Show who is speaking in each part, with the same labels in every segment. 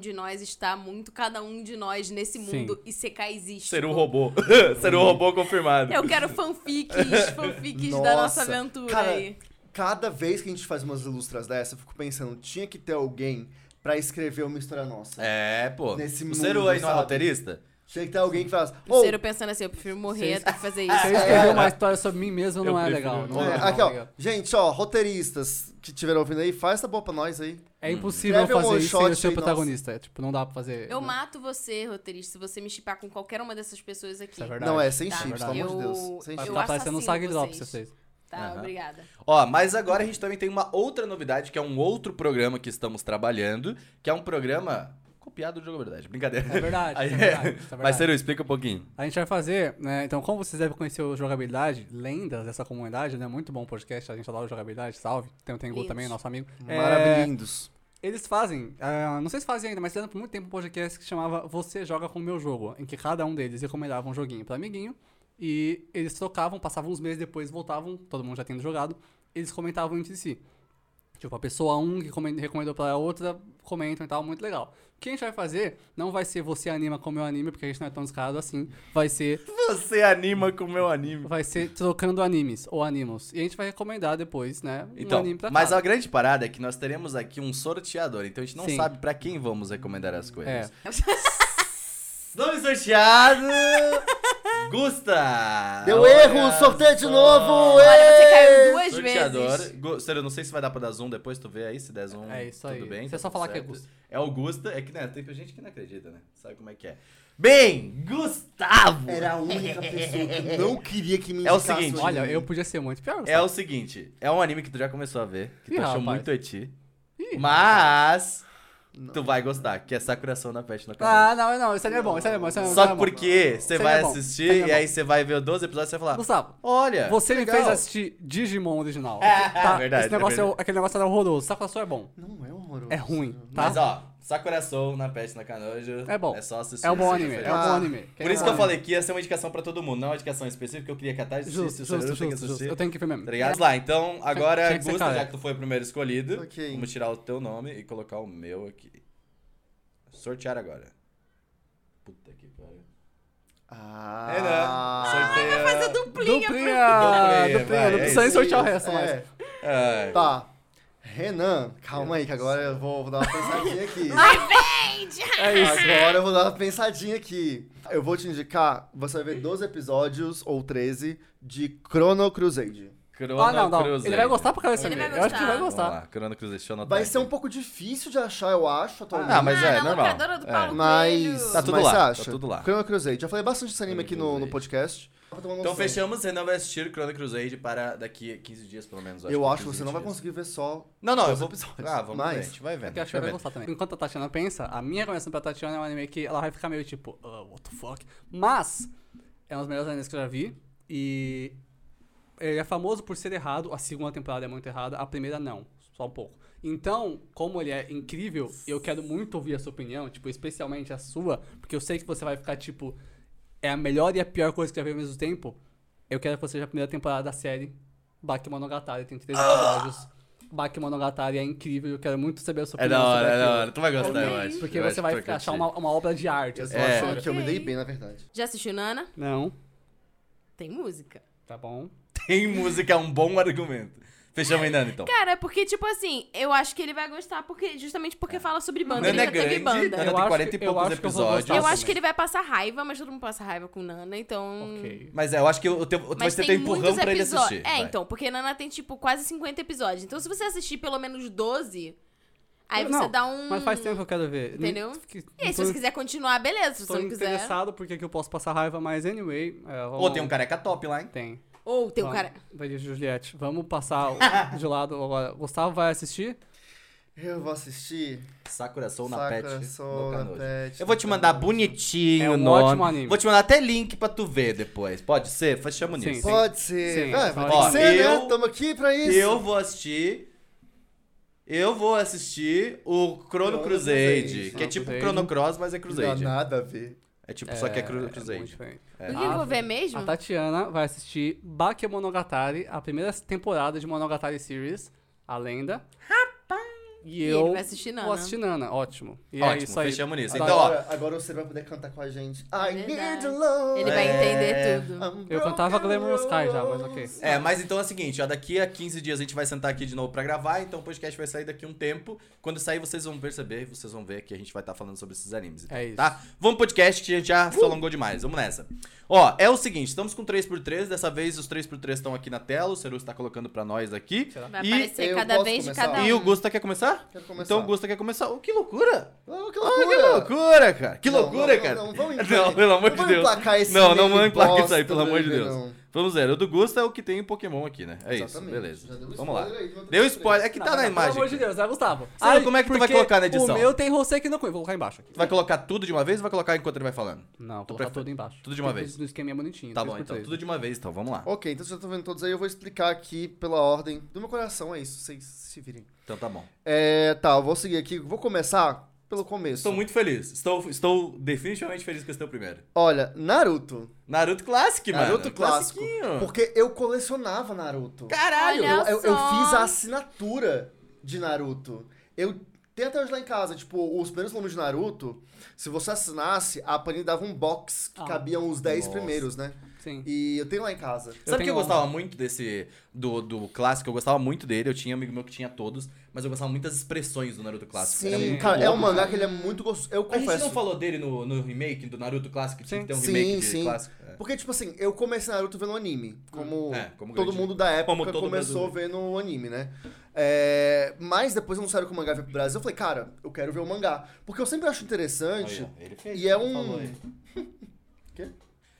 Speaker 1: de nós está muito cada um de nós nesse
Speaker 2: Sim.
Speaker 1: mundo e secar existe.
Speaker 3: Ser um
Speaker 4: Tipo,
Speaker 3: robô. Ser um robô confirmado.
Speaker 1: Eu quero fanfics, fanfics da nossa aventura
Speaker 5: cara,
Speaker 1: aí.
Speaker 5: Cada vez que a gente faz umas ilustras dessa, eu fico pensando, tinha que ter alguém pra escrever uma história nossa.
Speaker 3: É, pô.
Speaker 5: Nesse
Speaker 3: o Seru
Speaker 5: mundo,
Speaker 3: aí não é
Speaker 5: sabe?
Speaker 3: roteirista?
Speaker 5: Tinha que ter alguém que falasse,
Speaker 1: O
Speaker 5: ô,
Speaker 1: Ciro pensando assim, eu prefiro morrer do que fazer
Speaker 4: É,
Speaker 2: Se eu
Speaker 1: isso.
Speaker 2: escrever uma história sobre mim mesmo,
Speaker 3: Eu
Speaker 2: não é
Speaker 3: prefiro-
Speaker 2: legal. Não
Speaker 5: é,
Speaker 2: é,
Speaker 5: aqui
Speaker 2: legal.
Speaker 5: ó, gente, ó, roteiristas que estiveram ouvindo aí, faz essa boa pra nós aí.
Speaker 2: É impossível
Speaker 5: Escreve um
Speaker 2: fazer isso sem
Speaker 5: one-shot
Speaker 2: eu ser o
Speaker 5: aí,
Speaker 2: protagonista. É, Tipo, não dá pra fazer.
Speaker 1: Eu
Speaker 2: não.
Speaker 1: mato você, roteirista, se você me chipar com qualquer uma dessas pessoas aqui.
Speaker 2: Isso é verdade.
Speaker 5: Não, é, sem
Speaker 1: Tá,
Speaker 5: chips,
Speaker 2: verdade.
Speaker 5: pelo amor de
Speaker 1: Eu-
Speaker 5: Deus. Sem
Speaker 2: Vai
Speaker 1: eu
Speaker 5: chips.
Speaker 2: ficar parecendo um
Speaker 1: assassino
Speaker 2: Sag Drop,
Speaker 1: vocês.
Speaker 2: vocês.
Speaker 1: Tá,
Speaker 3: Aham.
Speaker 1: obrigada.
Speaker 3: Ó, mas agora a gente também tem uma outra novidade, que é um outro programa que estamos trabalhando, que é um programa copiado do Jogo Verdade. Brincadeira.
Speaker 2: É verdade,
Speaker 3: Aí
Speaker 2: isso é verdade, isso é
Speaker 3: Mas,
Speaker 2: verdade.
Speaker 3: Seru, explica um pouquinho.
Speaker 2: A gente vai fazer, né? Então, como vocês devem conhecer o Jogabilidade, lendas dessa comunidade, né? Muito bom o podcast, a gente adora o Jogabilidade, salve. Tem o Tengu
Speaker 1: Lindos.
Speaker 2: também, nosso amigo. É,
Speaker 5: Maravilhindos.
Speaker 2: Eles fazem, ah, não sei se fazem ainda, mas fizeram por muito tempo um podcast que chamava Você Joga com o Meu Jogo, em que cada um deles recomendava um joguinho para amiguinho e eles trocavam, passavam uns meses depois, voltavam, todo mundo já tendo jogado, eles comentavam entre si. Tipo, a pessoa 1 que comen- recomendou pra outra, comentam e tal, muito legal. O que a gente vai fazer não vai ser você anima como eu anime, porque a gente não é tão descarado assim, vai ser
Speaker 3: Você anima com o meu anime.
Speaker 2: vai ser trocando animes ou animos. E a gente vai recomendar depois, né, um
Speaker 3: Então,
Speaker 2: anime pra
Speaker 3: mas
Speaker 2: cada.
Speaker 3: a grande parada é que nós teremos aqui um sorteador, então a gente não
Speaker 2: Sim.
Speaker 3: sabe pra quem vamos recomendar as coisas.
Speaker 2: É.
Speaker 3: Nome sorteado! Gusta!
Speaker 5: Deu
Speaker 3: Olha
Speaker 5: erro, sorteio de
Speaker 3: só.
Speaker 5: novo!
Speaker 1: Olha, você caiu
Speaker 5: ê!
Speaker 1: duas
Speaker 3: Sorteador.
Speaker 1: vezes.
Speaker 3: Gu- Sério, eu não sei se vai dar pra dar zoom depois, tu vê aí se der zoom.
Speaker 2: É isso aí.
Speaker 3: Tudo bem?
Speaker 2: Você
Speaker 3: tá
Speaker 2: só
Speaker 3: tudo
Speaker 2: falar que é
Speaker 3: certo.
Speaker 2: Gusta.
Speaker 3: É o Gusta. É que né, tem gente que não acredita, né? Sabe como é que é. Bem, Gustavo!
Speaker 5: Era a única pessoa que não queria que me
Speaker 3: É o
Speaker 5: indicasse
Speaker 3: seguinte,
Speaker 5: um
Speaker 2: Olha,
Speaker 5: anime.
Speaker 2: eu podia ser muito pior.
Speaker 3: É o seguinte, é um anime que tu já começou a ver, que
Speaker 2: Ih,
Speaker 3: tu achou
Speaker 2: rapaz.
Speaker 3: muito eti.
Speaker 2: Ih,
Speaker 3: Mas tu vai gostar, que é Sakuração na Peste no canal.
Speaker 2: Ah, não, não, isso aí é bom, isso aí é bom. Isso aí é bom, isso aí
Speaker 3: Só
Speaker 2: é bom.
Speaker 3: porque você
Speaker 2: Isso aí
Speaker 3: vai
Speaker 2: é bom,
Speaker 3: assistir
Speaker 2: isso aí é
Speaker 3: e
Speaker 2: bom.
Speaker 3: aí tá. você vai ver 12 episódios e vai falar:
Speaker 2: Gustavo,
Speaker 3: Olha!
Speaker 2: você me
Speaker 3: legal.
Speaker 2: fez assistir Digimon original.
Speaker 3: É, é verdade,
Speaker 2: Esse negócio
Speaker 3: é
Speaker 2: é o- aquele negócio era horroroso. Sakuração é bom.
Speaker 5: Não é horroroso.
Speaker 2: É ruim, tá?
Speaker 3: Mas ó, Sakuração na Peste no Canojo.
Speaker 2: É bom.
Speaker 3: É só assistir.
Speaker 2: É um bom
Speaker 3: assim,
Speaker 2: anime,
Speaker 3: né?
Speaker 2: é um bom
Speaker 5: Ah,
Speaker 2: anime.
Speaker 3: Por isso que eu falei que ia ser uma indicação pra todo mundo, não uma indicação específica, eu queria que a Tati assistisse,
Speaker 2: Justo,
Speaker 3: o Ceruto
Speaker 2: justo,
Speaker 3: tem que
Speaker 2: justo, justo.
Speaker 3: assistir.
Speaker 2: Eu tenho que ver mesmo.
Speaker 3: Tá ligado? Vamos lá, então agora,
Speaker 2: Tinha que ser
Speaker 3: Gusta,
Speaker 2: cara.
Speaker 3: já que tu foi o primeiro escolhido,
Speaker 5: Ok.
Speaker 3: vamos tirar o teu nome e colocar o meu aqui. Sortear agora. Puta que pariu.
Speaker 5: Ah,
Speaker 3: É, né? Sorteia.
Speaker 2: Duplinha,
Speaker 3: vai,
Speaker 2: duplinha, não
Speaker 3: é isso
Speaker 2: precisa nem sortear o resto,
Speaker 5: É,
Speaker 2: mas. Ah,
Speaker 3: Ai,
Speaker 5: Tá. Renan, calma aí, que agora eu vou, vou dar uma pensadinha aqui.
Speaker 2: É isso.
Speaker 5: Agora eu vou dar uma pensadinha aqui. Eu vou te indicar, você vai ver 12 episódios, ou 13, de Chrono Crusade.
Speaker 3: Chrono
Speaker 2: Ah, não, não.
Speaker 3: Crusade.
Speaker 2: Ele vai gostar pra caralho desse
Speaker 1: Ele
Speaker 2: anime.
Speaker 1: vai
Speaker 2: Eu acho que ele vai
Speaker 3: Vamos
Speaker 2: gostar.
Speaker 3: lá, Chrono Crusade, deixa eu anotar
Speaker 5: Vai
Speaker 3: aqui.
Speaker 5: ser um pouco difícil de achar, eu acho, atualmente.
Speaker 3: Ah, mas
Speaker 1: ah,
Speaker 3: é,
Speaker 1: na
Speaker 3: normal.
Speaker 1: locadora do
Speaker 3: É.
Speaker 1: Paulo
Speaker 5: Mas.
Speaker 1: Coelho.
Speaker 3: Tá tudo
Speaker 5: mas
Speaker 3: lá,
Speaker 5: você
Speaker 3: tá
Speaker 5: acha?
Speaker 3: tudo lá.
Speaker 5: Chrono Crusade. Já falei bastante desse anime
Speaker 3: Chrono
Speaker 5: aqui no, no
Speaker 3: Crusade.
Speaker 5: podcast.
Speaker 3: Então fechamos, Renan vai assistir Chrono Crusade para daqui a 15 dias, pelo menos.
Speaker 5: Eu acho que
Speaker 3: 15
Speaker 5: você não vai
Speaker 3: dias.
Speaker 5: conseguir ver só.
Speaker 3: Não, não, eu
Speaker 5: os
Speaker 3: vou...
Speaker 5: episódios.
Speaker 3: Ah, vamos ver, a
Speaker 5: Mas- é
Speaker 3: gente vai vendo.
Speaker 2: Que eu acho que
Speaker 3: vai
Speaker 2: vai
Speaker 3: vendo.
Speaker 2: gostar também. Enquanto a Tatiana pensa, a minha recomendação pra Tatiana é um anime que ela vai ficar meio tipo, "Ah, what the fuck? Mas, é um dos melhores animes que eu já vi. E ele é famoso por ser errado, a segunda temporada é muito errada, a primeira não, só um pouco. Então, como ele é incrível, eu quero muito ouvir a sua opinião, tipo, especialmente a sua, porque eu sei que você vai ficar tipo, é a melhor e a pior coisa que já vi ao mesmo tempo. Eu quero que você seja a primeira temporada da série Bakemonogatari, tem
Speaker 3: Ah!
Speaker 2: três episódios. Bakemonogatari é incrível, eu quero muito saber a sua
Speaker 3: É
Speaker 2: opinião.
Speaker 3: da hora,
Speaker 2: sobre
Speaker 3: é da
Speaker 2: aquilo.
Speaker 3: hora. Tu vai gostar, eu
Speaker 1: Ok.
Speaker 3: acho.
Speaker 2: Porque
Speaker 3: Eu acho
Speaker 2: você
Speaker 3: que
Speaker 2: vai
Speaker 3: curtir.
Speaker 2: achar uma, uma obra de arte.
Speaker 5: Eu
Speaker 2: assim.
Speaker 5: só
Speaker 3: É.
Speaker 5: acho que eu me dei
Speaker 1: Ok.
Speaker 5: bem, na verdade.
Speaker 1: Já assistiu Nana?
Speaker 2: Não.
Speaker 1: Tem música.
Speaker 2: Tá bom.
Speaker 3: Tem música, é um bom argumento. Fechamos ainda, então.
Speaker 1: Cara, é porque, tipo assim, eu acho que ele vai gostar, porque justamente porque fala sobre banda.
Speaker 3: Nana
Speaker 1: ele
Speaker 3: é
Speaker 1: já teve
Speaker 3: grande,
Speaker 1: banda.
Speaker 3: Nana
Speaker 2: Eu
Speaker 3: tem
Speaker 2: acho
Speaker 3: 40 e
Speaker 2: que- eu
Speaker 3: poucos
Speaker 2: acho que eu vou
Speaker 3: episódios.
Speaker 2: gostar.
Speaker 1: Eu acho que ele vai passar raiva, mas todo mundo passa raiva com Nana, então.
Speaker 2: Ok.
Speaker 3: Mas é, eu acho que o teu, tu vai
Speaker 1: Mas
Speaker 3: ter
Speaker 1: tem
Speaker 3: teu empurrão
Speaker 1: muitos
Speaker 3: pra ele
Speaker 1: episódios.
Speaker 3: assistir.
Speaker 1: É,
Speaker 3: vai.
Speaker 1: então, porque Nana tem, tipo, quase 50 episódios. Então, se você assistir pelo menos 12, aí
Speaker 2: Eu-
Speaker 1: você
Speaker 2: não,
Speaker 1: dá um.
Speaker 2: Mas faz tempo que eu quero ver.
Speaker 1: Entendeu?
Speaker 2: Não- fique-
Speaker 1: E aí, se
Speaker 2: não
Speaker 1: você
Speaker 2: tô-
Speaker 1: quiser continuar, beleza. Se
Speaker 2: Tô
Speaker 1: você não quiser.
Speaker 2: interessado porque que eu posso passar raiva, mas anyway. é,
Speaker 3: Ou
Speaker 2: vamos-
Speaker 3: tem um careca top lá, hein?
Speaker 2: Tem.
Speaker 1: Ou tem um
Speaker 2: Vamos-
Speaker 1: cara.
Speaker 2: Vai Juliette. Vamos passar o- de lado agora. Gustavo vai assistir?
Speaker 5: Eu vou assistir.
Speaker 3: Sakura Soul na
Speaker 5: Sakura
Speaker 3: Pet. no
Speaker 5: Soul na
Speaker 3: Kanojo.
Speaker 5: Pet,
Speaker 3: Eu vou te
Speaker 5: no
Speaker 3: mandar
Speaker 5: Kanojo.
Speaker 3: bonitinho
Speaker 2: É
Speaker 3: o
Speaker 2: um
Speaker 3: nome.
Speaker 2: ótimo anime.
Speaker 3: Vou te mandar até link pra tu ver depois. Pode ser? Fechamos
Speaker 2: Sim,
Speaker 3: nisso.
Speaker 2: sim.
Speaker 5: Pode ser.
Speaker 2: Sim,
Speaker 5: vai, vai ter
Speaker 3: ó,
Speaker 5: que ser,
Speaker 3: eu-
Speaker 5: né? Tamo aqui pra isso.
Speaker 3: Eu vou assistir. Eu vou assistir o Chrono
Speaker 5: Chrono
Speaker 3: Crusade,
Speaker 5: Crusade.
Speaker 3: que é tipo
Speaker 2: Crusade.
Speaker 3: Chrono Cross, mas é
Speaker 5: Não dá
Speaker 3: Crusade.
Speaker 5: nada a ver.
Speaker 3: É tipo, só que é Chrono
Speaker 2: muito
Speaker 3: Crusade.
Speaker 2: diferente.
Speaker 1: O que eu vou ver mesmo?
Speaker 2: A Tatiana vai assistir Bakemonogatari, a primeira temporada de Monogatari Series, a lenda. Rapaz! E,
Speaker 1: ele
Speaker 2: eu
Speaker 1: vai assistir Nana.
Speaker 2: vou assistir Nana. Ótimo. E é
Speaker 3: Ótimo,
Speaker 2: isso aí.
Speaker 3: fechamos nisso. Então, ó,
Speaker 5: Agora, agora você vai poder cantar com a gente. I need
Speaker 1: É Verdade.
Speaker 5: your love.
Speaker 1: Ele vai
Speaker 3: É.
Speaker 1: entender tudo.
Speaker 5: I'm
Speaker 2: Eu cantava
Speaker 5: broken
Speaker 2: Glamorous Sky já, mas ok.
Speaker 5: rose.
Speaker 3: É, mas então é o seguinte, ó, daqui a 15 dias a gente vai sentar aqui de novo pra gravar, então o podcast vai sair daqui a um tempo. Quando sair, vocês vão perceber e vocês vão ver que a gente vai estar falando sobre esses animes. então,
Speaker 2: É isso.
Speaker 3: Tá? Vamos pro podcast, que já se alongou demais. Vamos nessa. Ó, é o seguinte, estamos com 3x3, dessa vez os 3x3 estão aqui na tela, o Ceru está colocando pra nós aqui.
Speaker 2: Será?
Speaker 1: Vai
Speaker 3: E,
Speaker 1: aparecer
Speaker 5: eu
Speaker 1: cada
Speaker 5: posso
Speaker 1: vez de
Speaker 5: começar?
Speaker 1: cada um.
Speaker 3: e o Gusta quer começar?
Speaker 5: Quero Tá. começar.
Speaker 3: Então o Gusta quer começar. Oh, que loucura!
Speaker 5: Oh, que
Speaker 3: Ah, que
Speaker 5: loucura.
Speaker 3: loucura, cara! Que
Speaker 5: Não,
Speaker 3: loucura,
Speaker 5: não,
Speaker 3: cara!
Speaker 5: Não, não, vamos
Speaker 3: Não, pelo amor de
Speaker 5: vamos
Speaker 3: Deus.
Speaker 5: emplacar esse
Speaker 3: Não, não
Speaker 5: meme
Speaker 3: vamos emplacar
Speaker 5: bosta,
Speaker 3: isso aí, pelo amor de
Speaker 5: baby,
Speaker 3: Deus.
Speaker 5: não.
Speaker 3: Vamos ver, o do Gusta é o que tem um Pokémon aqui, né? É isso,
Speaker 5: Exatamente.
Speaker 3: beleza.
Speaker 5: Já deu
Speaker 3: Vamos lá.
Speaker 5: spoiler aí, vamos
Speaker 3: Deu
Speaker 5: ter
Speaker 3: spoiler, é que
Speaker 2: Não,
Speaker 3: tá
Speaker 2: não,
Speaker 3: na
Speaker 2: não,
Speaker 3: imagem.
Speaker 2: Pelo amor de Deus, vai, Gustavo.
Speaker 3: Sério, como é que tu vai
Speaker 2: porque
Speaker 3: colocar na edição?
Speaker 2: O meu tem Roseki no Kun. Vou colocar embaixo aqui.
Speaker 3: Tu vai colocar tudo de uma vez ou vai colocar enquanto ele vai falando?
Speaker 2: Não, vou
Speaker 3: prefere-
Speaker 2: colocar tudo embaixo.
Speaker 3: tudo de uma
Speaker 2: Porque
Speaker 3: vez.
Speaker 2: No esqueminha é bonitinho.
Speaker 3: Tá
Speaker 2: três
Speaker 3: bom,
Speaker 2: por
Speaker 3: então
Speaker 2: três.
Speaker 3: tudo de uma vez, então vamos lá.
Speaker 5: Ok, então vocês já estão vendo todos aí. Eu vou explicar aqui pela ordem do meu coração. É isso, vocês se virem.
Speaker 3: Então tá bom.
Speaker 5: É, tá, eu vou seguir aqui. Vou começar pelo começo.
Speaker 3: Estou muito feliz. Estou, estou definitivamente feliz com esse teu primeiro.
Speaker 5: Olha, Naruto.
Speaker 3: Naruto Classic, mano.
Speaker 5: Naruto clássico.
Speaker 3: Classiquinho.
Speaker 5: Porque eu colecionava Naruto.
Speaker 3: Caralho.
Speaker 1: Olha
Speaker 5: Eu, eu- eu
Speaker 1: só.
Speaker 5: fiz a assinatura de Naruto. Eu tenho até hoje lá em casa, tipo, os primeiros volumes de Naruto, se você assinasse, a Panini dava um box que
Speaker 2: Ah.
Speaker 5: cabiam os 10
Speaker 3: Nossa.
Speaker 5: primeiros, né?
Speaker 2: Sim.
Speaker 5: E eu tenho lá em casa.
Speaker 3: Sabe que eu
Speaker 2: tenho
Speaker 3: gostava muito desse. Do, do clássico? Eu gostava muito dele. Eu tinha um amigo meu que tinha todos. Mas eu gostava muito das expressões do Naruto Clássico. Era
Speaker 5: Sim,
Speaker 3: muito
Speaker 5: cara, é um
Speaker 3: louco.
Speaker 5: mangá que ele é muito gostoso. Eu
Speaker 3: A gente
Speaker 5: confesso.
Speaker 3: não falou dele no, no remake do Naruto Clássico? Tinha que ter um
Speaker 5: Sim,
Speaker 3: remake de
Speaker 5: sim.
Speaker 3: clássico. É.
Speaker 5: Porque, tipo assim, eu comecei Naruto vendo anime. Como,
Speaker 3: É, como
Speaker 5: todo
Speaker 3: grande.
Speaker 5: mundo da época
Speaker 3: Como todo
Speaker 5: começou vendo anime, né? É, mas depois eu não saiu com o mangá veio pro Brasil. Eu falei, cara, eu quero ver o mangá. Porque eu sempre acho interessante.
Speaker 3: Aí, ó, ele fez,
Speaker 5: e é
Speaker 3: ele
Speaker 5: um-
Speaker 3: falou aí.
Speaker 5: Quê?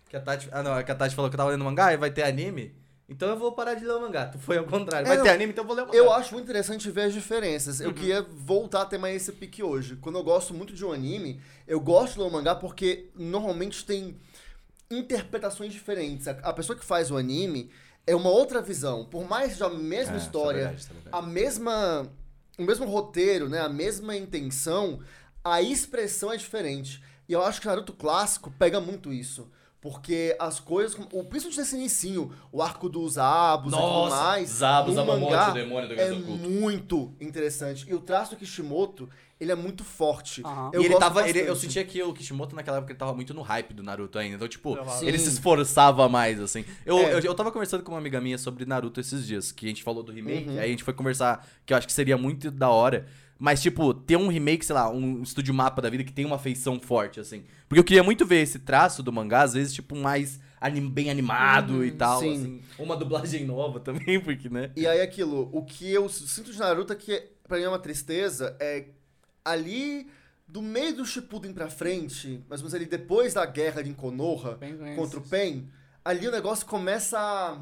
Speaker 3: Que a Tati... Ah, não. é que a Tati falou que eu tava lendo mangá e vai ter anime. Então eu vou parar de ler o mangá. Tu foi ao contrário.
Speaker 5: É,
Speaker 3: Vai
Speaker 5: não.
Speaker 3: ter anime, então eu vou ler o mangá.
Speaker 5: Eu acho muito interessante ver as diferenças.
Speaker 3: Uhum.
Speaker 5: Eu queria voltar a ter mais esse pique hoje. Quando eu gosto muito de um anime, eu gosto do mangá porque normalmente tem interpretações diferentes. A, a pessoa que faz o anime é uma outra visão. Por mais que seja a mesma
Speaker 3: É, isso é
Speaker 5: história,
Speaker 3: verdade, isso é verdade.
Speaker 5: a mesma o mesmo roteiro, né, a mesma intenção, a expressão é diferente. E eu acho que Naruto clássico pega muito isso. Porque as coisas, como- o principalmente nesse inicinho, o arco dos abos e tudo mais.
Speaker 3: Zabos,
Speaker 5: no
Speaker 3: Amamote,
Speaker 5: mangá
Speaker 3: o demônio do
Speaker 5: é
Speaker 3: Gato Oculto.
Speaker 5: muito interessante. E o traço do Kishimoto, ele é muito forte.
Speaker 2: Aham.
Speaker 5: Eu
Speaker 3: e ele
Speaker 5: gosto
Speaker 3: tava. ele- eu
Speaker 5: bastante.
Speaker 3: sentia que o Kishimoto naquela época ele tava muito no hype do Naruto ainda. Então, tipo,
Speaker 5: Sim.
Speaker 3: ele se esforçava mais, assim. Eu,
Speaker 5: É.
Speaker 3: eu, eu tava conversando com uma amiga minha sobre Naruto esses dias, que a gente falou do remake.
Speaker 5: Uhum.
Speaker 3: Aí a gente foi conversar, que eu acho que seria muito da hora. Mas, tipo, ter um remake, sei lá, um estúdio mapa da vida que tem uma feição forte, assim. Porque eu queria muito ver esse traço do mangá, às vezes, tipo, mais anim- bem animado e tal.
Speaker 5: Uhum. sim.
Speaker 3: Assim. Uma dublagem nova também, porque, né?
Speaker 5: E aí aquilo, o que eu sinto de Naruto é que pra mim é uma tristeza, é ali do meio do Shippuden pra frente, mas menos ali depois da guerra de Konoha
Speaker 2: Bem conhecido.
Speaker 5: contra o Pen, ali o negócio começa a...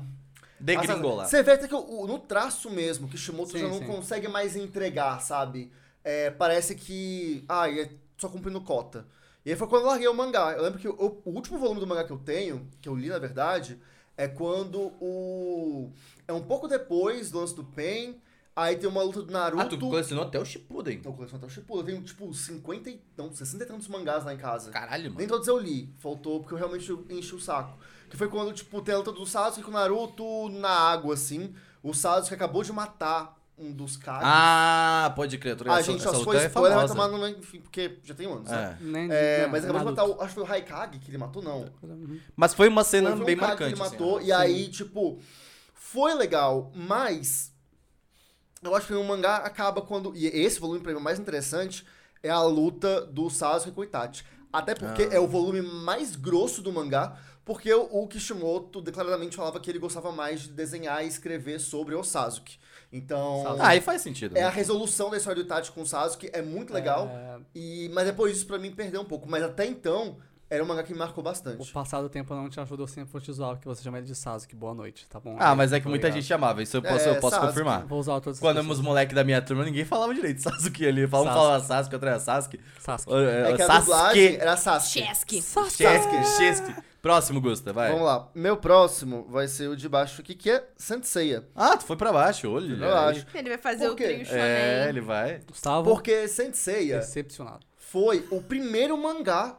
Speaker 3: Degringolar.
Speaker 5: assim, Você vê até que o- o- no traço mesmo, que Shimoto
Speaker 2: Sim,
Speaker 5: já não
Speaker 2: sim.
Speaker 5: consegue mais entregar, sabe? É, parece que. Ah, é só cumprindo cota. E aí foi quando eu larguei o mangá. Eu lembro que o, o último volume do mangá que eu tenho, que eu li na verdade, é quando o. É um pouco depois do lance do Pen, aí tem uma luta do Naruto.
Speaker 3: Ah, tu colecionou até o Shippuden.
Speaker 5: Então, é eu coleciono até o Shippuden. Eu tenho, tipo, 50 e... Não, 60 e tantos mangás lá em casa.
Speaker 3: Caralho, mano.
Speaker 5: Nem todos eu li, faltou porque eu realmente enchi o saco. Que foi quando, tipo, tem a luta do Sasuke com o Naruto na água, assim. O Sasuke acabou de matar um dos caras.
Speaker 3: Ah, pode crer. tô ligado.
Speaker 5: a
Speaker 3: Essa-
Speaker 5: gente,
Speaker 3: essa
Speaker 5: ó, se
Speaker 3: luta
Speaker 5: for
Speaker 3: é
Speaker 5: spoiler, vai
Speaker 3: famosa.
Speaker 5: tomar no... Enfim, porque já tem anos, né?
Speaker 3: É.
Speaker 2: Nem-
Speaker 5: É,
Speaker 2: nem-
Speaker 5: mas
Speaker 2: nem
Speaker 5: acabou de
Speaker 2: Naruto.
Speaker 5: matar, o, acho que foi o Raikage que ele matou, não.
Speaker 2: Uhum.
Speaker 3: Mas foi uma cena
Speaker 5: Foi- foi um
Speaker 3: bem
Speaker 5: cara que
Speaker 3: marcante.
Speaker 5: Ele
Speaker 3: assim,
Speaker 5: matou,
Speaker 3: né?
Speaker 5: e aí, tipo, foi legal, mas eu acho que o mangá acaba quando. E esse volume, pra mim, o mais interessante é a luta do Sasuke com o Itachi. Até porque
Speaker 3: Ah.
Speaker 5: é o volume mais grosso do mangá, porque o, o Kishimoto declaradamente falava que ele gostava mais de desenhar e escrever sobre o Sasuke. Então.
Speaker 2: Sasuke.
Speaker 3: Ah, aí faz sentido.
Speaker 5: É a
Speaker 3: né?
Speaker 5: resolução da história do Itachi com o Sasuke, é muito legal.
Speaker 2: É,
Speaker 5: E, mas depois disso, pra mim, perdeu um pouco. Mas até então, era um mangá que me marcou
Speaker 2: O
Speaker 5: bastante.
Speaker 2: passado tempo não te ajudou sempre vou te zoar, porque você chama ele de Sasuke. Boa noite, tá bom?
Speaker 3: Ah, mas é que
Speaker 2: Tá
Speaker 3: muita
Speaker 2: ligado?
Speaker 3: gente amava, isso eu posso,
Speaker 5: É,
Speaker 3: eu posso
Speaker 5: Sasuke.
Speaker 3: confirmar.
Speaker 2: Vou usar todos
Speaker 3: Quando os moleques da minha turma, ninguém falava direito Sasuke ali. Falam
Speaker 2: Sasuke.
Speaker 3: falava Sasuke, outra era Sasuke.
Speaker 2: Sasuke.
Speaker 5: É
Speaker 3: É,
Speaker 5: que a dublagem
Speaker 3: Sasuke.
Speaker 5: era Sasuke.
Speaker 1: Chesky.
Speaker 3: Sasuke. Sasuke. Próximo, Gusta, vai.
Speaker 5: Vamos lá. Meu próximo vai ser o de baixo aqui, que é Senseiya.
Speaker 3: Ah, tu foi pra baixo, olha.
Speaker 5: Eu acho.
Speaker 1: Ele vai fazer
Speaker 5: Por
Speaker 1: o
Speaker 5: quê?
Speaker 1: trio shonen.
Speaker 3: É, ele vai.
Speaker 2: Gustavo,
Speaker 5: Porque Senseiya
Speaker 2: decepcionado.
Speaker 5: foi o primeiro mangá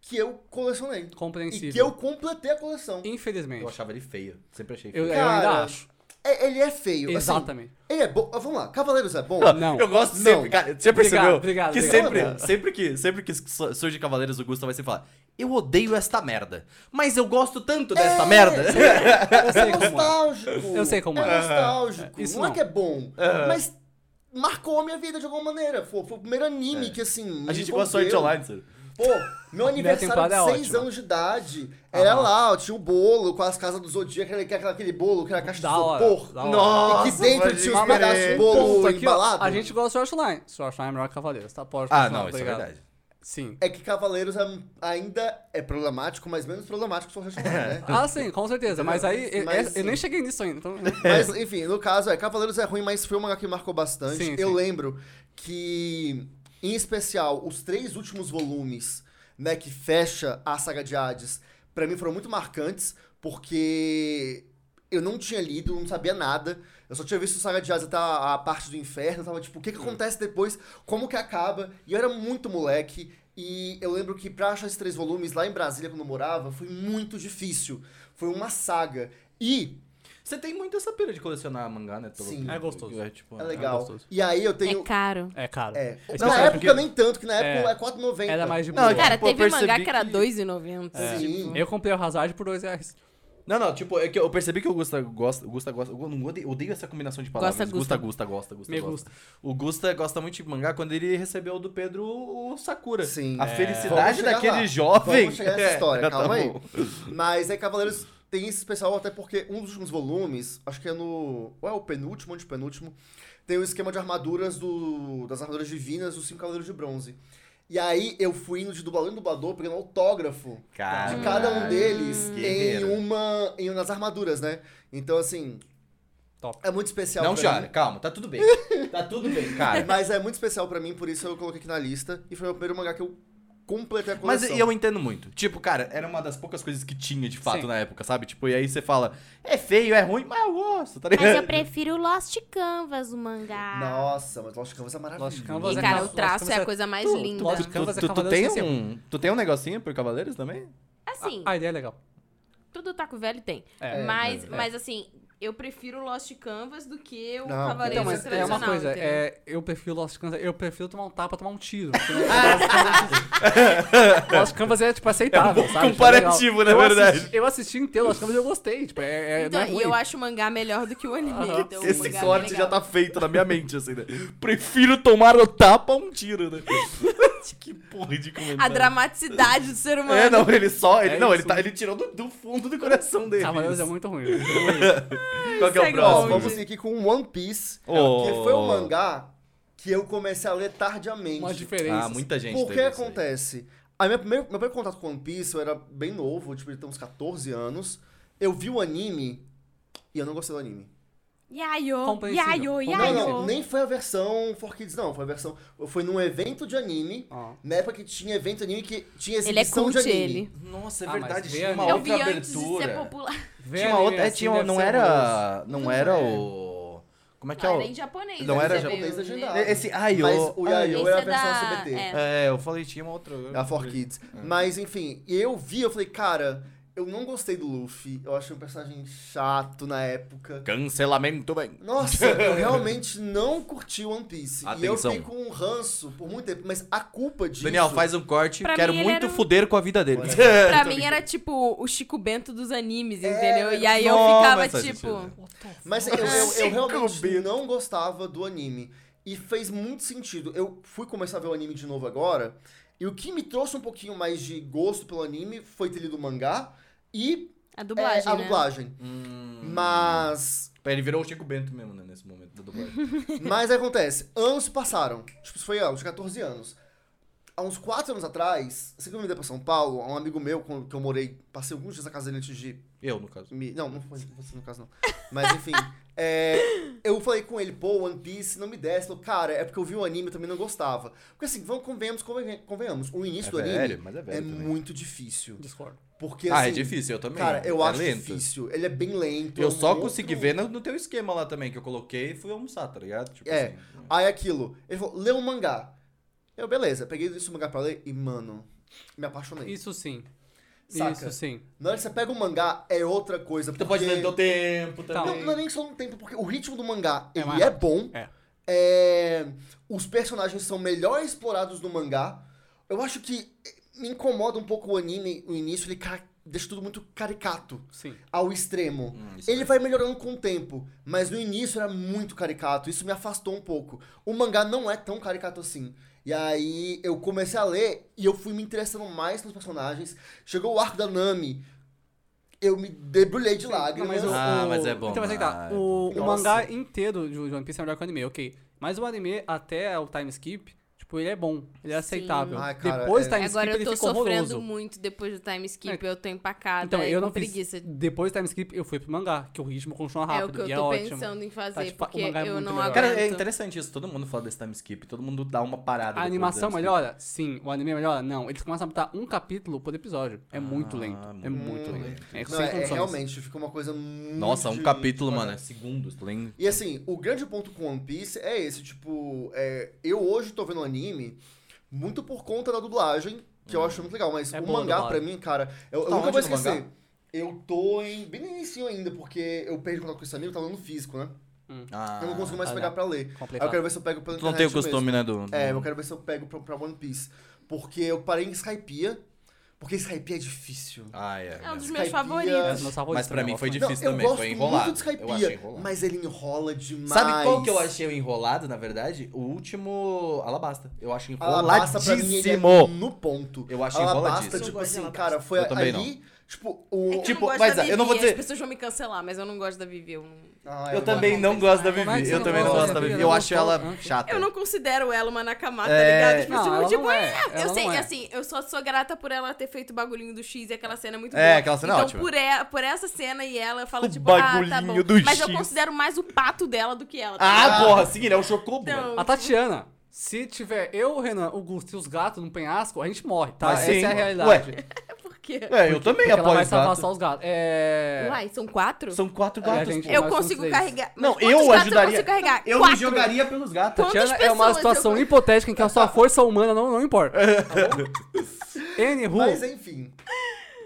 Speaker 5: que eu colecionei. E
Speaker 2: Compreensível.
Speaker 5: que eu completei a coleção.
Speaker 2: Infelizmente.
Speaker 3: Eu achava ele feio, sempre achei
Speaker 2: Eu, eu
Speaker 3: feio.
Speaker 5: Cara,
Speaker 2: ainda acho.
Speaker 5: é- ele é feio. assim.
Speaker 2: Exatamente.
Speaker 5: ele é bom. Vamos lá, Cavaleiros é bom?
Speaker 2: Não.
Speaker 3: Eu gosto
Speaker 5: Não.
Speaker 3: sempre, cara. Você percebeu?
Speaker 2: Obrigado, obrigado,
Speaker 3: que
Speaker 2: obrigado.
Speaker 3: sempre, sempre que, sempre que su- surge Cavaleiros do Gusta vai sempre falar: "Eu odeio esta merda, mas eu gosto tanto desta
Speaker 5: É,
Speaker 3: merda".
Speaker 2: Eu sei
Speaker 5: É
Speaker 2: como
Speaker 3: tá
Speaker 2: é.
Speaker 5: nostálgico.
Speaker 2: Eu sei como é.
Speaker 5: É nostálgico.
Speaker 2: É, isso
Speaker 5: não, é
Speaker 2: não.
Speaker 5: que é bom, mas marcou a minha vida de alguma maneira. Foi, foi o primeiro
Speaker 2: É.
Speaker 5: anime que, assim,
Speaker 3: A
Speaker 5: me
Speaker 3: gente gosta só de
Speaker 5: envolveu.
Speaker 3: online, sabe?
Speaker 5: Pô, meu aniversário
Speaker 2: temporada é
Speaker 5: de 6
Speaker 2: ótima. Ah,
Speaker 5: anos de idade era lá, ó, tinha o bolo com as casas do Zodíaco, aquele, aquele, aquele bolo que era a caixa
Speaker 2: Da
Speaker 5: de
Speaker 2: hora,
Speaker 5: isopor.
Speaker 2: da hora.
Speaker 5: E que dentro
Speaker 3: pode
Speaker 5: tinha os
Speaker 3: crer.
Speaker 5: pedaços de
Speaker 2: Ah, é. Ponto
Speaker 5: bolo
Speaker 2: aqui, ó.
Speaker 5: embalado.
Speaker 2: a gente gosta do Sword Line. Sword Line é melhor que Cavaleiros, tá? Pode
Speaker 3: Ah,
Speaker 2: continuar,
Speaker 3: não, isso é
Speaker 2: obrigado.
Speaker 3: verdade.
Speaker 2: Sim.
Speaker 5: É que Cavaleiros é- ainda é problemático, mas menos problemático que o Sword Art Online, né?
Speaker 2: Ah, sim, com certeza. Mas aí, eu-
Speaker 5: Mas,
Speaker 2: eu, eu nem
Speaker 5: sim.
Speaker 2: cheguei nisso ainda. Então,
Speaker 5: Mas, enfim, no caso, é, Cavaleiros é ruim, mas foi um mangá que marcou bastante.
Speaker 2: Sim,
Speaker 5: Eu
Speaker 2: sim.
Speaker 5: lembro que, em especial, os três últimos volumes, né, que fecha a saga de Hades, pra mim foram muito marcantes, porque eu não tinha lido, não sabia nada. Eu só tinha visto Saga de Hades até a, a parte do inferno, eu tava tipo, o que que acontece depois? Como que acaba? E eu era muito moleque, e eu lembro que pra achar esses três volumes lá em Brasília, quando eu morava, foi muito difícil. Foi uma saga. E
Speaker 3: Você tem muito essa pira de colecionar mangá, né? Pelo-
Speaker 5: Sim.
Speaker 2: É gostoso.
Speaker 3: É, tipo,
Speaker 5: É legal.
Speaker 2: gostoso.
Speaker 5: e aí eu tenho.
Speaker 1: É caro.
Speaker 2: é caro.
Speaker 5: É. Na
Speaker 2: Especialmente
Speaker 5: época
Speaker 2: porque
Speaker 5: nem tanto, que na época
Speaker 2: É.
Speaker 5: é, 4,90.
Speaker 2: Era mais de
Speaker 3: Não,
Speaker 2: boa.
Speaker 3: é que-
Speaker 1: Cara,
Speaker 3: Pô,
Speaker 1: teve
Speaker 3: percebi
Speaker 1: mangá que era
Speaker 3: que-
Speaker 1: R$2,90.
Speaker 5: Sim.
Speaker 1: tipo.
Speaker 2: Eu comprei o Hazard por 2 reais.
Speaker 3: Não, não, tipo, é que eu percebi que o Gusta gosta. O Gusta gosta. Eu não odeio, odeio essa combinação de palavras.
Speaker 1: Gosta,
Speaker 3: Gusta,
Speaker 1: Gusta.
Speaker 3: Gusta, gosta, Gusta,
Speaker 2: Me
Speaker 3: gosta. O Gusta gosta muito de mangá quando ele recebeu do Pedro o Sakura.
Speaker 5: Sim.
Speaker 3: A
Speaker 5: É. Vamos
Speaker 3: felicidade
Speaker 5: chegar
Speaker 3: daquele
Speaker 5: lá.
Speaker 3: jovem.
Speaker 5: Vamos chegar nessa história,
Speaker 3: tá
Speaker 5: calma aí.
Speaker 3: bom.
Speaker 5: Mas aí Cavaleiros tem esse especial até porque um dos últimos volumes, acho que é no. Ou é o penúltimo, ou penúltimo, tem o esquema de armaduras do. das armaduras divinas dos cinco Cavaleiros de Bronze. E aí eu fui indo de dublador em dublador, pegando autógrafo de
Speaker 3: Caralho,
Speaker 5: cada um deles
Speaker 3: Ah,
Speaker 5: um
Speaker 3: guerreiro.
Speaker 5: em uma. Em, nas armaduras, né? Então, assim.
Speaker 2: Top.
Speaker 5: É muito especial.
Speaker 3: Não
Speaker 5: pra
Speaker 3: chora,
Speaker 5: mim.
Speaker 3: calma, tá tudo bem. Tá tudo bem, cara.
Speaker 5: Mas é muito especial pra mim, por isso eu coloquei aqui na lista. E foi o primeiro mangá que eu completei a
Speaker 3: Mas
Speaker 5: coleção.
Speaker 3: eu entendo muito. Tipo, cara, era uma das poucas coisas que tinha de fato
Speaker 2: Sim.
Speaker 3: na época, sabe? Tipo, e aí você fala, é feio, é ruim, mas eu gosto, tá ligado?
Speaker 4: Mas eu prefiro o Lost Canvas, o
Speaker 1: Ah.
Speaker 4: mangá.
Speaker 5: Nossa, mas Lost Canvas é maravilhoso.
Speaker 2: Lost Canvas
Speaker 1: E,
Speaker 2: é
Speaker 1: cara,
Speaker 2: ca-
Speaker 1: o traço
Speaker 2: Lost
Speaker 1: é
Speaker 2: Canvas
Speaker 1: a coisa mais
Speaker 2: Tu-
Speaker 1: linda.
Speaker 2: Lost
Speaker 3: Tu,
Speaker 2: Canvas é
Speaker 3: tu- tu
Speaker 2: Cavaleiros
Speaker 3: tem
Speaker 2: Esquecidos.
Speaker 3: um, tu tem um negocinho por Cavaleiros também?
Speaker 1: Assim,
Speaker 2: A ideia é legal.
Speaker 1: tudo taco velho tem.
Speaker 2: É,
Speaker 1: mas,
Speaker 3: é.
Speaker 1: mas assim, eu prefiro o Lost Canvas do que o
Speaker 5: Não,
Speaker 1: Cavaleiros
Speaker 2: Então, mas é
Speaker 1: tradicional.
Speaker 2: uma coisa,
Speaker 1: entendeu?
Speaker 2: é, eu prefiro Lost Canvas, eu prefiro tomar um tapa, tomar um tiro.
Speaker 3: é
Speaker 2: Lost Canvas é, tipo, aceitável,
Speaker 3: É um bom
Speaker 2: sabe?
Speaker 3: comparativo,
Speaker 2: Tipo, é
Speaker 3: na
Speaker 2: legal. Eu
Speaker 3: verdade.
Speaker 2: assisti- eu assisti inteiro Lost Canvas e eu gostei, tipo, é, é,
Speaker 1: Então,
Speaker 2: não é
Speaker 1: e eu
Speaker 2: ruim.
Speaker 1: acho o mangá melhor do que o anime. Então, o
Speaker 3: Esse
Speaker 1: mangá é
Speaker 3: corte
Speaker 1: legal.
Speaker 3: já tá feito na minha mente, assim, né? Prefiro tomar o tapa a um tiro, né? que porra de comentário.
Speaker 1: A dramaticidade do ser humano.
Speaker 3: É, não, ele só. Ele,
Speaker 2: É
Speaker 3: não, ele,
Speaker 2: isso.
Speaker 3: tá, ele tirou do, do fundo do coração dele.
Speaker 2: Cavaleiros é muito ruim.
Speaker 3: Qual que é o
Speaker 1: Segue
Speaker 5: Ó,
Speaker 1: longe.
Speaker 3: próximo?
Speaker 5: vamos seguir aqui com One Piece,
Speaker 3: Oh.
Speaker 2: É,
Speaker 5: que foi um mangá que eu comecei a ler tardiamente.
Speaker 2: Uma diferença.
Speaker 3: Ah, muita gente.
Speaker 5: Por que
Speaker 3: teve isso aí.
Speaker 5: acontece? A minha primeira- meu primeiro contato com One Piece, eu era bem novo, tipo, eu tinha uns 14 anos. Eu vi o anime e eu não gostei do anime.
Speaker 4: Yayo,
Speaker 2: Compreensível.
Speaker 4: yayo,
Speaker 5: Não,
Speaker 4: yayo.
Speaker 5: não, nem foi a versão For Kids, não. Foi a versão. Foi num evento de anime.
Speaker 2: Ó.
Speaker 5: Na época que tinha evento anime que tinha
Speaker 1: Ele é
Speaker 5: exibição
Speaker 1: cult,
Speaker 5: de anime.
Speaker 1: ele.
Speaker 3: Nossa, é
Speaker 2: Ah, mas
Speaker 3: verdade.
Speaker 2: vê
Speaker 3: Tinha uma
Speaker 2: anime.
Speaker 1: Eu vi
Speaker 3: outra
Speaker 1: antes de ser
Speaker 3: abertura.
Speaker 1: popular.
Speaker 2: Ver
Speaker 3: Tinha uma outra.
Speaker 2: anime
Speaker 3: É,
Speaker 2: assim
Speaker 3: tinha,
Speaker 2: deve
Speaker 3: não
Speaker 2: ser horroroso.
Speaker 3: era. Não era o. Como é que é
Speaker 1: Não,
Speaker 3: o.
Speaker 1: era em japonês.
Speaker 3: Não
Speaker 1: né?
Speaker 3: era
Speaker 1: Você
Speaker 5: japonês,
Speaker 1: viu,
Speaker 5: é
Speaker 1: né?
Speaker 5: gendado.
Speaker 3: Esse. Ai,
Speaker 5: Mas
Speaker 3: o.
Speaker 5: o Yayo
Speaker 1: Esse
Speaker 5: era a
Speaker 1: é
Speaker 5: versão
Speaker 1: da-
Speaker 5: CBT.
Speaker 1: é.
Speaker 3: É, eu falei, tinha uma outra.
Speaker 5: É a For Kids. Mas, enfim, eu vi, eu falei, cara, eu não gostei do Luffy. Eu achei um personagem chato na época.
Speaker 3: Cancelamento, bem.
Speaker 5: Nossa, eu realmente não curti One Piece. E eu
Speaker 3: Atenção.
Speaker 5: fiquei com um ranço por muito tempo, mas a culpa disso.
Speaker 3: Daniel, faz um corte.
Speaker 1: Pra
Speaker 3: Quero
Speaker 1: mim, ele
Speaker 3: muito
Speaker 1: era um-
Speaker 3: fuder com a vida dele.
Speaker 1: Pra mim era tipo o Chico Bento dos animes, entendeu? E aí eu
Speaker 3: Não,
Speaker 1: ficava
Speaker 3: mas É, faz
Speaker 1: tipo.
Speaker 3: sentido.
Speaker 5: Mas assim, eu, eu- eu
Speaker 3: Cinco
Speaker 5: realmente
Speaker 3: bits.
Speaker 5: não gostava do anime. E fez muito sentido. Eu fui começar a ver o anime de novo agora. E o que me trouxe um pouquinho mais de gosto pelo anime foi ter lido o mangá e
Speaker 1: A
Speaker 5: é,
Speaker 1: dublagem.
Speaker 5: a
Speaker 1: né?
Speaker 5: dublagem. Mas.
Speaker 3: Hum. Ele virou o Chico Bento mesmo, né? Nesse momento da dublagem.
Speaker 5: Mas aí acontece, anos se passaram. Tipo, isso foi anos, 14 anos. Há uns 4 anos atrás, assim que eu me mudei pra São Paulo, um amigo meu com- que eu morei, passei alguns dias na casa dele antes de
Speaker 3: Eu, no caso.
Speaker 5: me- Não, não foi você no caso, não. Mas enfim. é, eu falei com ele, pô, One Piece não me desce. Ele falou, cara, é porque eu vi o anime e também não gostava. Porque assim, vamos, convenhamos, convenha- convenhamos. O início
Speaker 3: É
Speaker 5: do anime
Speaker 3: velho, mas é velho
Speaker 5: é
Speaker 3: também.
Speaker 5: muito difícil.
Speaker 2: Discordo.
Speaker 5: Porque
Speaker 3: ah,
Speaker 5: assim,
Speaker 3: é difícil, eu também.
Speaker 5: Cara, eu
Speaker 3: é
Speaker 5: acho
Speaker 3: lento.
Speaker 5: difícil. Ele é bem lento. é
Speaker 3: Eu
Speaker 5: um
Speaker 3: só
Speaker 5: outro-
Speaker 3: consegui ver no, no teu esquema lá também, que eu coloquei e fui almoçar, tá ligado? Tipo
Speaker 5: É.
Speaker 3: assim.
Speaker 5: Aí aquilo, ele falou, lê um mangá. Eu, beleza, peguei esse mangá pra ler e, mano, me apaixonei.
Speaker 2: Isso sim.
Speaker 5: Saca?
Speaker 2: Isso, sim.
Speaker 5: Na hora que você pega um mangá, é outra coisa.
Speaker 3: Tu pode perder o tempo
Speaker 5: Não,
Speaker 2: Então,
Speaker 3: também.
Speaker 5: não é nem só um tempo, porque o ritmo do mangá,
Speaker 2: É
Speaker 5: ele
Speaker 2: mais
Speaker 5: é bom.
Speaker 2: É.
Speaker 5: É, Os personagens são melhor explorados no mangá. Eu acho que me incomoda um pouco o anime, o início, ele cara- deixa tudo muito caricato
Speaker 2: Sim.
Speaker 5: ao extremo.
Speaker 3: Hum, isso
Speaker 5: ele
Speaker 3: é.
Speaker 5: vai melhorando com o tempo, mas no início era muito caricato, isso me afastou um pouco. O mangá não é tão caricato assim. E aí eu comecei a ler e eu fui me interessando mais nos personagens. Chegou o arco da Nami, eu me debulhei de lágrimas.
Speaker 2: Não, o-
Speaker 3: Ah,
Speaker 2: o-
Speaker 3: mas é bom,
Speaker 2: Então, mas aí
Speaker 3: ah,
Speaker 2: tá.
Speaker 3: é
Speaker 2: O,
Speaker 5: bom.
Speaker 2: o mangá
Speaker 5: né? Nossa.
Speaker 2: inteiro de One Piece é melhor que o anime, ok. Mas o anime, até o time skip, tipo, ele é bom. Ele é
Speaker 1: Sim.
Speaker 2: aceitável.
Speaker 5: Ai, cara,
Speaker 2: Depois
Speaker 5: é-
Speaker 2: do time skip,
Speaker 1: Agora eu
Speaker 2: ele
Speaker 1: tô
Speaker 2: fica
Speaker 1: sofrendo
Speaker 2: horroroso.
Speaker 1: muito depois do time skip, eu tô empacada
Speaker 2: É. Então,
Speaker 1: e
Speaker 2: eu
Speaker 1: com
Speaker 2: não fiz.
Speaker 1: preguiça.
Speaker 2: Depois do time skip, eu fui pro mangá, que o ritmo continua
Speaker 1: É
Speaker 2: rápido.
Speaker 1: o que eu
Speaker 2: e é
Speaker 1: tô
Speaker 2: ótimo.
Speaker 1: pensando em fazer,
Speaker 2: Tá, tipo, o
Speaker 1: porque
Speaker 2: mangá é
Speaker 1: eu
Speaker 2: muito
Speaker 1: não
Speaker 2: melhor.
Speaker 1: aguento.
Speaker 3: Cara, é interessante isso. Todo mundo fala desse time skip. Todo mundo dá uma parada.
Speaker 2: A
Speaker 3: depois do
Speaker 2: animação
Speaker 3: time skip.
Speaker 2: melhora? Sim. O anime melhora? Não. Eles começam a botar um capítulo por episódio. É muito
Speaker 3: Ah,
Speaker 2: lento. É
Speaker 3: muito
Speaker 2: muito lento. É
Speaker 5: Não,
Speaker 2: sem
Speaker 5: é, é
Speaker 2: condições.
Speaker 5: realmente, fica uma coisa muito.
Speaker 3: Nossa, um
Speaker 5: de-
Speaker 3: capítulo,
Speaker 5: de-
Speaker 3: mano. É segundos. Tô lendo.
Speaker 5: E assim, o grande ponto com One Piece é esse, tipo, é, eu hoje tô vendo anime muito por conta da dublagem, que
Speaker 3: Hum.
Speaker 5: eu acho muito legal, mas
Speaker 2: É
Speaker 5: o
Speaker 2: boa a
Speaker 5: mangá pra
Speaker 2: dublagem.
Speaker 5: mim, cara, eu, eu
Speaker 3: Tá
Speaker 5: nunca
Speaker 3: onde
Speaker 5: vou
Speaker 3: no mangá?
Speaker 5: esquecer. Eu tô em bem no início ainda, porque eu perdi contato com esse amigo, tava no físico, né?
Speaker 3: Ah,
Speaker 5: eu não consigo mais
Speaker 2: ah,
Speaker 5: pegar
Speaker 2: não.
Speaker 5: pra ler. Aí eu
Speaker 2: Completar.
Speaker 5: quero ver se eu pego pela
Speaker 3: Tu não tem o
Speaker 5: internet mesmo.
Speaker 3: costume, né? Do,
Speaker 5: É, eu quero ver se eu pego pra, pra One Piece, porque eu parei em Skypiea, porque Skypiea é difícil.
Speaker 3: Ah, é.
Speaker 1: É um dos
Speaker 3: mesmo.
Speaker 1: meus
Speaker 2: É
Speaker 5: Skypiea-
Speaker 2: um
Speaker 1: favoritos.
Speaker 2: dos meus favoritos
Speaker 3: Mas é. pra
Speaker 2: também,
Speaker 3: mim
Speaker 2: eu
Speaker 3: foi
Speaker 2: gosto
Speaker 3: difícil
Speaker 5: não, eu
Speaker 3: também.
Speaker 5: gosto
Speaker 3: foi enrolado.
Speaker 5: muito de
Speaker 3: eu achei
Speaker 5: Skypiea,
Speaker 3: enrolado.
Speaker 5: mas ele enrola demais.
Speaker 3: Sabe qual que eu achei enrolado, na verdade? O último Alabasta. Eu acho
Speaker 5: Alabasta pra mim ele é
Speaker 3: enroladíssimo.
Speaker 5: no ponto.
Speaker 3: Eu acho
Speaker 5: Alabasta,
Speaker 3: enroladíssimo.
Speaker 5: tipo
Speaker 1: Eu gosto de
Speaker 5: assim,
Speaker 1: Alabasta.
Speaker 5: cara, foi
Speaker 3: Eu também
Speaker 5: ali, tipo, o...
Speaker 1: É que
Speaker 3: Tipo,
Speaker 1: eu não gosto
Speaker 3: mas
Speaker 1: da
Speaker 3: a-
Speaker 1: Vivi,
Speaker 3: eu não vou dizer-
Speaker 1: As pessoas vão me cancelar, mas eu não gosto da Vivi. Eu não,
Speaker 5: Ah,
Speaker 3: Eu
Speaker 5: é
Speaker 3: também
Speaker 5: verdade.
Speaker 3: né? não gosto
Speaker 2: Como
Speaker 3: da
Speaker 2: é que
Speaker 3: Vivi.
Speaker 2: você
Speaker 3: Eu
Speaker 2: não
Speaker 3: também não
Speaker 2: gosta
Speaker 3: gosto da
Speaker 2: da
Speaker 3: Vivi.
Speaker 2: Vivi?
Speaker 3: Eu
Speaker 2: Ela
Speaker 3: acho
Speaker 2: gostou,
Speaker 3: ela
Speaker 2: né?
Speaker 3: chata.
Speaker 1: eu não considero ela uma nakama, tá
Speaker 3: É.
Speaker 1: ligado? As pessoas
Speaker 2: Não,
Speaker 1: ficam
Speaker 2: ela
Speaker 1: tipo,
Speaker 2: não é.
Speaker 1: "Ah",
Speaker 2: Ela
Speaker 1: eu
Speaker 2: não
Speaker 1: sei,
Speaker 2: é.
Speaker 1: assim, eu só sou grata por ela ter feito o bagulhinho do X e aquela cena é muito
Speaker 3: É,
Speaker 1: boa.
Speaker 3: aquela cena é
Speaker 1: então,
Speaker 3: ótima.
Speaker 1: Por, e- por essa cena e ela, eu falo,
Speaker 3: O
Speaker 1: tipo, ah, tá
Speaker 3: bagulhinho
Speaker 1: bom.
Speaker 3: do
Speaker 1: Mas eu
Speaker 3: X.
Speaker 1: considero mais o pato dela do que ela. tá ligado?
Speaker 3: Ah, porra, seguir, é o Chocobo.
Speaker 1: Então,
Speaker 3: velho.
Speaker 2: A Tatiana, se tiver eu, o Renan, o Gusto e os gatos num penhasco, a gente morre, tá?
Speaker 3: Mas
Speaker 2: Essa
Speaker 3: sim.
Speaker 2: é a realidade.
Speaker 3: Ué,
Speaker 1: por quê?
Speaker 3: É, eu também
Speaker 2: Porque ela
Speaker 3: apoio
Speaker 2: vai
Speaker 3: os
Speaker 2: salvar
Speaker 3: gatos.
Speaker 2: só os gatos. É.
Speaker 1: Uai, são quatro?
Speaker 3: São quatro
Speaker 2: É,
Speaker 3: gatos,
Speaker 2: gente,
Speaker 3: pô.
Speaker 2: nós
Speaker 1: eu
Speaker 2: somos
Speaker 1: consigo
Speaker 2: três.
Speaker 1: carregar. Mas
Speaker 3: Não,
Speaker 1: quantos
Speaker 3: eu
Speaker 1: gatos Eu
Speaker 3: ajudaria.
Speaker 1: consigo carregar?
Speaker 3: Eu me
Speaker 1: quatro.
Speaker 3: jogaria pelos gatos.
Speaker 1: Quantas
Speaker 2: Tatiana é uma
Speaker 1: pessoas eu Tá
Speaker 2: situação
Speaker 1: consigo-
Speaker 2: hipotética em que a sua força humana não, não importa. Tá N Ru,
Speaker 5: Mas enfim,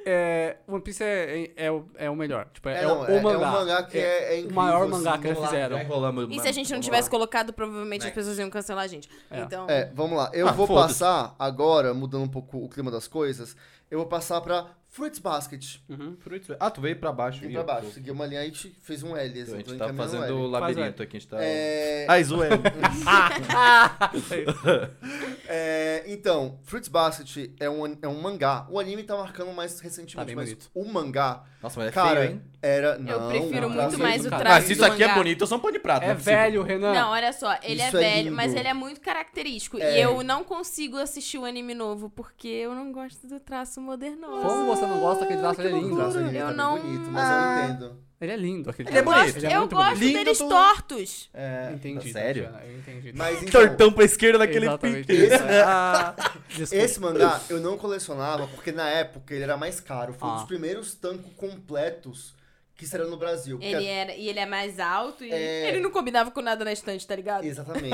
Speaker 2: é, One Piece é, é, é o- é o melhor. Tipo, é,
Speaker 5: É, não,
Speaker 2: o,
Speaker 5: é- é um
Speaker 2: mangá.
Speaker 5: mangá que é- é incrível,
Speaker 2: O maior
Speaker 5: assim,
Speaker 2: mangá que já
Speaker 3: Vamos lá,
Speaker 2: fizeram.
Speaker 3: já enrolamos,
Speaker 1: E
Speaker 3: mano.
Speaker 1: se a gente não
Speaker 3: Vamos
Speaker 1: tivesse
Speaker 3: lá.
Speaker 1: colocado, provavelmente as
Speaker 3: Next.
Speaker 1: pessoas iam cancelar a gente.
Speaker 2: É.
Speaker 1: Então.
Speaker 5: é, vamos lá. Eu
Speaker 3: Ah,
Speaker 5: vou
Speaker 3: foda-se.
Speaker 5: passar agora, mudando um pouco o clima das coisas, eu vou passar pra Fruits Basket.
Speaker 2: É,
Speaker 3: Fruits- Ah, tu veio pra baixo.
Speaker 5: Vim
Speaker 3: e
Speaker 5: pra
Speaker 3: eu-
Speaker 5: baixo, segui uma linha e te- fez um L,
Speaker 3: A
Speaker 5: assim, tô
Speaker 3: gente tá
Speaker 5: encaminhando um
Speaker 3: fazendo o
Speaker 5: L.
Speaker 3: labirinto aqui, a gente tá...
Speaker 5: É,
Speaker 3: Ah, zoé.
Speaker 5: é, então, Fruits Basket é um, an- é um mangá. O anime tá marcando mais
Speaker 2: Tá
Speaker 5: recentemente,
Speaker 2: bem
Speaker 5: mas
Speaker 2: bonito.
Speaker 5: o mangá,
Speaker 3: Nossa, mas é
Speaker 5: cara,
Speaker 3: feio, hein?
Speaker 5: era... Não,
Speaker 1: prefiro
Speaker 5: o
Speaker 2: muito
Speaker 5: traço-
Speaker 2: mais o
Speaker 5: cara,
Speaker 3: Ah,
Speaker 1: traço
Speaker 3: se
Speaker 1: do
Speaker 3: isso aqui é
Speaker 1: mangá.
Speaker 3: bonito, eu sou um pão de prata.
Speaker 2: É velho, Renan.
Speaker 1: Não, olha só, ele
Speaker 5: Isso
Speaker 1: é
Speaker 5: é
Speaker 1: velho,
Speaker 5: lindo.
Speaker 1: mas ele é muito característico.
Speaker 5: É.
Speaker 1: E eu não consigo assistir o anime novo, porque eu não gosto do traço moderno.
Speaker 2: Como você não gosta daquele traço? Ele é
Speaker 5: O
Speaker 2: lindo.
Speaker 5: traço dele
Speaker 1: Eu
Speaker 5: tá bem
Speaker 1: não-
Speaker 5: bonito, mas
Speaker 3: Ah.
Speaker 5: eu entendo.
Speaker 2: Ele é lindo. Aquele
Speaker 3: Ele é
Speaker 1: Eu
Speaker 2: traço.
Speaker 1: gosto,
Speaker 3: bonito,
Speaker 2: Ele é
Speaker 1: eu
Speaker 2: muito
Speaker 1: gosto
Speaker 2: bonito.
Speaker 3: Lindo
Speaker 1: deles
Speaker 3: do-
Speaker 1: tortos.
Speaker 2: Entendi,
Speaker 3: Sério? é
Speaker 2: Tatiana, eu entendi.
Speaker 5: Mas então,
Speaker 3: Tortão pra esquerda naquele
Speaker 2: Exatamente.
Speaker 3: pique.
Speaker 2: isso. Ah, desculpa.
Speaker 5: Esse mangá eu não colecionava porque na época ele era mais caro. Foi um dos
Speaker 2: Ah.
Speaker 5: primeiros tanco completos que será no Brasil. porque-
Speaker 1: Ele era, e ele é mais alto e
Speaker 5: É.
Speaker 1: ele não combinava com nada na estante, tá ligado?
Speaker 5: Exatamente.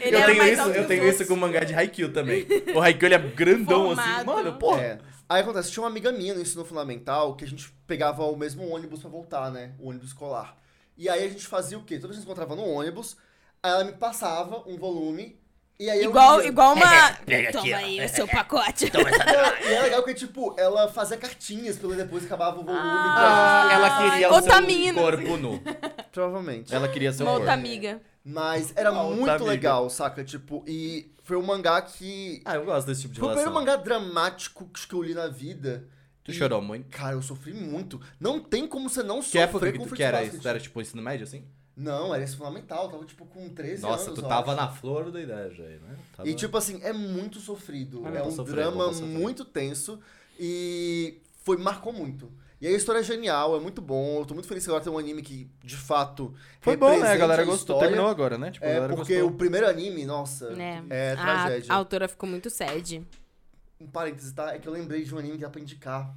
Speaker 1: Ele
Speaker 3: eu
Speaker 1: era
Speaker 3: tenho,
Speaker 1: mais
Speaker 3: isso,
Speaker 1: alto
Speaker 3: eu
Speaker 1: que
Speaker 3: tenho
Speaker 1: os
Speaker 3: isso com o mangá de Haikyuu também. O Haikyuu, ele é grandão assim.
Speaker 1: Formado.
Speaker 3: Mano, porra.
Speaker 5: É. Aí acontece, tinha uma amiga minha no ensino fundamental que a gente pegava o mesmo ônibus pra voltar, né? O ônibus escolar. E aí a gente fazia o quê? Toda vez que se encontrava no ônibus, aí ela me passava um volume. E aí eu
Speaker 1: Igual,
Speaker 5: lia.
Speaker 1: igual uma.
Speaker 3: Pega aqui, Tá ó.
Speaker 1: Toma aí o seu pacote.
Speaker 3: Então,
Speaker 5: E era legal que, tipo, ela fazia cartinhas pelo depois que acabava o volume.
Speaker 1: Ah.
Speaker 5: pra
Speaker 3: ela queria o seu
Speaker 1: Otamina.
Speaker 3: corpo nu.
Speaker 5: gente. Provavelmente.
Speaker 3: Ela queria seu
Speaker 1: Uma
Speaker 3: corpo.
Speaker 1: outra amiga.
Speaker 5: Mas era
Speaker 3: Ah, Uma outra
Speaker 5: muito
Speaker 3: amiga.
Speaker 5: legal, saca? Tipo, e foi um mangá que.
Speaker 3: Ah, eu gosto desse tipo de
Speaker 5: Foi o
Speaker 3: relação.
Speaker 5: primeiro mangá dramático que eu li na vida.
Speaker 3: Tu chorou muito?
Speaker 5: Cara, eu sofri muito. Não tem como você não
Speaker 3: Que
Speaker 5: sofrer
Speaker 3: época que
Speaker 5: com
Speaker 3: tu
Speaker 5: Fruits
Speaker 3: que era
Speaker 5: Basket.
Speaker 3: isso? Tu era tipo ensino médio, assim?
Speaker 5: Não, era esse fundamental. Eu tava, tipo, com 13 anos.
Speaker 3: Nossa, tu
Speaker 5: eu
Speaker 3: tava
Speaker 5: acho.
Speaker 3: na flor da idade aí, né? Tava-
Speaker 5: E, tipo, assim, é muito sofrido.
Speaker 2: É
Speaker 5: é
Speaker 2: bom
Speaker 5: um
Speaker 3: sofrer, é
Speaker 5: drama
Speaker 3: bom sofrer.
Speaker 5: muito tenso. E foi, marcou muito. E a história é genial, é muito bom. Eu tô muito feliz que agora tem um anime que, de fato,
Speaker 3: Foi bom, né? A
Speaker 5: represente
Speaker 3: galera
Speaker 5: a
Speaker 3: gostou.
Speaker 5: história.
Speaker 3: Terminou agora, né? Tipo, a
Speaker 5: É
Speaker 3: galera
Speaker 5: porque
Speaker 3: gostou.
Speaker 5: o primeiro anime, nossa,
Speaker 1: Né?
Speaker 2: Ah,
Speaker 5: é
Speaker 1: A-
Speaker 5: tragédia.
Speaker 1: A, autora ficou muito sad.
Speaker 5: um parêntese, tá? É que eu lembrei de um anime que dá pra indicar.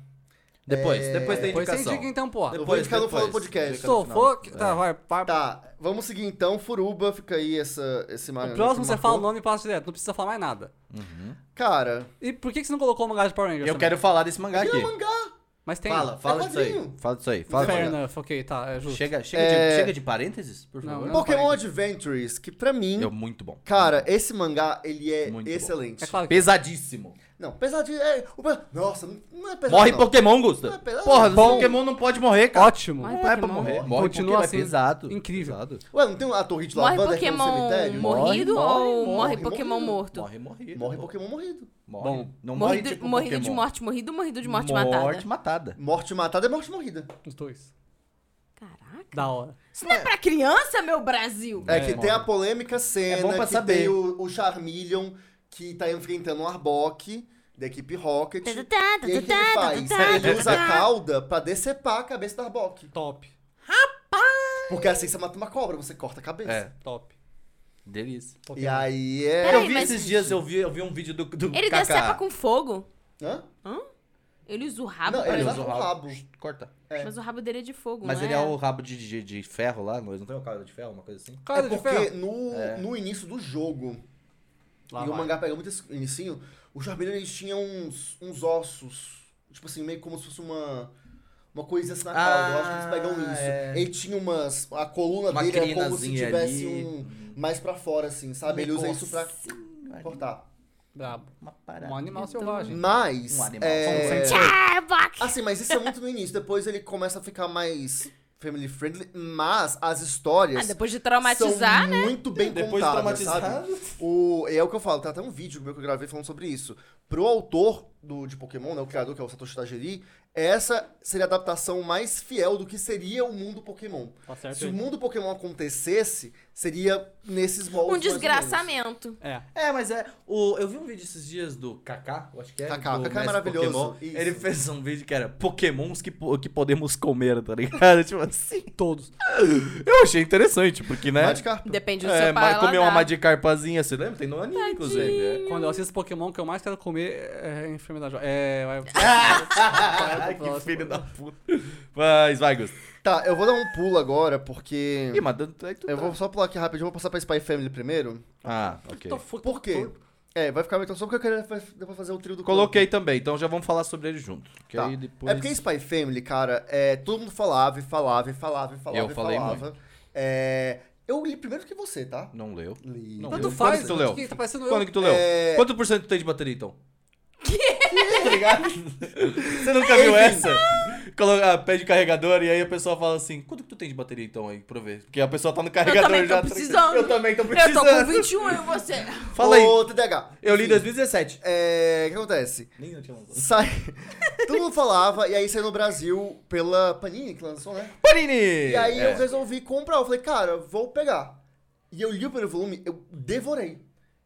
Speaker 3: Depois,
Speaker 5: É,
Speaker 3: depois da
Speaker 2: Depois você
Speaker 3: indicação.
Speaker 2: indica então, porra.
Speaker 5: vou indicar no final do podcast.
Speaker 3: indica no
Speaker 2: Sou
Speaker 3: final.
Speaker 2: fã que-
Speaker 3: É.
Speaker 2: Tá, vai. vai.
Speaker 5: Tá, vamos seguir então. Furuba, fica aí essa, esse mangá.
Speaker 2: O próximo
Speaker 5: que
Speaker 2: você
Speaker 5: marcou.
Speaker 2: fala o nome e passa direto. Não precisa falar mais nada.
Speaker 5: Cara,
Speaker 2: E por que que você não colocou o mangá de Power Rangers?
Speaker 3: Eu
Speaker 2: também?
Speaker 5: assim,
Speaker 3: quero falar desse mangá aqui.
Speaker 5: é um mangá!
Speaker 2: Mas tem. um.
Speaker 3: Fala, fala disso aí.
Speaker 5: tá quadrinho.
Speaker 3: Fala disso aí. Fala
Speaker 2: Fair
Speaker 3: disso aí.
Speaker 2: enough, ok, tá, é justo.
Speaker 3: Chega, chega, de,
Speaker 5: É.
Speaker 3: chega de parênteses, por
Speaker 2: Não,
Speaker 3: favor.
Speaker 2: não.
Speaker 5: Pokémon
Speaker 2: parece.
Speaker 5: Adventures, que pra mim,
Speaker 3: É muito bom.
Speaker 5: cara, esse mangá, ele é
Speaker 3: Muito bom.
Speaker 5: excelente.
Speaker 2: É claro que.
Speaker 3: Pesadíssimo.
Speaker 5: Não, pesadinho, é... o pe- Nossa, não é pesadinho,
Speaker 3: Morre
Speaker 5: não.
Speaker 3: Pokémon, Gusta.
Speaker 5: Não é pesado,
Speaker 3: Porra,
Speaker 5: não.
Speaker 3: Pokémon não pode morrer, cara.
Speaker 2: Ótimo.
Speaker 4: Mas-
Speaker 3: Não é pra
Speaker 4: Pokémon.
Speaker 3: morrer. Morre
Speaker 2: Continua
Speaker 3: Pokémon,
Speaker 2: assim,
Speaker 3: é pesado.
Speaker 2: incrível.
Speaker 3: Pesado.
Speaker 5: Ué, não tem um a torre de
Speaker 1: Morre
Speaker 5: lavanda que é um
Speaker 1: Pokémon
Speaker 5: cemitério?
Speaker 1: morrido
Speaker 3: Morre,
Speaker 1: ou
Speaker 3: morre,
Speaker 1: morre,
Speaker 5: morre
Speaker 1: Pokémon
Speaker 5: morrido.
Speaker 1: morto?
Speaker 3: Morre morrido.
Speaker 5: Morre Pokémon morrido.
Speaker 3: Morre.
Speaker 2: Bom.
Speaker 3: não morre
Speaker 1: Morrido,
Speaker 3: tipo
Speaker 1: morrido de
Speaker 3: Pokémon.
Speaker 1: morte morrido ou morrido de morte,
Speaker 3: Morte
Speaker 1: matada?
Speaker 3: matada.
Speaker 5: Morte matada é morte morrida.
Speaker 2: Os dois.
Speaker 4: Caraca.
Speaker 2: Da hora.
Speaker 1: Isso não é pra criança, meu Brasil!
Speaker 5: É,
Speaker 3: É,
Speaker 5: que
Speaker 3: morre.
Speaker 5: tem a polêmica cena,
Speaker 3: É bom pra
Speaker 5: que
Speaker 3: saber.
Speaker 5: tem o, o Charmeleon que tá enfrentando o Arbok da equipe Rocket. É. E
Speaker 4: Tá, tá,
Speaker 5: aí o
Speaker 4: tá,
Speaker 5: que ele
Speaker 4: tá,
Speaker 5: faz?
Speaker 4: tá, tá,
Speaker 5: Ele
Speaker 4: tá,
Speaker 5: usa a
Speaker 4: tá.
Speaker 5: cauda pra decepar a cabeça do Arbok.
Speaker 2: Top,
Speaker 5: Porque assim você mata uma cobra, você corta a cabeça.
Speaker 3: É,
Speaker 2: top.
Speaker 3: delícia.
Speaker 5: E
Speaker 2: Pokémon.
Speaker 5: aí é.
Speaker 4: Peraí,
Speaker 3: eu vi
Speaker 4: mas-
Speaker 3: esses dias, eu vi, eu vi um vídeo do, do
Speaker 1: Ele
Speaker 3: Kaká.
Speaker 1: decepa com fogo.
Speaker 5: Hã?
Speaker 1: Ele usa o rabo,
Speaker 5: Não,
Speaker 1: pra-
Speaker 5: ele
Speaker 3: usa
Speaker 5: usa
Speaker 3: o
Speaker 5: um
Speaker 3: rabo.
Speaker 5: rabo.
Speaker 3: Corta.
Speaker 1: mas o rabo dele é de fogo,
Speaker 3: Mas
Speaker 1: não
Speaker 3: ele é o rabo de, de, de ferro lá, não, eles não tem uma cauda de ferro, uma coisa assim?
Speaker 2: Cara
Speaker 5: é
Speaker 2: de
Speaker 5: porque
Speaker 2: ferro.
Speaker 5: no,
Speaker 3: É.
Speaker 5: no início do jogo,
Speaker 2: Lá
Speaker 5: e o
Speaker 2: vai.
Speaker 5: mangá pega muito esse inicinho, o Charmeleon ele tinha uns, uns ossos, tipo assim, meio como se fosse uma, uma coisa assim na cauda, eu acho que
Speaker 3: Ah,
Speaker 5: eles pegam isso.
Speaker 3: é.
Speaker 5: Ele tinha umas, a coluna
Speaker 3: Uma
Speaker 5: dele era como se
Speaker 3: crinazinha
Speaker 5: tivesse
Speaker 3: ali.
Speaker 5: um, mais pra fora assim, sabe? Ele usa isso pra
Speaker 3: Negocinho ali,
Speaker 5: cortar.
Speaker 2: Brabo.
Speaker 3: Uma parada.
Speaker 2: Um animal selvagem.
Speaker 5: Mas,
Speaker 3: Um animal.
Speaker 5: é...
Speaker 2: Como
Speaker 4: Arbok.
Speaker 5: Assim, mas isso é muito no início, depois ele começa a ficar mais family friendly, mas as histórias...
Speaker 1: Ah, depois de traumatizar, um né?
Speaker 5: são muito bem
Speaker 3: Depois de
Speaker 5: contadas,
Speaker 3: traumatizado.
Speaker 5: sabe? O, é o que eu falo, tem até um vídeo meu que eu gravei falando sobre isso. Pro autor do, de Pokémon, né, o criador, que é o Satoshi Tajiri, essa seria a adaptação mais fiel do que seria o mundo Pokémon.
Speaker 2: Tá certo?
Speaker 5: Se o mundo Pokémon acontecesse, seria nesses moldes.
Speaker 1: um
Speaker 5: mais ou menos.
Speaker 1: desgraçamento.
Speaker 2: É.
Speaker 3: É, mas é. O, eu vi um vídeo esses dias do Kaká, eu acho que é.
Speaker 5: Kaká,
Speaker 3: do
Speaker 5: o Kaká é
Speaker 3: Mestre
Speaker 5: maravilhoso,
Speaker 3: Pokémon.
Speaker 5: isso.
Speaker 3: Ele fez um vídeo que era Pokémons que, po- que podemos comer, tá ligado? tipo assim.
Speaker 2: Todos.
Speaker 3: Eu achei interessante, porque, né?
Speaker 5: Magikarp.
Speaker 1: Depende do
Speaker 3: É,
Speaker 1: seu
Speaker 3: mas
Speaker 1: paladar.
Speaker 3: comer uma Magikarpazinha, você lembra? Tem no É. anime, inclusive.
Speaker 2: Quando eu assisto Pokémon, o que eu mais quero comer é enfermidade. É. vai-
Speaker 3: Ah!
Speaker 5: Ah,
Speaker 3: Ai, que filho da puta. Mas vai, Gusto.
Speaker 5: Tá, eu vou dar um pulo agora, porque.
Speaker 3: Ih, mas tu- aí tu
Speaker 5: Eu
Speaker 3: tá-
Speaker 5: vou só pular aqui rapidinho, vou passar pra Spy Family primeiro.
Speaker 3: Ah, ok.
Speaker 5: Por quê? É, vai ficar então só porque eu quero fa- depois fazer o trio do
Speaker 3: Coloquei também, então já vamos falar sobre ele junto. Que
Speaker 5: Tá.
Speaker 3: aí depois...
Speaker 5: É porque Spy Family, cara, é, todo mundo falava e falava e falava e falava
Speaker 3: Eu
Speaker 5: e
Speaker 3: falei
Speaker 5: falava. É, eu li primeiro que você, tá?
Speaker 3: Não leu.
Speaker 5: Li.
Speaker 3: Não.
Speaker 2: Tanto
Speaker 3: Eu-
Speaker 2: faz,
Speaker 3: quando tu leu?
Speaker 2: que Tá parecendo
Speaker 3: Quando
Speaker 2: eu.
Speaker 3: que tu leu?
Speaker 5: É-
Speaker 3: Quanto por cento tu tem de bateria, então? tá ligado? Você nunca viu
Speaker 5: Enfim.
Speaker 3: essa? Coloca, pede carregador e aí a pessoa fala assim, quanto que tu tem de bateria, então, aí, pra eu ver? Porque a pessoa tá no carregador
Speaker 1: também tô
Speaker 3: já.
Speaker 1: precisando.
Speaker 3: Eu também tô
Speaker 1: Eu tô
Speaker 3: precisando.
Speaker 1: com 21 e você.
Speaker 3: Fala aí.
Speaker 5: Ô, TDH.
Speaker 3: Eu li em
Speaker 5: Enfim,
Speaker 3: 2017.
Speaker 5: É, o que acontece?
Speaker 3: Nem eu tinha lançado.
Speaker 5: Sai... todo mundo falava, e aí saiu no Brasil pela Panini que lançou, né?
Speaker 3: Panini!
Speaker 5: E aí
Speaker 3: É.
Speaker 5: eu resolvi comprar. Eu falei, cara, vou pegar. E eu li o primeiro volume, eu devorei.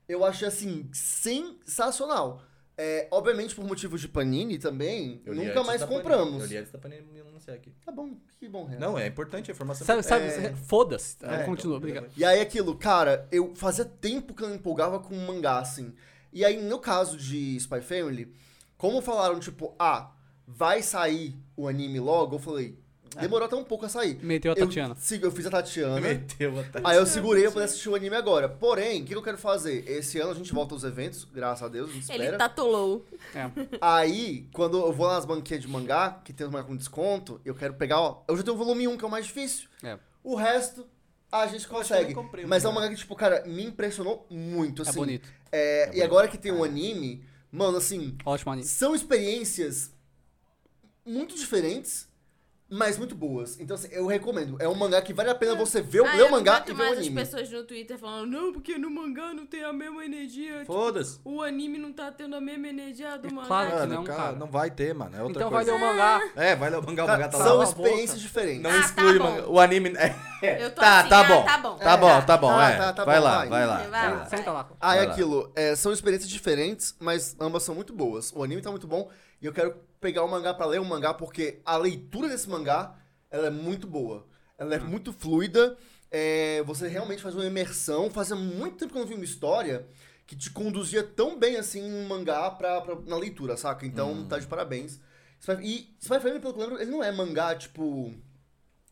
Speaker 5: Eu achei assim, sensacional. É, obviamente, por motivos de Panini também,
Speaker 3: Eu li
Speaker 5: nunca
Speaker 3: antes
Speaker 5: mais
Speaker 3: da Panini.
Speaker 5: compramos.
Speaker 3: Eu li antes da Panini me anunciar aqui.
Speaker 5: Tá bom, que bom, Renan.
Speaker 3: Não, é importante a informação.
Speaker 2: Sabe, sabe,
Speaker 5: É.
Speaker 2: foda-se.
Speaker 3: É, então,
Speaker 2: Continua, obrigado.
Speaker 5: E aí aquilo, cara, eu fazia tempo que eu não empolgava com um mangá, assim. E aí, no caso de Spy Family, como falaram, tipo, ah, vai sair o anime logo, eu falei, demorou até um pouco a sair.
Speaker 2: Meteu a
Speaker 5: eu,
Speaker 2: Tatiana.
Speaker 5: Sim, eu fiz a Tatiana.
Speaker 3: Meteu até.
Speaker 5: Aí eu segurei pra poder assistir o anime agora. Porém, o que eu quero fazer? Esse ano a gente volta aos eventos, graças a Deus, a gente espera.
Speaker 1: Ele
Speaker 4: tá-
Speaker 1: tatolou.
Speaker 2: É.
Speaker 5: Aí, quando eu vou lá nas banquinhas de mangá, que tem os mangá com desconto, eu quero pegar, ó. Eu já tenho o volume 1, que é o mais difícil.
Speaker 2: É.
Speaker 5: O resto, a gente consegue.
Speaker 3: nem comprei o
Speaker 5: Mas é um
Speaker 3: mangá.
Speaker 5: mangá que, tipo, cara, me impressionou muito, assim.
Speaker 2: é bonito.
Speaker 5: É,
Speaker 3: bonito.
Speaker 5: e agora que tem o anime, mano, assim,
Speaker 2: Ótimo anime.
Speaker 5: são experiências muito diferentes, mas muito boas. Então, assim, eu recomendo. É um mangá que vale a pena você ver, o-
Speaker 1: Ah,
Speaker 5: ler
Speaker 1: eu
Speaker 5: o mangá
Speaker 1: aguento
Speaker 5: e ver o
Speaker 1: mais as
Speaker 5: anime.
Speaker 1: pessoas no Twitter falando, não, porque no mangá não tem a mesma energia.
Speaker 3: Foda-se.
Speaker 1: O anime não tá tendo a mesma energia do
Speaker 2: É
Speaker 1: mangá.
Speaker 2: claro
Speaker 3: Mano,
Speaker 2: que não,
Speaker 3: cara,
Speaker 2: cara.
Speaker 3: não vai ter, mano. É outra
Speaker 2: Então vai
Speaker 3: coisa.
Speaker 2: ler o mangá.
Speaker 3: É, vai ler o mangá, o mangá tá lá.
Speaker 5: são
Speaker 2: Cala a
Speaker 5: experiências
Speaker 2: boca.
Speaker 5: diferentes.
Speaker 3: Não
Speaker 1: Ah, tá
Speaker 3: exclui o
Speaker 1: bom.
Speaker 3: mangá. O anime. É.
Speaker 1: Eu tô
Speaker 3: tá,
Speaker 1: assim,
Speaker 3: tá
Speaker 1: ah,
Speaker 3: bom.
Speaker 1: tá bom.
Speaker 3: Tá
Speaker 5: É,
Speaker 3: bom,
Speaker 5: tá,
Speaker 3: tá bom.
Speaker 5: tá,
Speaker 3: é.
Speaker 5: tá, tá
Speaker 3: vai,
Speaker 5: bom,
Speaker 3: lá,
Speaker 5: vai.
Speaker 3: vai lá,
Speaker 1: Vai
Speaker 3: vai
Speaker 1: lá.
Speaker 3: lá.
Speaker 2: Senta lá.
Speaker 5: Ah, é
Speaker 3: Vai lá.
Speaker 5: aquilo. é, são experiências diferentes, mas ambas são muito boas. O anime tá muito bom e eu quero pegar o mangá pra ler o mangá porque a leitura desse mangá ela é muito boa. Ela
Speaker 3: Hum.
Speaker 5: é muito fluida. é, você realmente faz uma imersão. Fazia muito tempo que eu não vi uma história que te conduzia tão bem assim em um mangá pra, pra- na leitura, saca? Então,
Speaker 3: Hum.
Speaker 5: tá de parabéns. Spy- E Spy Family, pelo que eu lembro, ele não é mangá, tipo,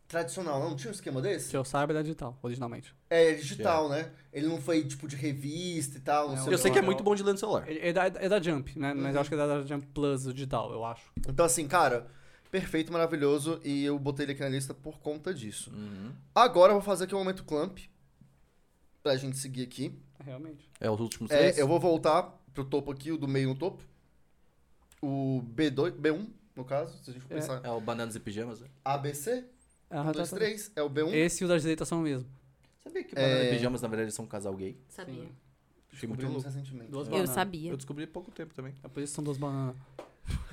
Speaker 5: tradicional, não? Tinha um esquema desse?
Speaker 2: Se eu saiba, ele é digital, originalmente.
Speaker 5: É, digital, né? Ele não foi, tipo, de revista e tal, não
Speaker 2: É,
Speaker 5: sei
Speaker 3: Eu
Speaker 5: o
Speaker 3: sei que é
Speaker 2: Eu-
Speaker 3: muito bom de ler no celular. Uhum.
Speaker 2: É, é da, é da Jump, né? Mas eu acho que é da Jump Plus, o digital, eu acho.
Speaker 5: Então, assim, cara, perfeito, maravilhoso, e eu botei ele aqui na lista por conta disso.
Speaker 3: Uhum.
Speaker 5: Agora eu vou fazer aqui um momento clamp, pra gente seguir aqui.
Speaker 2: Realmente.
Speaker 3: É os últimos
Speaker 5: É,
Speaker 3: três?
Speaker 5: eu vou voltar pro topo aqui, o do meio no topo. O B2, B1, no caso, se a gente for
Speaker 2: É.
Speaker 5: pensar.
Speaker 3: É o Bananas e Pijamas? né?
Speaker 5: ABC,
Speaker 3: Um,
Speaker 2: Ah, tá,
Speaker 5: 2,
Speaker 2: tá.
Speaker 5: 3, é o B1.
Speaker 2: Esse e o das direitas são o mesmo.
Speaker 3: Sabia que
Speaker 5: É.
Speaker 3: Bananas e Pijamas, na verdade, são um casal gay?
Speaker 1: Sabia.
Speaker 2: Sim.
Speaker 3: Achei muito
Speaker 5: Descobrimos
Speaker 3: louco.
Speaker 5: recentemente.
Speaker 2: Duas
Speaker 1: Eu
Speaker 2: bananas.
Speaker 1: sabia.
Speaker 3: Eu descobri há pouco tempo também.
Speaker 2: É por isso que são duas bananas.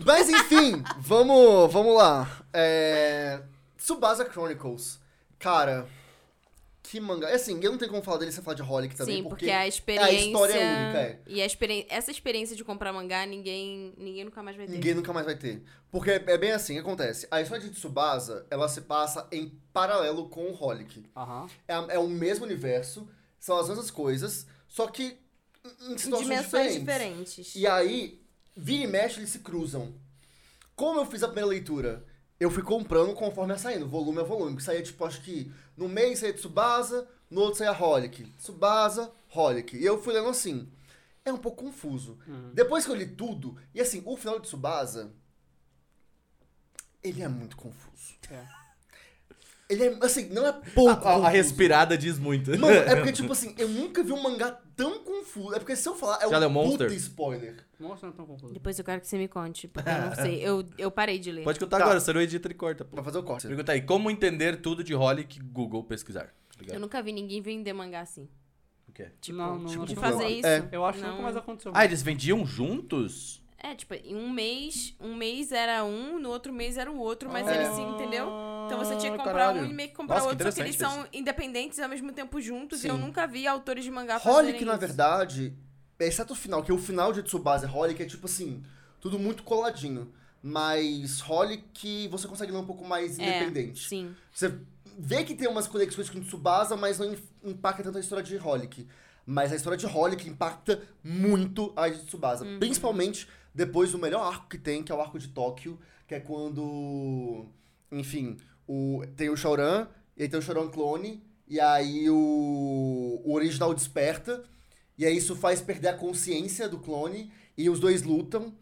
Speaker 5: Mas enfim, vamos, vamos lá. É... Tsubasa Chronicles. Cara, que mangá. É Assim, eu não tenho como falar dele sem falar de Holic também. é
Speaker 1: Sim, porque, é a experiência.
Speaker 5: história é única, é.
Speaker 1: E a experi... essa experiência de comprar mangá, ninguém, ninguém nunca mais vai ter.
Speaker 5: Ninguém nunca mais vai ter. Porque é é bem assim, acontece. A história de Tsubasa, ela se passa em paralelo com o Holic.
Speaker 2: Aham.
Speaker 5: É, a- é o mesmo universo, são as mesmas coisas, só que em- em
Speaker 1: Em
Speaker 5: situações
Speaker 1: dimensões
Speaker 5: diferentes.
Speaker 1: diferentes.
Speaker 5: E aí, vira e mexe, eles se cruzam. Como eu fiz a primeira leitura? Eu fui comprando conforme ia saindo, volume a volume. Que saía, tipo, acho que no mês saía Tsubasa, no outro saía Holic. Tsubasa, Holic. E eu fui lendo assim. É um pouco confuso.
Speaker 3: Uhum.
Speaker 5: Depois que eu li tudo, e assim, o final de Tsubasa, ele é muito confuso.
Speaker 2: É.
Speaker 5: Ele é, assim, não é pouco
Speaker 3: Ah, A, a- a
Speaker 5: confuso.
Speaker 3: respirada diz muito.
Speaker 5: Mano, é porque, tipo assim, eu nunca vi um mangá tão confuso. É porque se eu falar, é um
Speaker 3: Shadow
Speaker 5: puta
Speaker 3: Monster?
Speaker 5: spoiler.
Speaker 2: Nossa, não é tão confuso.
Speaker 1: Depois eu quero que você me conte, porque eu não sei. Eu, eu parei de ler.
Speaker 3: Pode contar
Speaker 5: Tá.
Speaker 3: agora, você não edita e corta. Pô.
Speaker 5: Pra fazer o corte.
Speaker 3: Pergunta aí, como entender tudo de Holic Google pesquisar? Tá ligado?
Speaker 1: Eu nunca vi ninguém vender mangá assim.
Speaker 3: O quê?
Speaker 1: Tipo,
Speaker 2: Não, não,
Speaker 1: tipo
Speaker 2: acho que
Speaker 1: fazer
Speaker 5: não.
Speaker 1: isso.
Speaker 5: É.
Speaker 2: Eu acho que
Speaker 1: não.
Speaker 2: nunca mais aconteceu.
Speaker 3: Ah, eles vendiam juntos?
Speaker 1: É, tipo, em um mês, um mês era um, no outro mês era o outro, mas
Speaker 5: É.
Speaker 1: eles se, entendeu? Então você tinha que
Speaker 3: Ah,
Speaker 1: comprar um e meio que comprar
Speaker 3: Nossa, que
Speaker 1: outro, só que eles
Speaker 3: interessante
Speaker 1: são independentes e ao mesmo tempo juntos.
Speaker 5: Sim.
Speaker 1: E eu nunca vi autores de mangá fazerem
Speaker 5: Holic, na
Speaker 1: isso.
Speaker 5: verdade, exceto o final, que o final de Tsubasa e Holic é tipo assim, tudo muito coladinho. Mas Holic você consegue ler um pouco mais
Speaker 1: É,
Speaker 5: independente.
Speaker 1: Sim.
Speaker 5: Você vê que tem umas conexões com Tsubasa, mas não in- impacta tanto a história de Holic. Mas a história de Holic impacta muito a de Tsubasa. Principalmente depois do melhor arco que tem, que é o arco de Tóquio, que é quando. Enfim, o, tem o Shauran, e aí tem o Shauran clone, e aí o, o original desperta, e aí isso faz perder a consciência do clone, e os dois lutam.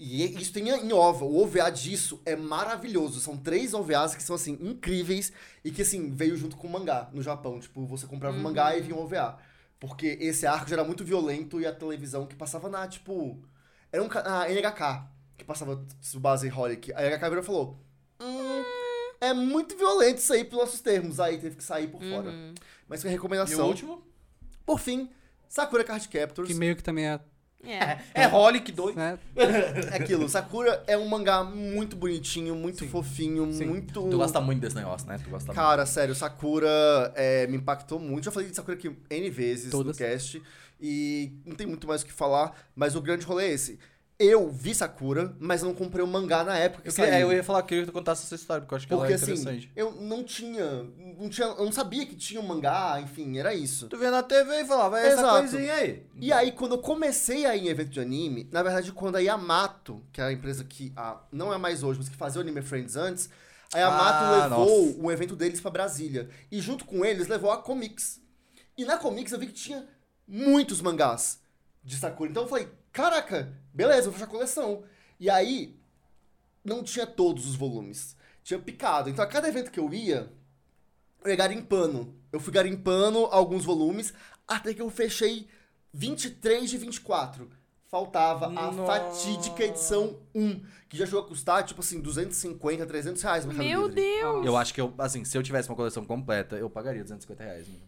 Speaker 5: E é, isso tem em OVA. O OVA disso é maravilhoso. São três OVAs que são, assim, incríveis e que, assim, veio junto com o mangá no Japão. Tipo, você comprava um mangá e vinha um OVA. Porque esse arco já era muito violento e a televisão que passava na, tipo... Era um, ca- a NHK que passava Tsubasa e Holic. A NHK virou e falou... Hum, é muito violento isso aí pelos nossos termos. Aí teve que sair por fora. Mas foi a
Speaker 3: E o
Speaker 5: recomendação.
Speaker 3: último?
Speaker 5: Por fim, Sakura Card Captors.
Speaker 2: Que meio que também é.
Speaker 1: É.
Speaker 3: É Holic 2.
Speaker 2: Né?
Speaker 5: É aquilo, Sakura é um mangá muito bonitinho, muito
Speaker 2: Sim.
Speaker 5: fofinho,
Speaker 2: Sim.
Speaker 5: muito.
Speaker 3: Tu gosta muito desse negócio, né? Tu gosta
Speaker 5: Cara, sério, Sakura é, me impactou muito. Já falei de Sakura aqui N vezes
Speaker 2: Todas.
Speaker 5: no cast. E não tem muito mais o que falar, mas o grande rolê é esse. Eu vi Sakura, mas não comprei o mangá na época que
Speaker 3: muito. Eu,
Speaker 5: saiu.
Speaker 3: queria, é, eu ia falar, eu queria que tu contasse essa história, porque eu acho que ela
Speaker 5: Porque
Speaker 3: é
Speaker 5: assim,
Speaker 3: interessante.
Speaker 5: eu não tinha, não tinha. Eu não sabia que tinha um mangá, enfim, era isso.
Speaker 3: Tu vê na TV e fala, vai
Speaker 5: Exato.
Speaker 3: essa coisinha aí.
Speaker 5: E aí, quando eu comecei a ir em evento de anime, na verdade, quando a Yamato, que era a empresa que ah, não é mais hoje, mas que fazia o Anime Friends antes, a Yamato
Speaker 3: Ah,
Speaker 5: levou um evento deles pra Brasília. E junto com eles, levou a Comics. E na Comics eu vi que tinha muitos mangás de Sakura. Então eu falei, caraca, beleza, vou fechar a coleção. E aí, não tinha todos os volumes. Tinha picado. Então a cada evento que eu ia, eu ia garimpando. Eu fui garimpando alguns volumes, até que eu fechei 23 de 24. Faltava
Speaker 3: Nossa.
Speaker 5: a fatídica edição 1, que já chegou a custar, tipo assim, 250, 300 reais. no Mercado
Speaker 1: Meu
Speaker 5: Livre.
Speaker 1: Deus!
Speaker 3: Eu acho que eu, assim, se eu tivesse uma coleção completa, eu pagaria 250 reais, mano.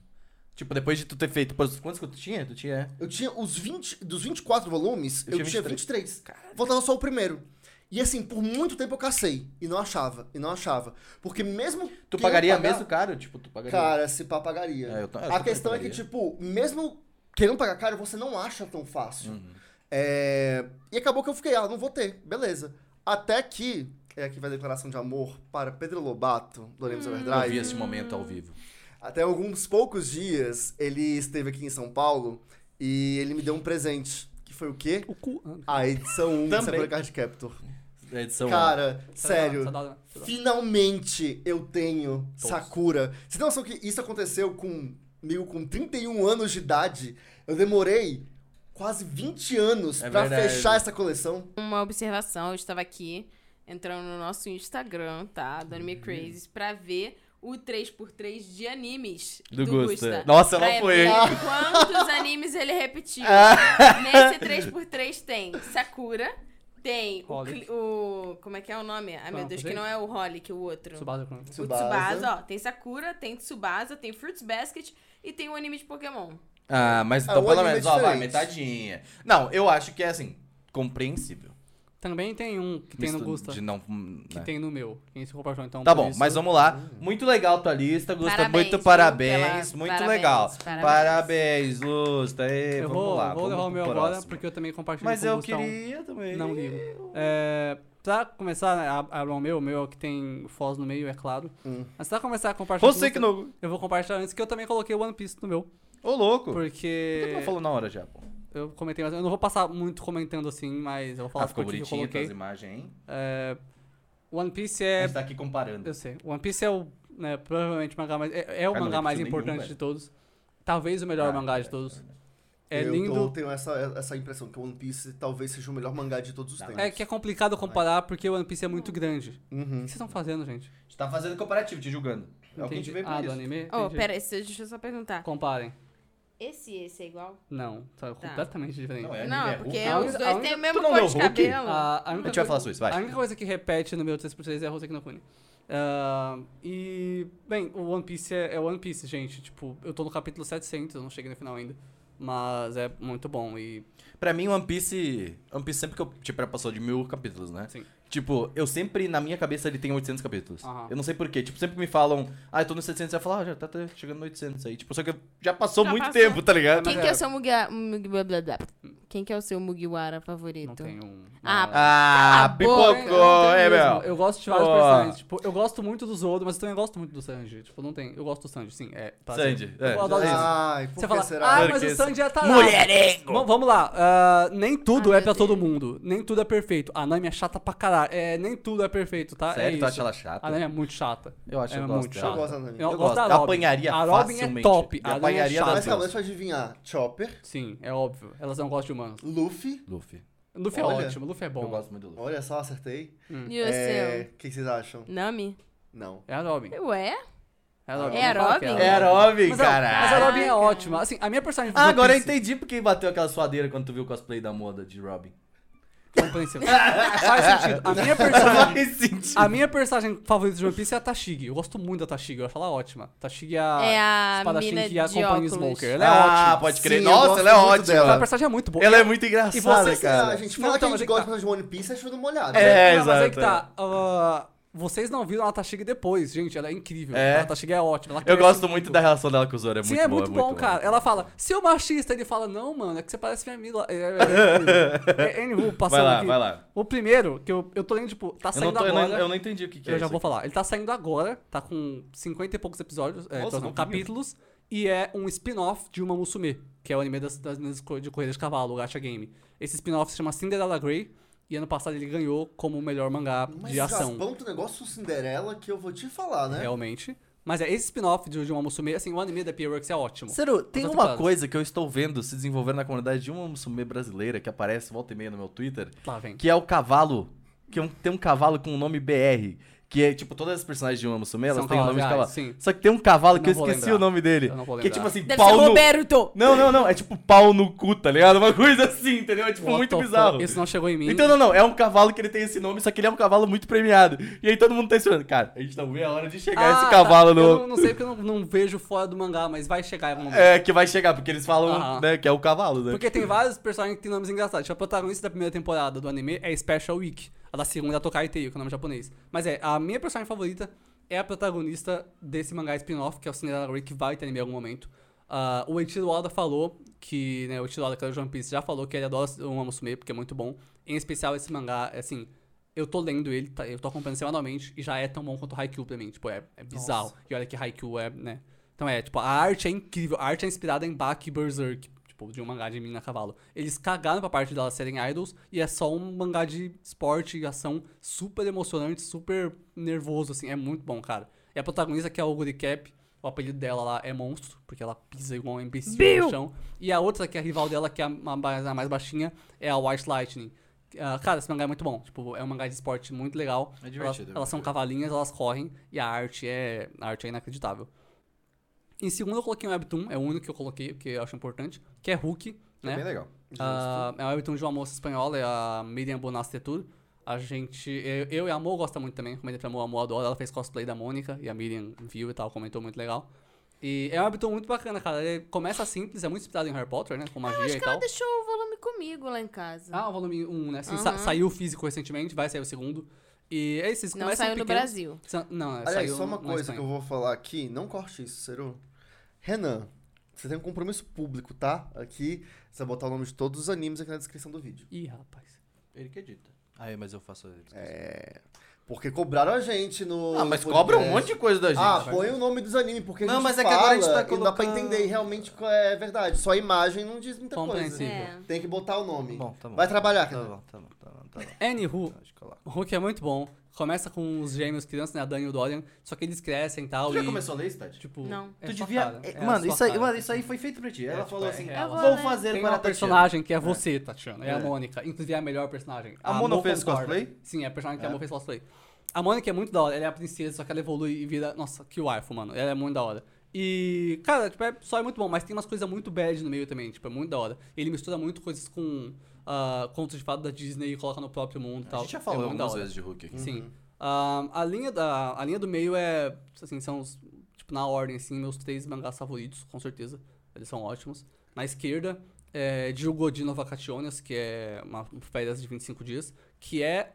Speaker 3: Tipo, depois de tu ter feito. pô, Quantos que tu tinha? Tu tinha.
Speaker 5: Eu tinha os 20, dos 24 volumes,
Speaker 3: Eu
Speaker 5: eu,
Speaker 3: tinha
Speaker 5: tinha 23. Faltava só o primeiro. E assim, por muito tempo eu cacei. E não achava, e não achava. Porque mesmo.
Speaker 3: Tu
Speaker 5: que eu
Speaker 3: pagaria
Speaker 5: pagar-
Speaker 3: mesmo caro? Tipo, tu pagaria.
Speaker 5: Cara, se pá, pagaria.
Speaker 3: É, eu ta- eu
Speaker 5: a
Speaker 3: também
Speaker 5: questão é que,
Speaker 3: pagaria.
Speaker 5: tipo, mesmo querendo pagar caro, você não acha tão fácil.
Speaker 3: Uhum.
Speaker 5: É, E acabou que eu fiquei, ah, não vou ter, beleza. Até que, é aqui vai a declaração de amor para Pedro Lobato, do Lemos
Speaker 1: é
Speaker 3: Eu vi
Speaker 5: Overdrive.
Speaker 3: esse momento ao vivo.
Speaker 5: Até alguns poucos dias, ele esteve aqui em São Paulo e ele me deu um presente. Que foi o quê?
Speaker 2: O cu. Ah,
Speaker 5: A edição
Speaker 3: Também.
Speaker 5: 1 do Sakura Card Captor.
Speaker 3: É edição.
Speaker 5: Cara,
Speaker 2: Tá
Speaker 5: sério.
Speaker 2: saudade, saudade.
Speaker 5: Finalmente eu tenho
Speaker 3: Todos.
Speaker 5: Sakura. Você tem noção que isso aconteceu comigo com 31 anos de idade? Eu demorei quase 20 anos
Speaker 3: É
Speaker 5: pra
Speaker 3: verdade.
Speaker 5: fechar essa coleção.
Speaker 1: Uma observação, eu estava aqui. entrando no nosso Instagram, tá? Do
Speaker 3: Uhum.
Speaker 1: Anime Crazies, pra ver o 3x3 de animes
Speaker 3: Do
Speaker 1: do,
Speaker 3: Gusta.
Speaker 1: Gusta.
Speaker 3: Nossa,
Speaker 1: Pra
Speaker 3: ela foi, É.
Speaker 1: ver
Speaker 3: hein?
Speaker 1: Quantos animes ele repetiu?
Speaker 5: É.
Speaker 1: Nesse 3x3 tem Sakura, tem o,
Speaker 2: Holic.
Speaker 1: cli- o- Como é que é o nome? Ai, meu
Speaker 2: Não,
Speaker 1: Deus,
Speaker 2: não
Speaker 1: que
Speaker 2: sei.
Speaker 1: não é o Holic, o outro.
Speaker 2: Tsubasa Chronicles.
Speaker 1: O Tsubasa, ó. Tem Sakura, tem Tsubasa, tem Fruits Basket e tem o anime de Pokémon.
Speaker 3: Ah, mas
Speaker 5: Ah,
Speaker 3: então
Speaker 5: o
Speaker 3: pelo
Speaker 5: anime é
Speaker 3: menos, ó, vai,
Speaker 5: diferente.
Speaker 3: metadinha. Não, eu acho que é assim, compreensível.
Speaker 2: Também tem um que tem no
Speaker 3: Misto
Speaker 2: Gusta.
Speaker 3: De não, hum,
Speaker 2: Que
Speaker 3: né?
Speaker 2: tem no meu. Quem se compartilhou, então.
Speaker 3: Tá
Speaker 2: por
Speaker 3: bom,
Speaker 2: isso-
Speaker 3: mas vamos lá.
Speaker 5: Hum.
Speaker 3: Muito legal tua lista, Gusta.
Speaker 1: Parabéns,
Speaker 3: muito
Speaker 1: viu,
Speaker 3: parabéns.
Speaker 1: pela-
Speaker 3: Muito
Speaker 1: parabéns,
Speaker 3: legal. Parabéns,
Speaker 1: parabéns.
Speaker 3: Gusta. Ê,
Speaker 2: Eu
Speaker 3: vamos
Speaker 2: vou,
Speaker 3: lá.
Speaker 2: vou levar o
Speaker 3: vamos
Speaker 2: meu
Speaker 3: pro
Speaker 2: agora,
Speaker 3: próximo.
Speaker 2: porque eu também compartilho
Speaker 3: Mas
Speaker 2: com o
Speaker 3: eu
Speaker 2: Gustão.
Speaker 3: queria também.
Speaker 2: Não ligo. É, pra começar, né, ab- abra o meu, o meu é o que tem Foz no meio, é claro.
Speaker 3: Hum.
Speaker 2: Mas pra começar a compartilhar.
Speaker 3: Você
Speaker 2: com
Speaker 3: que
Speaker 2: o Gustavo,
Speaker 3: não.
Speaker 2: Eu vou compartilhar antes, que eu também coloquei One Piece no meu.
Speaker 3: Ô, louco. Por que tu
Speaker 2: Porque.
Speaker 3: não falou na hora já, pô?
Speaker 2: Eu comentei, mas eu não vou passar muito comentando assim, mas eu vou falar
Speaker 3: Ah, ficou
Speaker 2: por que que eu
Speaker 3: bonitinho
Speaker 2: coloquei.
Speaker 3: as imagens, hein?
Speaker 2: É, One Piece
Speaker 3: A
Speaker 2: é.
Speaker 3: gente tá aqui comparando.
Speaker 2: Eu sei. One Piece é o. Né, provavelmente o mangá mais. É, é o
Speaker 3: Cara,
Speaker 2: mangá
Speaker 3: não repito
Speaker 2: mais
Speaker 3: nenhum,
Speaker 2: importante
Speaker 3: velho.
Speaker 2: de todos. Talvez o melhor
Speaker 3: Ah,
Speaker 2: mangá de
Speaker 3: é,
Speaker 2: todos. É
Speaker 5: Eu
Speaker 2: lindo.
Speaker 5: tô- tenho essa, essa impressão que One Piece talvez seja o melhor mangá de todos os
Speaker 3: Dá
Speaker 5: tempos.
Speaker 2: É que é complicado comparar porque o One Piece é muito grande. O que
Speaker 5: Uhum.
Speaker 2: vocês estão fazendo, gente?
Speaker 3: A gente tá fazendo comparativo, te julgando. É o que a gente
Speaker 2: Entendi.
Speaker 3: vê com
Speaker 2: ah, do
Speaker 3: isso.
Speaker 2: anime?
Speaker 4: Oh,
Speaker 1: Ô,
Speaker 2: Entendi.
Speaker 1: Oh, pera, esse- deixa eu só perguntar.
Speaker 2: Comparem.
Speaker 1: Esse e esse é igual?
Speaker 2: não, tá completamente diferente.
Speaker 3: Não, é anime,
Speaker 1: Não,
Speaker 3: é
Speaker 1: porque
Speaker 2: Hulk.
Speaker 1: os
Speaker 2: A única-
Speaker 1: dois têm
Speaker 2: a
Speaker 1: o mesmo
Speaker 3: Tu não
Speaker 1: cor
Speaker 3: leu
Speaker 1: de
Speaker 3: Hulk?
Speaker 1: cabelo.
Speaker 2: A, a
Speaker 3: A
Speaker 2: única
Speaker 3: gente vai
Speaker 2: coisa-
Speaker 3: falar sobre isso,
Speaker 2: A
Speaker 3: vai.
Speaker 2: única coisa que repete no meu 3x3 é a Hoseki no Kuni. Ah, e, bem, o One Piece é, é One Piece, gente. Tipo, eu tô no capítulo 700, eu não cheguei no final ainda. Mas é muito bom e...
Speaker 3: Pra mim, One Piece. One Piece sempre que eu. Tipo, ela passou de mil capítulos, né?
Speaker 2: Sim.
Speaker 3: Tipo, eu sempre, na minha cabeça, ele tem 800 capítulos.
Speaker 2: Aham.
Speaker 3: Eu não sei porquê. Tipo, sempre que me falam, ah, eu tô no 700, eu falo, ah, já tá tá chegando no 800 aí. Tipo, só que eu- já passou
Speaker 1: Já
Speaker 3: muito
Speaker 1: passou.
Speaker 3: tempo, tá ligado?
Speaker 2: Mas
Speaker 1: Quem que é
Speaker 2: é-
Speaker 1: o seu Mugiwara... Quem que é o seu Mugiwara favorito?
Speaker 2: Não tem um...
Speaker 1: Ah,
Speaker 2: não-
Speaker 3: Ah,
Speaker 1: Cala a boca,
Speaker 2: Eu né? não
Speaker 3: pipocou,
Speaker 2: tenho
Speaker 3: é,
Speaker 2: mesmo.
Speaker 3: meu.
Speaker 2: Eu gosto de vários
Speaker 3: Pô.
Speaker 2: personagens. Tipo, eu gosto muito do Zoro, mas eu também gosto muito do Sanji. Tipo, não tem... Eu gosto do Sanji, sim. É, tá
Speaker 3: Sanji,
Speaker 2: assim.
Speaker 3: é.
Speaker 2: Eu adoro isso.
Speaker 5: Ai, por
Speaker 2: Você
Speaker 5: que
Speaker 2: fala,
Speaker 5: será?
Speaker 2: ah,
Speaker 3: Por
Speaker 2: mas
Speaker 3: que
Speaker 2: o Sanji é tarado.
Speaker 3: Mulherengo!
Speaker 2: Bom, vamos lá. ah, nem tudo
Speaker 1: Ai,
Speaker 2: é pra
Speaker 1: meu
Speaker 2: todo
Speaker 1: Deus.
Speaker 2: mundo. Nem tudo é perfeito. A Nami é chata pra caralho. É, nem tudo é perfeito, tá? é
Speaker 3: Sério,
Speaker 2: isso.
Speaker 3: tu acha ela
Speaker 2: A
Speaker 3: chata?
Speaker 2: Nami é muito chata.
Speaker 3: Eu acho
Speaker 2: é
Speaker 3: que eu gosto
Speaker 2: muito
Speaker 3: dela.
Speaker 2: chata.
Speaker 5: Eu gosto da Nami.
Speaker 3: Eu gosto.
Speaker 2: da
Speaker 3: Ela
Speaker 2: Robin.
Speaker 3: apanharia
Speaker 2: A Robin
Speaker 3: facilmente.
Speaker 2: é top.
Speaker 3: Eu
Speaker 2: A Nami é
Speaker 3: apanharia
Speaker 2: chata.
Speaker 5: Mas
Speaker 3: das
Speaker 5: calma, deixa eu adivinhar. Chopper,
Speaker 2: Sim, é óbvio. Elas não gostam de humanos.
Speaker 5: Luffy.
Speaker 3: Luffy.
Speaker 2: Luffy é
Speaker 5: Olha,
Speaker 2: ótimo. Luffy é
Speaker 3: Eu
Speaker 2: bom.
Speaker 3: gosto muito do Luffy.
Speaker 5: Olha só, acertei.
Speaker 1: E o
Speaker 5: É,
Speaker 1: seu?
Speaker 5: O que vocês acham?
Speaker 1: Nami?
Speaker 5: Não.
Speaker 2: É a Robin.
Speaker 1: Ué?
Speaker 2: É a Robin.
Speaker 1: É a
Speaker 2: Não fala que
Speaker 1: Robin?
Speaker 2: É
Speaker 3: Era óbvio,
Speaker 2: Mas, a- mas a
Speaker 3: caralho.
Speaker 1: ela-
Speaker 2: Robin é
Speaker 1: Caraca.
Speaker 2: ótima. Assim, a minha personagem
Speaker 3: Ah, agora eu
Speaker 2: Piece-
Speaker 3: entendi porque bateu aquela suadeira quando tu viu o cosplay da moda de Robin.
Speaker 2: compreensível. Faz sentido. A minha personagem...
Speaker 3: sentido.
Speaker 2: A minha personagem favorita de One Piece é a Tashigi. Eu gosto muito da Tashigi, eu acho ela ótima. Tashigi é a,
Speaker 1: É a mina
Speaker 2: que
Speaker 1: de
Speaker 2: acompanha o
Speaker 1: óculos.
Speaker 2: Smoker. Ela é
Speaker 3: Ah,
Speaker 2: ótima.
Speaker 3: pode crer.
Speaker 5: Sim, eu
Speaker 3: Nossa,
Speaker 5: gosto
Speaker 3: ela é
Speaker 5: muito
Speaker 3: ótima.
Speaker 5: dela.
Speaker 2: A personagem é muito boa.
Speaker 3: Ela é muito engraçada,
Speaker 2: vocês-
Speaker 3: cara.
Speaker 5: a gente
Speaker 2: Não,
Speaker 5: fala
Speaker 2: então,
Speaker 5: que a
Speaker 2: mas é
Speaker 5: gente
Speaker 2: que
Speaker 5: gosta
Speaker 2: tá.
Speaker 5: mais de One Piece, acho tudo molhado. né?
Speaker 3: É.
Speaker 2: Não, Mas é que
Speaker 3: exato,
Speaker 2: tá. ah, vocês não viram a Tashigi depois, gente. Ela é incrível.
Speaker 3: É.
Speaker 2: A Tashigi é ótima. ela
Speaker 3: Eu
Speaker 2: cresce
Speaker 3: gosto muito da relação dela com o Zoro. É
Speaker 2: Sim,
Speaker 3: muito
Speaker 2: é
Speaker 3: boa,
Speaker 2: muito bom, cara. Ela fala, seu machista, ele fala, não, mano, é que você parece minha amiga. É, é, é, é, anywho,
Speaker 3: Vai
Speaker 2: passando
Speaker 3: lá,
Speaker 2: aqui.
Speaker 3: vai lá.
Speaker 2: O primeiro, que eu, eu tô lendo, tipo, tá
Speaker 3: Eu não,
Speaker 2: saindo
Speaker 3: tô- eu, não,
Speaker 2: agora.
Speaker 3: eu não entendi o que, que é
Speaker 2: eu já
Speaker 3: isso
Speaker 2: vou
Speaker 3: aqui.
Speaker 2: falar. Ele tá saindo agora, tá com 50 e poucos episódios, é,
Speaker 3: Nossa,
Speaker 2: então,
Speaker 3: não
Speaker 2: capítulos, e é um spin-off de Uma Musume, que é o anime das, das meninas co- de corrida de cavalo, o Gacha Game. Esse spin-off se chama Cinderella Grey, e ano passado ele ganhou como o melhor mangá
Speaker 5: Mas
Speaker 2: de ação,
Speaker 5: Japão tem um negócio Cinderela que eu vou te falar, né?
Speaker 2: realmente. Mas é esse spin-off de, de Uma Musume, assim, o anime da Pierworks é ótimo.
Speaker 3: Ciro,
Speaker 2: Outras
Speaker 3: tem uma
Speaker 2: temporadas.
Speaker 3: coisa que eu estou vendo se desenvolver na comunidade de uma musume brasileira que aparece volta e meia no meu Twitter,
Speaker 2: Lá vem.
Speaker 3: que é o cavalo. Que é um- tem um cavalo com o nome BR. Que é, tipo, todas as personagens de uma musume, elas
Speaker 2: São
Speaker 3: têm o nome de
Speaker 2: cavalos
Speaker 3: cavalo.
Speaker 2: reais, sim.
Speaker 3: Só que tem um cavalo que
Speaker 2: Não
Speaker 3: eu
Speaker 2: vou
Speaker 3: esqueci
Speaker 2: lembrar.
Speaker 3: o nome dele.
Speaker 2: Eu não vou
Speaker 3: que é tipo
Speaker 2: lembrar.
Speaker 3: assim,
Speaker 1: Deve
Speaker 3: pau
Speaker 1: ser
Speaker 3: no...
Speaker 1: Roberto!
Speaker 3: Não, não, não. É tipo pau no cu, tá ligado? Uma coisa assim, entendeu? É tipo
Speaker 2: What
Speaker 3: muito
Speaker 2: the
Speaker 3: bizarro.
Speaker 2: fuck? Isso não chegou em mim.
Speaker 3: Então, não, não, é um cavalo que ele tem esse nome, só que ele é um cavalo muito premiado. E aí todo mundo tá esperando, cara, a gente não vê a hora de chegar
Speaker 2: Ah,
Speaker 3: esse
Speaker 2: tá.
Speaker 3: cavalo
Speaker 2: Eu
Speaker 3: no.
Speaker 2: não, não sei porque eu não, não vejo fora do mangá, mas vai chegar em algum momento.
Speaker 3: É, que vai chegar, porque eles falam,
Speaker 2: Aham.
Speaker 3: né, que é o cavalo, né?
Speaker 2: Porque tem vários personagens que têm nomes engraçados. Tipo, a protagonista da primeira temporada do anime é Special Week. A da segunda é Tokai Teio, que é o nome japonês. Mas é, a minha personagem favorita é a protagonista desse mangá spin-off, que é o Cinderella Grey, que vai ter anime em algum momento. Ah, o Eiichiro Oda falou que, né, o Eiichiro Oda, que é o One Piece, já falou que ele adora o Amusume, porque é muito bom. Em especial esse mangá, assim, eu tô lendo ele, tá- eu tô acompanhando semanalmente, e já é tão bom quanto Haikyuu pra mim. Tipo, é, é bizarro. E olha que Haikyuu é, né... Então é, tipo, a arte é incrível. A arte é inspirada em Baki e Berserk, tipo, de um mangá de menina a cavalo. Eles cagaram pra parte delas serem idols e é só um mangá de esporte e ação super emocionante, super nervoso, assim. É muito bom, cara. E a protagonista, que é o Guricap, o apelido dela lá é Monstro, porque ela pisa igual um imbecil no chão. E a outra, que é a rival dela, que é a ma- a mais baixinha, é a White Lightning. Ah, cara, esse mangá é muito bom. Tipo, é um mangá de esporte muito legal.
Speaker 3: É divertido, é
Speaker 2: Elas,
Speaker 3: divertido.
Speaker 2: elas são cavalinhas, elas correm e a arte é, a arte é inacreditável. Em segundo eu coloquei um Webtoon, é o único que eu coloquei, porque eu acho importante, que é Hulk, né?
Speaker 3: É bem legal.
Speaker 2: Ah, é o webtoon de uma moça espanhola, é a Miriam Bonastetur. A gente. Eu, eu e a Amor gosta muito também, recomendo pra Amor, a Amor adora. Ela fez cosplay da Mônica e a Miriam viu e tal, comentou muito legal. E é um webtoon muito bacana, cara. Ele começa simples, é muito inspirado em Harry Potter, né? Com magia
Speaker 1: Acho
Speaker 2: e
Speaker 1: que é um ela
Speaker 2: tal.
Speaker 1: deixou o volume comigo lá em casa.
Speaker 2: Ah, o volume 1, né? Sim, sa-
Speaker 1: Aham.
Speaker 2: saiu o físico recentemente, vai sair o segundo. E é isso, eles
Speaker 1: não
Speaker 2: começam
Speaker 1: saiu no
Speaker 2: pequenos-
Speaker 1: Brasil.
Speaker 2: Sa- Não, é,
Speaker 5: Aliás,
Speaker 2: saiu
Speaker 5: só uma
Speaker 2: na
Speaker 5: coisa
Speaker 2: Espanha.
Speaker 5: que eu vou falar aqui, não corte isso, Seru. Renan, você tem um compromisso público, tá? Aqui, você vai botar o nome de todos os animes aqui na descrição do vídeo.
Speaker 2: Ih, rapaz.
Speaker 3: Ele que edita. Ah, é, mas eu faço. É.
Speaker 5: É. Porque cobraram a gente no.
Speaker 3: Ah, mas
Speaker 5: no
Speaker 3: cobra um
Speaker 5: podcast.
Speaker 3: monte de coisa da gente.
Speaker 5: Ah, põe o nome dos animes, porque
Speaker 3: Não,
Speaker 5: a gente
Speaker 3: mas é que
Speaker 5: fala
Speaker 3: agora a gente tá
Speaker 5: e dá pra
Speaker 3: colocando-
Speaker 5: entender realmente qual é verdade. Só a imagem não diz muita coisa.
Speaker 2: Compreensível.
Speaker 1: É.
Speaker 5: Tem que botar o nome.
Speaker 3: Bom, tá bom.
Speaker 5: Vai trabalhar,
Speaker 3: Tá
Speaker 5: Renan.
Speaker 3: bom, tá bom, tá bom, tá bom.
Speaker 1: É.
Speaker 2: Anywho,
Speaker 3: Acho que eu lá.
Speaker 2: o Hulk é muito bom. Começa com os gêmeos crianças, né? A Dani e o Dorian. Só que eles crescem e tal.
Speaker 3: Tu já
Speaker 2: e-
Speaker 3: começou a ler, Stad?
Speaker 2: Tipo,
Speaker 1: Não.
Speaker 2: é
Speaker 3: tu
Speaker 2: sua
Speaker 3: devia.
Speaker 2: cara,
Speaker 3: é,
Speaker 2: é
Speaker 3: mano,
Speaker 2: sua
Speaker 3: isso aí,
Speaker 2: cara.
Speaker 3: mano, isso aí foi feito pra ti. Ela
Speaker 2: tipo,
Speaker 3: falou
Speaker 2: é
Speaker 3: assim:
Speaker 2: real.
Speaker 1: Eu vou
Speaker 3: vou
Speaker 1: ler.
Speaker 3: fazer
Speaker 2: Tem
Speaker 3: para
Speaker 2: uma
Speaker 3: a Tatiana."
Speaker 2: personagem que é você, Tatiana. É,
Speaker 3: É.
Speaker 2: a Mônica. Inclusive é a melhor personagem.
Speaker 3: A Mono
Speaker 2: Mo
Speaker 3: fez
Speaker 2: concorda.
Speaker 3: cosplay?
Speaker 2: Sim, é a personagem que a
Speaker 3: É.
Speaker 2: Mo fez cosplay. A Mônica é muito da hora. Ela é a princesa, só que ela evolui e vira... Nossa, que waifu, mano. Ela é muito da hora. E, cara, tipo, é, só é muito bom, mas tem umas coisas muito bad no meio também, tipo, é muito da hora. Ele mistura muito coisas com ah, contos de fato da Disney e coloca no próprio mundo e
Speaker 3: A
Speaker 2: tal.
Speaker 3: gente já
Speaker 2: é
Speaker 3: falou
Speaker 2: muito da
Speaker 3: algumas
Speaker 2: hora.
Speaker 3: vezes de Hulk aqui.
Speaker 2: Sim. Ah, a, linha da, a linha do meio é. Assim, são os. Tipo, na ordem, assim, meus três mangás favoritos, com certeza. Eles são ótimos. Na esquerda, é Diogo de Vacaciones, que é uma férias de 25 dias, que é.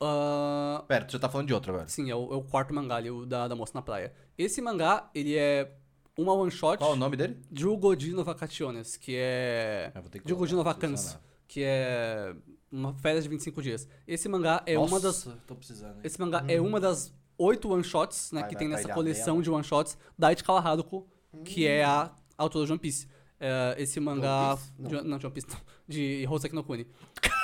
Speaker 2: ah,
Speaker 3: Pera, tu já tá falando de outro agora.
Speaker 2: sim, é o, é o quarto mangá ali, o da, da moça na praia. Esse mangá, ele é uma one shot.
Speaker 3: Qual o nome dele?
Speaker 2: Diogo de Vacaciones, que é.
Speaker 3: Eu vou ter que
Speaker 2: Diogo de
Speaker 3: colocar,
Speaker 2: Vacances,
Speaker 3: Susana.
Speaker 2: que é. Uma férias de 25 dias. Esse mangá é uma
Speaker 3: Nossa,
Speaker 2: das.
Speaker 3: Tô precisando. hein?
Speaker 2: Esse mangá é uma das oito one-shots né,
Speaker 3: né? Vai,
Speaker 2: que
Speaker 3: vai,
Speaker 2: tem
Speaker 3: vai
Speaker 2: nessa
Speaker 3: dar
Speaker 2: coleção de one-shots da Ichi Haruko, que é a autora de One Piece. É, esse mangá...
Speaker 5: Piece?
Speaker 2: de-
Speaker 5: Não.
Speaker 2: Não, de One Piece não. De Hoseki no Kuni.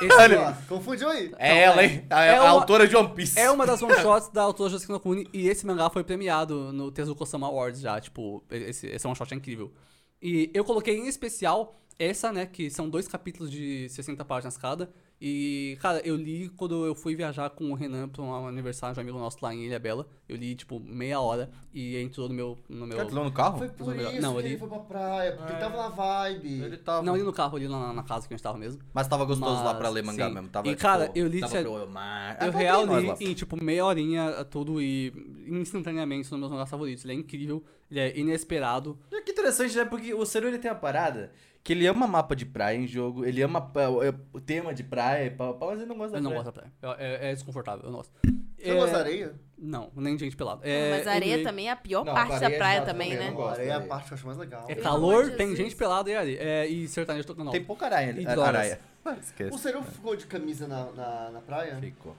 Speaker 5: Olha
Speaker 2: Esse
Speaker 5: lá, Confundiu aí.
Speaker 3: É ela, hein? A,
Speaker 2: É
Speaker 3: a
Speaker 2: uma-
Speaker 3: autora de One Piece.
Speaker 2: é uma das one-shots da autora de Hoseki no Kuni e esse mangá foi premiado no Tezuko-sama Awards já. Tipo, esse, esse one-shot é incrível. E eu coloquei em especial essa, né, que são dois capítulos de 60 páginas cada. E, cara, eu li quando eu fui viajar com o Renan pra um aniversário de um amigo nosso lá em Ilha Bela. Eu li, tipo, meia hora e entrou no meu. No meu...
Speaker 3: Cara, tu leu no carro?
Speaker 5: Foi por
Speaker 2: Não,
Speaker 5: isso
Speaker 2: não,
Speaker 5: que
Speaker 2: ele- tá-
Speaker 5: ele foi pra praia, porque ele tava na vibe.
Speaker 3: tava.
Speaker 2: Não li no carro, ali na, na casa que a gente tava mesmo.
Speaker 3: Mas tava gostoso lá
Speaker 2: Mas,
Speaker 3: pra ler mangá
Speaker 2: sim.
Speaker 3: mesmo. Tava,
Speaker 2: E, cara,
Speaker 3: tipo,
Speaker 2: eu li-
Speaker 3: Tava
Speaker 2: tinha-
Speaker 3: pro mar.
Speaker 2: Eu
Speaker 3: Ah,
Speaker 2: real
Speaker 3: nós
Speaker 2: li
Speaker 3: lá.
Speaker 2: em, tipo, meia horinha tudo e instantaneamente nos meus mangás favoritos. Ele é incrível, ele é inesperado.
Speaker 3: E Que interessante, né? Porque o Seru ele tem uma parada que ele ama mapa de praia em jogo, ele ama pa- o tema de praia, pá, pá, mas ele não gosta
Speaker 2: Eu não
Speaker 3: da praia.
Speaker 2: gosto da praia. Eu- É, é desconfortável, eu não gosto.
Speaker 5: Você
Speaker 2: É.
Speaker 5: não gosta da areia?
Speaker 2: Não, nem gente pelada. É,
Speaker 1: Mas a areia
Speaker 2: anyway,
Speaker 1: também é a pior
Speaker 3: Não,
Speaker 1: parte da
Speaker 3: areia
Speaker 1: praia
Speaker 3: já
Speaker 1: também,
Speaker 3: também,
Speaker 1: né?
Speaker 3: não gosto da
Speaker 5: areia é a
Speaker 3: areia.
Speaker 5: parte que eu acho mais legal.
Speaker 2: É
Speaker 1: Pelo amor
Speaker 2: calor,
Speaker 1: de
Speaker 2: tem
Speaker 1: Jesus.
Speaker 2: gente pelada e areia. É, e sertanejo tocando
Speaker 3: Tem
Speaker 2: alto.
Speaker 3: pouca aranha.
Speaker 2: E
Speaker 3: a-
Speaker 2: drogas.
Speaker 3: araia. Ah,
Speaker 5: O
Speaker 3: Esquece.
Speaker 2: é.
Speaker 5: Seru ficou de camisa na, na, na praia?
Speaker 3: Ficou.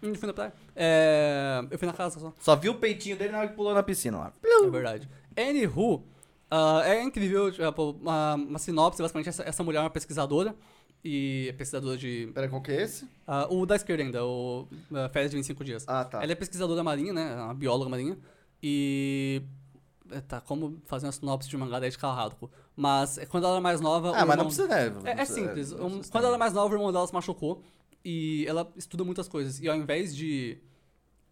Speaker 2: Hum, fui na praia. É, eu fui na casa só.
Speaker 3: Só viu o peitinho dele na hora que pulou na piscina lá.
Speaker 2: É verdade. Anywho, ah, é incrível. Tipo, uma, uma sinopse, basicamente, essa, essa mulher é uma pesquisadora. E é pesquisadora de.
Speaker 5: Pera, qual que é esse?
Speaker 2: ah, o da esquerda ainda, o ah, Férias de 25 Dias.
Speaker 5: Ah, tá.
Speaker 2: Ela é pesquisadora marinha, né? Uma bióloga marinha. E. é, Tá, como fazer uma sinopse de um mangá da Edith Carrado. Mas é, quando ela era mais nova.
Speaker 3: Ah,
Speaker 2: o
Speaker 3: mas não
Speaker 2: irmão-
Speaker 3: precisa, né?
Speaker 2: É, é simples. Um- quando ela era mais nova, o irmão dela se machucou e ela estuda muitas coisas. E ao invés de,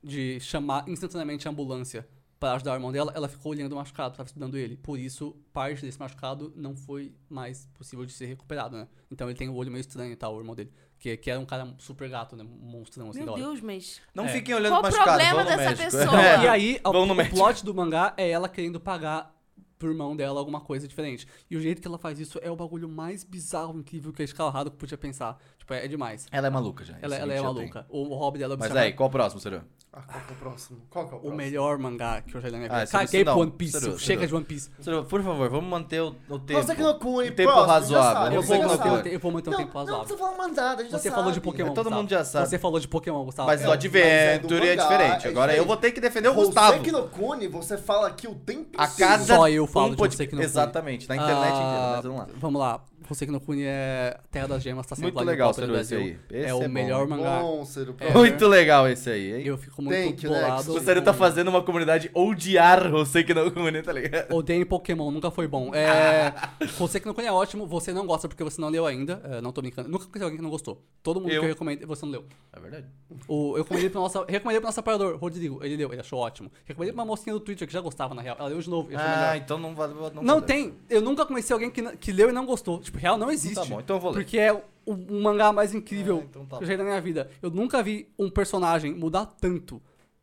Speaker 2: de chamar instantaneamente a ambulância para ajudar o irmão dela, ela ficou olhando o machucado, estava estudando ele. Por isso, parte desse machucado não foi mais possível de ser recuperado, né? Então ele tem o olho meio estranho e tal, o irmão dele. Que, que era um cara super gato, né? Um monstrão assim da
Speaker 1: Meu
Speaker 2: hora.
Speaker 1: Deus, mas.
Speaker 3: Não
Speaker 2: É.
Speaker 3: fiquem olhando
Speaker 1: Qual o
Speaker 3: o machucado,
Speaker 1: problema
Speaker 3: vão no
Speaker 1: dessa
Speaker 3: médico.
Speaker 1: pessoa?
Speaker 2: Não,
Speaker 1: É.
Speaker 2: e aí, o,
Speaker 3: Vamos no
Speaker 2: o
Speaker 3: médico.
Speaker 2: plot do mangá é ela querendo pagar pro irmão dela alguma coisa diferente. E o jeito que ela faz isso é o bagulho mais bizarro, incrível que a Escalrado podia pensar. Tipo, é, é demais.
Speaker 3: Ela é maluca já.
Speaker 2: Ela,
Speaker 3: isso
Speaker 2: ela
Speaker 3: a
Speaker 2: é
Speaker 3: gente já
Speaker 2: maluca. O, o hobby dela é
Speaker 3: tem. Mas
Speaker 2: observar.
Speaker 3: aí, qual o próximo, Seru?
Speaker 5: Ah, qual que é o próximo? Qual que é o
Speaker 2: O
Speaker 5: próximo?
Speaker 2: melhor mangá que eu já li na minha vida.
Speaker 3: Ah, esse
Speaker 2: Caguei
Speaker 3: não,
Speaker 2: pro One Piece.
Speaker 3: sério,
Speaker 2: Chega
Speaker 3: sério.
Speaker 2: de One Piece.
Speaker 3: Seru, por favor, vamos manter o, o tempo.
Speaker 5: Nossa, que loucura,
Speaker 3: Um tempo
Speaker 5: próximo, já
Speaker 3: razoável.
Speaker 5: sabe,
Speaker 2: Eu
Speaker 5: você
Speaker 2: vou,
Speaker 5: já
Speaker 2: manter,
Speaker 5: sabe.
Speaker 2: um te- eu vou manter um tempo
Speaker 5: Não, não
Speaker 2: razoável.
Speaker 5: precisa falar mandada, a gente já
Speaker 2: Você
Speaker 5: sabe.
Speaker 2: falou de Pokémon.
Speaker 3: Todo
Speaker 2: Gustavo.
Speaker 3: mundo já sabe.
Speaker 2: Você falou de Pokémon, Gustavo. É.
Speaker 3: Mas o Adventure
Speaker 5: É, mas
Speaker 3: é
Speaker 5: é do mangá,
Speaker 3: diferente. Agora
Speaker 5: é
Speaker 3: eu
Speaker 5: diferente.
Speaker 3: vou ter que defender o
Speaker 5: Você
Speaker 3: Gustavo.
Speaker 5: que no Cune, você fala aqui o tempo
Speaker 3: A
Speaker 5: inteiro.
Speaker 3: casa.
Speaker 2: Só eu falo
Speaker 3: um
Speaker 2: de
Speaker 3: podcast-
Speaker 2: você que não foi.
Speaker 3: Exatamente, na internet
Speaker 2: Ah,
Speaker 3: inteira, mas vamos lá.
Speaker 2: Vamos lá. Você que no Kuni é Terra das Gemas, tá sendo
Speaker 3: Muito
Speaker 2: lá de
Speaker 3: legal
Speaker 2: volta no
Speaker 3: Ciro, esse
Speaker 2: Brasil.
Speaker 3: aí. Esse
Speaker 2: é, o
Speaker 3: é bom.
Speaker 2: melhor mangá.
Speaker 5: Bom, Ciro.
Speaker 2: É.
Speaker 3: Muito legal esse aí, hein?
Speaker 2: Eu fico muito
Speaker 5: Thank you,
Speaker 2: bolado.
Speaker 5: Next.
Speaker 3: O Sério tá
Speaker 2: com-
Speaker 3: fazendo uma comunidade odiar você que não comunidade, tá ligado?
Speaker 2: Odeio Pokémon, nunca foi bom. É, você que não conhece é ótimo, você não gosta porque você não leu ainda. É, não tô brincando. Nunca conheci alguém que não gostou. Todo mundo
Speaker 3: Eu.
Speaker 2: que eu recomendo, você não leu.
Speaker 3: É verdade.
Speaker 2: Ah, O, eu recomendei pro nosso, recomendei pro nosso aparador, Rodrigo. Ele leu, ele achou ótimo. Recomendei pra uma mocinha do Twitter que já gostava, na real. Ela leu de novo. e achou melhor.
Speaker 3: Ah, então não vale. Não,
Speaker 2: Não
Speaker 3: vale.
Speaker 2: tem. Eu nunca conheci alguém que, n- que leu e não gostou. Tipo, real não existe.
Speaker 3: Tá bom, então eu vou ler.
Speaker 2: Porque é o, o mangá mais incrível
Speaker 3: Ah, então tá
Speaker 2: que eu já vi na minha vida. Eu nunca vi um personagem mudar tanto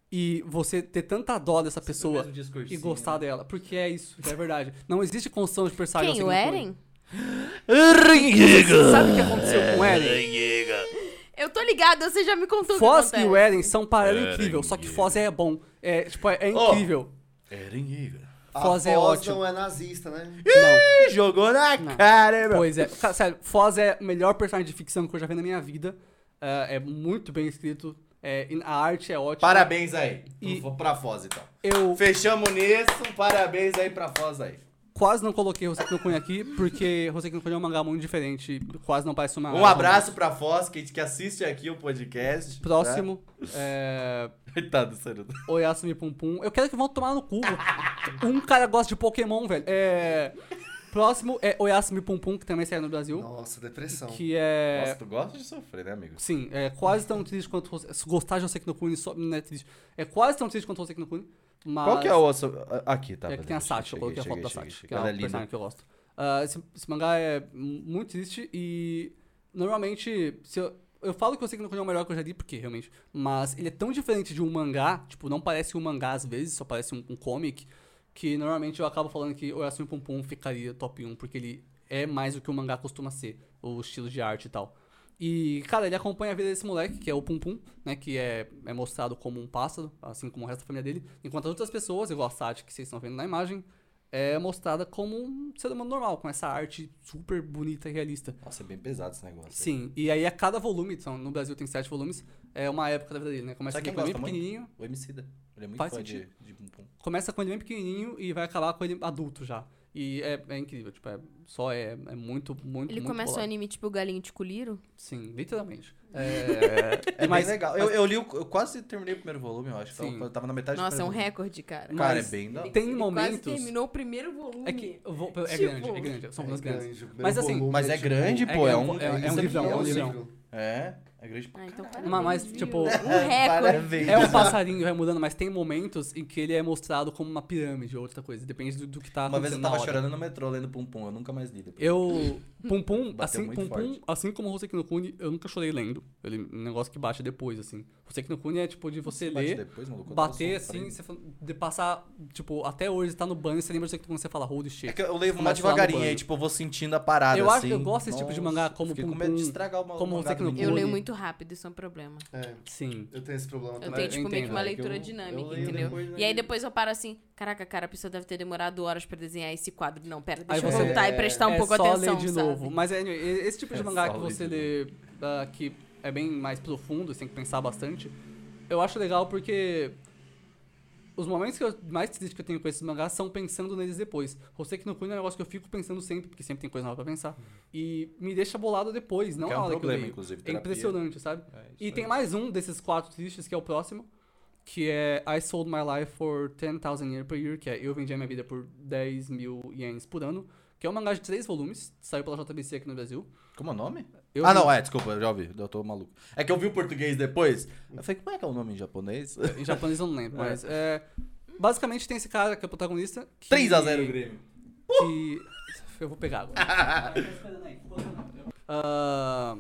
Speaker 2: e você ter tanta dó dessa pessoa
Speaker 3: mesmo discursinho,
Speaker 2: e gostar dela. Porque é isso, é verdade. Não existe construção de personagem.
Speaker 4: Quem?
Speaker 2: assim,
Speaker 4: O
Speaker 2: não foi.
Speaker 4: Eren?
Speaker 2: Sabe o que é aconteceu com o
Speaker 3: É.
Speaker 2: Eren?
Speaker 4: Eu tô ligada, você já me contou o
Speaker 2: Foz
Speaker 4: que
Speaker 2: e o
Speaker 4: acontece.
Speaker 2: Eren são paralelo incrível, só que Foz é bom. É, tipo, é, é
Speaker 3: Ó.
Speaker 2: incrível.
Speaker 3: Eren Yeager.
Speaker 5: A
Speaker 2: Foz é
Speaker 5: Foz
Speaker 2: ótimo.
Speaker 5: não é nazista, né?
Speaker 2: Não,
Speaker 3: Ih, Jogou na
Speaker 2: Não.
Speaker 3: cara, meu.
Speaker 2: pois é. Cara, sério, Foz é o melhor personagem de ficção que eu já vi na minha vida. É, é muito bem escrito. É, e a arte é ótima.
Speaker 3: Parabéns aí.
Speaker 2: E-
Speaker 3: Vou pra Foz então.
Speaker 2: Eu
Speaker 3: Fechamos nisso, parabéns aí pra Foz aí.
Speaker 2: quase não coloquei Roseki no Cunha aqui, porque Roseki no Cunha é um mangá muito diferente. Quase Ah, não parece uma.
Speaker 3: Um abraço pra Foz, que, que assiste aqui o podcast. tá?
Speaker 2: Próximo. É...
Speaker 3: Coitado, sério.
Speaker 2: Oyasumi Pum Pum. Eu quero que vão tomar no cu. um cara gosta de Pokémon, velho. É. Próximo é Oyasumi Pum Pum, que também saiu no Brasil.
Speaker 5: Nossa, depressão.
Speaker 2: Que é.
Speaker 3: Nossa, tu gosta de sofrer, né, amigo?
Speaker 2: Sim, é quase tão triste quanto você. Se gostar de Roseki no Kuni, só não é triste. É quase tão triste quanto Roseki no Kuni. Mas...
Speaker 3: Qual que é o osso? Aqui, tá.
Speaker 2: Ah, É que tem a
Speaker 3: beleza.
Speaker 2: Sati, eu
Speaker 3: Cheguei,
Speaker 2: coloquei a foto
Speaker 3: cheguei,
Speaker 2: da
Speaker 3: cheguei,
Speaker 2: Sati, que é
Speaker 3: cheguei. Ela
Speaker 2: uma
Speaker 3: é linda.
Speaker 2: personagem que eu gosto. Ah, esse, esse mangá é mu- muito triste e normalmente, se eu, eu falo que eu sei que não é o melhor que eu já li, porque realmente, mas ele é tão diferente de um mangá, tipo, não parece um mangá às vezes, só parece um, um comic, que normalmente eu acabo falando que o Yasumi Pum Pum ficaria top 1, porque ele é mais do que o mangá costuma ser, o estilo de arte e tal. E, cara, ele acompanha a vida desse moleque, que é o Pum Pum, né? Que é, é mostrado como um pássaro, assim como o resto da família dele. Enquanto as outras pessoas, igual a Sati, que vocês estão vendo na imagem, é mostrada como um ser humano normal, com essa arte super bonita e realista.
Speaker 3: Nossa, é bem pesado esse negócio. aí.
Speaker 2: Sim, e aí a cada volume, então, no Brasil tem sete volumes, é uma época da vida dele, né? Começa com
Speaker 3: Sabe
Speaker 2: ele
Speaker 3: quem
Speaker 2: bem
Speaker 3: gosta muito?
Speaker 2: pequenininho,
Speaker 3: O Emicida. Ele é muito
Speaker 2: Faz
Speaker 3: fã de,
Speaker 2: sentido.
Speaker 3: de Pum Pum.
Speaker 2: começa com ele bem pequenininho e vai acabar com ele adulto já. E é, é incrível, tipo, é, só é, é muito, muito,
Speaker 4: Ele
Speaker 2: muito
Speaker 4: começa o
Speaker 2: bolado.
Speaker 4: anime tipo o galinho de colírio?
Speaker 2: Sim, literalmente. É,
Speaker 3: É
Speaker 2: mas-
Speaker 3: bem legal. Eu, eu li, o- eu quase terminei o primeiro volume, eu acho.
Speaker 2: Sim.
Speaker 3: Tava, tava na metade do
Speaker 4: Nossa, é um
Speaker 3: primeiro
Speaker 4: recorde, cara.
Speaker 3: volume. Cara,
Speaker 2: Mas
Speaker 3: é bem da...
Speaker 2: Tem
Speaker 1: Ele Quase
Speaker 2: momentos...
Speaker 1: terminou o primeiro volume.
Speaker 2: É que... eu vou- é
Speaker 1: Tipo-
Speaker 2: grande, é grande. São
Speaker 5: É
Speaker 2: volumes grandes.
Speaker 5: grande, o
Speaker 2: Mas
Speaker 5: meu
Speaker 2: assim-
Speaker 5: volume
Speaker 3: Mas é grande, pô. É,
Speaker 2: grande,
Speaker 3: um,
Speaker 2: pô, é- é um
Speaker 3: isso
Speaker 2: livrão, é um
Speaker 3: pequeno.
Speaker 2: livrão.
Speaker 3: É, é grande pra
Speaker 4: Ah, então
Speaker 3: caralho.
Speaker 4: parabéns,
Speaker 2: Mas- mas,
Speaker 4: viu?
Speaker 2: tipo,
Speaker 4: um recorde.
Speaker 3: Parabéns.
Speaker 2: É um passarinho, vai mudando, mas tem momentos em que ele é mostrado como uma pirâmide ou outra coisa. Depende do, do que tá
Speaker 3: Uma vez
Speaker 2: acontecendo
Speaker 3: eu tava
Speaker 2: na hora.
Speaker 3: chorando no metrô lendo Pum Pum, eu nunca mais li depois.
Speaker 2: Eu. Pum Pum,
Speaker 3: Bateu
Speaker 2: assim,
Speaker 3: muito
Speaker 2: pum, pum,
Speaker 3: forte.
Speaker 2: assim como Hoseki no Kuni, eu nunca chorei lendo. Ele, um negócio que baixa depois, assim. Hoseki no Kuni é tipo de você
Speaker 3: Bate
Speaker 2: ler,
Speaker 3: depois, maluco, eu um tava
Speaker 2: bater
Speaker 3: sofrendo.
Speaker 2: assim, você fala- de passar, tipo, até hoje você tá no banho, você lembra do Hoseki no Kuni, você fala, hold shit.
Speaker 3: É que eu leio
Speaker 2: Você
Speaker 3: mais
Speaker 2: começa lá no
Speaker 3: devagarinho,
Speaker 2: banho.
Speaker 3: aí tipo, eu vou sentindo a parada,
Speaker 2: Eu acho-
Speaker 3: assim.
Speaker 2: eu gosto desse tipo de mangá, como
Speaker 3: fiquei
Speaker 2: Pum
Speaker 3: com medo de
Speaker 2: Pum,
Speaker 3: estragar o
Speaker 2: como
Speaker 3: mangá
Speaker 2: Sex
Speaker 3: do
Speaker 2: no
Speaker 3: menino.
Speaker 4: Eu
Speaker 2: Olho.
Speaker 4: leio muito rápido, isso é um problema.
Speaker 5: É,
Speaker 2: Sim.
Speaker 5: eu tenho esse problema
Speaker 4: Eu
Speaker 5: também.
Speaker 4: tenho,
Speaker 2: eu
Speaker 4: tipo, meio
Speaker 2: entendo,
Speaker 4: que uma
Speaker 3: é que eu-
Speaker 4: leitura
Speaker 3: eu
Speaker 4: dinâmica,
Speaker 3: leio
Speaker 4: entendeu?
Speaker 3: depois, né?
Speaker 4: E aí depois eu paro assim, caraca, cara, a pessoa deve ter demorado horas pra desenhar esse quadro. Não, pera, deixa eu
Speaker 2: você-
Speaker 4: voltar e
Speaker 5: é-
Speaker 4: prestar um
Speaker 2: é
Speaker 4: pouco
Speaker 2: só
Speaker 4: atenção,
Speaker 2: ler de
Speaker 4: sabe?
Speaker 2: novo. Mas anyway, e- esse tipo de
Speaker 3: É
Speaker 2: mangá
Speaker 3: só
Speaker 2: que
Speaker 3: ler
Speaker 2: você
Speaker 3: de
Speaker 2: lê, ah, que é bem mais profundo, você tem que pensar bastante, eu acho legal porque os momentos que eu, mais tristes que eu tenho com esses mangás são pensando neles depois. Hoseki no Kuni é um negócio que eu fico pensando sempre, porque sempre tem coisa nova pra pensar. E me deixa bolado depois, não
Speaker 3: Uhum. Que é
Speaker 2: na
Speaker 3: um
Speaker 2: hora
Speaker 3: problema,
Speaker 2: que eu leio.
Speaker 3: inclusive,
Speaker 2: É
Speaker 3: terapia.
Speaker 2: impressionante, sabe?
Speaker 3: É, isso
Speaker 2: e tem
Speaker 3: aí.
Speaker 2: mais um desses quatro tristes, que é o próximo, que é I Sold My Life for 10,000 Yen Per Year, que é Eu Vendi a Minha Vida por 10 mil ienes por ano, que é um mangá de três volumes, saiu pela JBC aqui no Brasil.
Speaker 3: Como é o nome?
Speaker 2: Eu
Speaker 3: ah,
Speaker 2: vi-
Speaker 3: não, é, desculpa, eu já ouvi, eu tô maluco. É que eu vi o português depois, eu falei, como é que é o nome em japonês?
Speaker 2: Em japonês eu não lembro, mas é... Basicamente tem esse cara que é o protagonista... Que...
Speaker 3: 3x0 Grêmio.
Speaker 2: que... Eu vou pegar agora. Ah,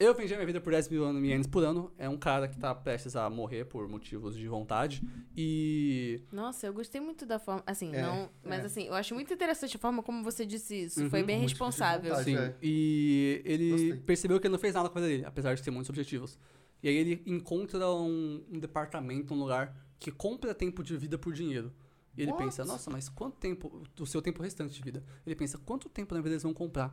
Speaker 2: eu vendi a minha vida por 10 mil anos- ienes por ano. É um cara que tá prestes a morrer por motivos de vontade. E.
Speaker 4: Nossa, eu gostei muito da forma. Assim,
Speaker 5: É,
Speaker 4: não. Mas
Speaker 5: é.
Speaker 4: assim, eu acho muito interessante a forma como você disse isso. Foi
Speaker 2: Uhum,
Speaker 4: bem
Speaker 5: muito
Speaker 4: responsável.
Speaker 5: difícil de
Speaker 2: Sim.
Speaker 5: é.
Speaker 2: assim, E ele
Speaker 5: Gostei.
Speaker 2: percebeu que ele não fez nada com a vida dele, apesar de ter muitos objetivos. E aí ele encontra um, um departamento, um lugar que compra tempo de vida por dinheiro. E ele
Speaker 5: What?
Speaker 2: pensa, nossa, mas quanto tempo, do seu tempo restante de vida? Ele pensa, quanto tempo na vida eles vão comprar?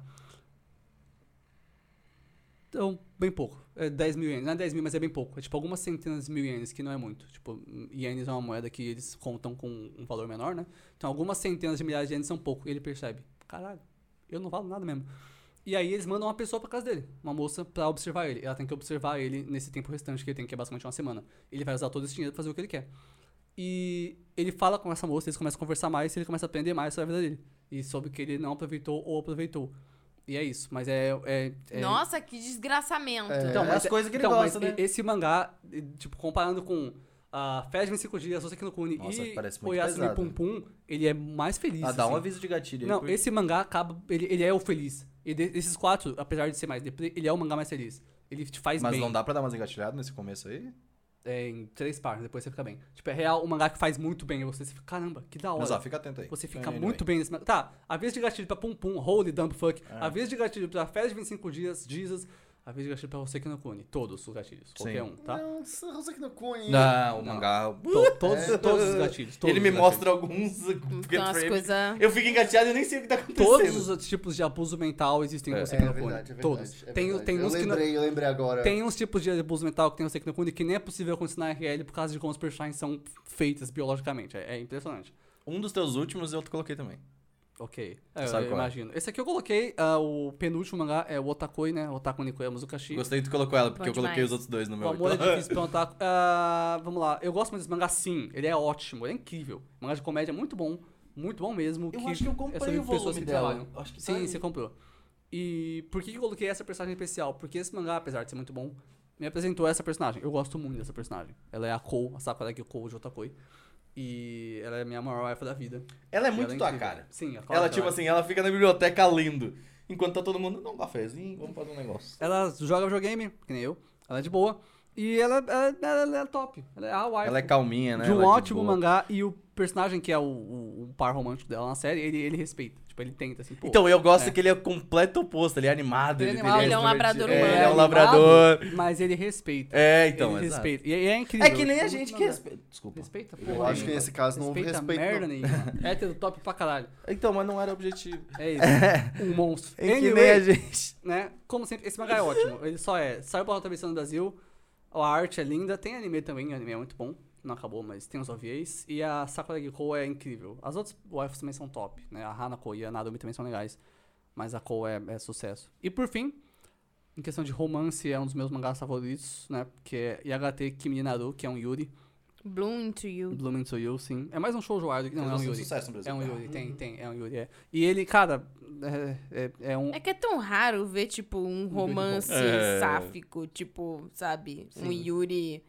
Speaker 2: Então, bem pouco. É 10 mil ienes. Não é 10 mil, mas é bem pouco. É tipo algumas centenas de mil ienes, que não é muito. Tipo, ienes é uma moeda que eles contam com um valor menor, né? Então, algumas centenas de milhares de ienes são pouco. E ele percebe, caralho, Eu não valo nada mesmo. E aí eles mandam uma pessoa pra casa dele, uma moça, pra observar ele. Ela tem que observar ele nesse tempo restante que ele tem, que é basicamente uma semana. Ele vai usar todo esse dinheiro pra fazer o que ele quer. E ele fala com essa moça, eles começam a conversar mais, e ele começa a aprender mais sobre a vida dele. E sobre o que ele não aproveitou ou aproveitou. E é isso, mas é... é, é-
Speaker 4: Nossa, que desgraçamento.
Speaker 5: É.
Speaker 2: Então, mas,
Speaker 6: as coisas que ele
Speaker 2: então, mas
Speaker 6: gosta, né?
Speaker 2: e- esse mangá, e, tipo, comparando com a Fez 25 dias, Soseki no Kuni
Speaker 3: Nossa,
Speaker 2: e
Speaker 3: parece muito
Speaker 2: Oyasumi
Speaker 3: pesado.
Speaker 2: Pum Pum, ele é mais feliz.
Speaker 3: Ah, dá um
Speaker 2: assim.
Speaker 3: aviso de gatilho aí.
Speaker 2: Não,
Speaker 3: porque-
Speaker 2: esse mangá acaba. Ele, ele é o feliz. E de- desses quatro, apesar de ser mais deprê, ele é o mangá mais feliz. Ele te faz
Speaker 3: Mas
Speaker 2: bem.
Speaker 3: não dá pra dar umas engatilhadas nesse começo aí?
Speaker 2: É, em três partes, depois você fica bem. Tipo, é real, um mangá que faz muito bem. E você fica, caramba, que da hora.
Speaker 3: Mas ó, fica atento aí.
Speaker 2: é,
Speaker 3: é
Speaker 2: Você fica muito bem nesse mangá. Tá, aviso de gatilho pra Pum Pum, Holy Dump Fuck.
Speaker 5: É.
Speaker 2: Aviso de gatilho pra Fez de 25 Dias, Jesus. Aviso de gatilho pra você que não cune. Todos os gatilhos. Qualquer um, tá?
Speaker 5: Não, É, você que não conhece.
Speaker 3: né? Não, o
Speaker 2: Não.
Speaker 3: mangá.
Speaker 2: To- todos, todos os gatilhos. todos
Speaker 3: Ele me
Speaker 2: os gatilhos.
Speaker 3: mostra alguns.
Speaker 4: Então as coisas.
Speaker 3: Eu fico engatilhado e nem sei o que tá acontecendo.
Speaker 2: Todos os outros tipos de abuso mental existem no
Speaker 3: É.
Speaker 2: você
Speaker 5: É
Speaker 2: que não
Speaker 5: verdade, é
Speaker 2: cune.
Speaker 5: verdade.
Speaker 2: Todos.
Speaker 5: é
Speaker 2: tem
Speaker 5: verdade.
Speaker 2: tem
Speaker 5: eu
Speaker 2: uns que não.
Speaker 5: lembrei, eu lembrei agora.
Speaker 2: Tem uns tipos de abuso mental que tem o Secnocune que nem é possível acontecer na RL por causa de como os personagens são feitas biologicamente. É, é impressionante.
Speaker 3: Um dos teus últimos eu coloquei também.
Speaker 2: Ok. É,
Speaker 3: sabe
Speaker 2: eu
Speaker 3: qual é.
Speaker 2: imagino. Esse aqui eu coloquei, ah, o penúltimo mangá é o Otakoi, né? Otaku Nikoi Muzukashi.
Speaker 3: Gostei que tu colocou ela, porque
Speaker 4: Bom
Speaker 3: eu coloquei
Speaker 4: demais.
Speaker 3: os outros dois no
Speaker 2: O
Speaker 3: meu. Então,
Speaker 2: amor é difícil pra um otaku. Ah, vamos lá. Eu gosto muito desse mangá, sim. Ele é ótimo, ele é incrível. Mangá de comédia é muito bom. Muito bom mesmo.
Speaker 6: Eu acho que eu comprei
Speaker 2: é sobre
Speaker 6: o volume
Speaker 2: pessoas que
Speaker 6: dela.
Speaker 2: trabalham.
Speaker 6: Acho que tá
Speaker 2: Sim,
Speaker 6: aí.
Speaker 2: você comprou. E por que que eu coloquei essa personagem especial? Porque esse mangá, apesar de ser muito bom, me apresentou essa personagem. Eu gosto muito dessa personagem. Ela é a Kou, a Sakura Kou de Otakoi. E ela é a minha maior wife da vida.
Speaker 3: Ela é
Speaker 2: E
Speaker 3: muito tua
Speaker 2: incrível.
Speaker 3: cara.
Speaker 2: Sim, é claro
Speaker 3: Ela,
Speaker 2: que
Speaker 3: tipo
Speaker 2: é.
Speaker 3: assim, ela fica na biblioteca lendo. Enquanto tá todo mundo, dá um cafezinho, vamos fazer um negócio.
Speaker 2: Ela joga videogame, que nem eu. Ela é de boa. E ela, ela, ela é top. Ela é a wife.
Speaker 3: Ela é calminha, né?
Speaker 2: de um
Speaker 3: Ela é
Speaker 2: ótimo
Speaker 3: boa.
Speaker 2: mangá e o personagem que é o, o- o par romântico dela na série, ele, ele respeita. Tipo, ele tenta, assim, pô.
Speaker 3: Então, eu gosto
Speaker 2: É.
Speaker 3: que ele é o completo oposto, ele é animado.
Speaker 2: Ele é animado.
Speaker 4: Ele é um
Speaker 3: extrovertido.
Speaker 4: labrador
Speaker 3: É,
Speaker 4: humano.
Speaker 3: Ele é um
Speaker 2: animado,
Speaker 3: labrador.
Speaker 2: Mas ele respeita.
Speaker 3: É, então,
Speaker 2: ele
Speaker 3: exato.
Speaker 2: respeita. E e é incrível.
Speaker 3: É que nem a
Speaker 2: Muito
Speaker 3: gente que
Speaker 2: mangá.
Speaker 3: respeita. Desculpa.
Speaker 2: Respeita, pô.
Speaker 5: Eu acho que nesse caso não houve
Speaker 2: respeita
Speaker 5: respeito.
Speaker 2: merda
Speaker 5: não.
Speaker 2: nenhuma. Hétero top pra caralho.
Speaker 3: Então, mas não era o objetivo.
Speaker 2: É isso. um monstro.
Speaker 3: É que nem a
Speaker 2: Anyway,
Speaker 3: gente.
Speaker 2: né? Como sempre, esse mangá é ótimo. Ele só é. Saiu pra outra versão no Brasil. A arte é linda. Tem anime também. O anime é muito bom. Não acabou, mas tem os OVAs. E a Sakura Gekko é incrível. As outras waifus também são top, né? A Hanako e a Narumi também são legais. Mas a Ko é, é sucesso. E por fim, em questão de romance, é um dos meus mangás favoritos, né? Que é Yagate Kimi Naru, que é um Yuri.
Speaker 4: Bloom into you.
Speaker 2: Blooming to You, sim. É mais um show joado que não é um Yuri.
Speaker 3: sucesso no Brasil.
Speaker 2: É um Yuri, tem, tem, é um Yuri. é. E ele, cara, é, é- é um.
Speaker 4: É que é tão raro ver, tipo, um romance
Speaker 3: É.
Speaker 4: sáfico, tipo, sabe? Um Yuri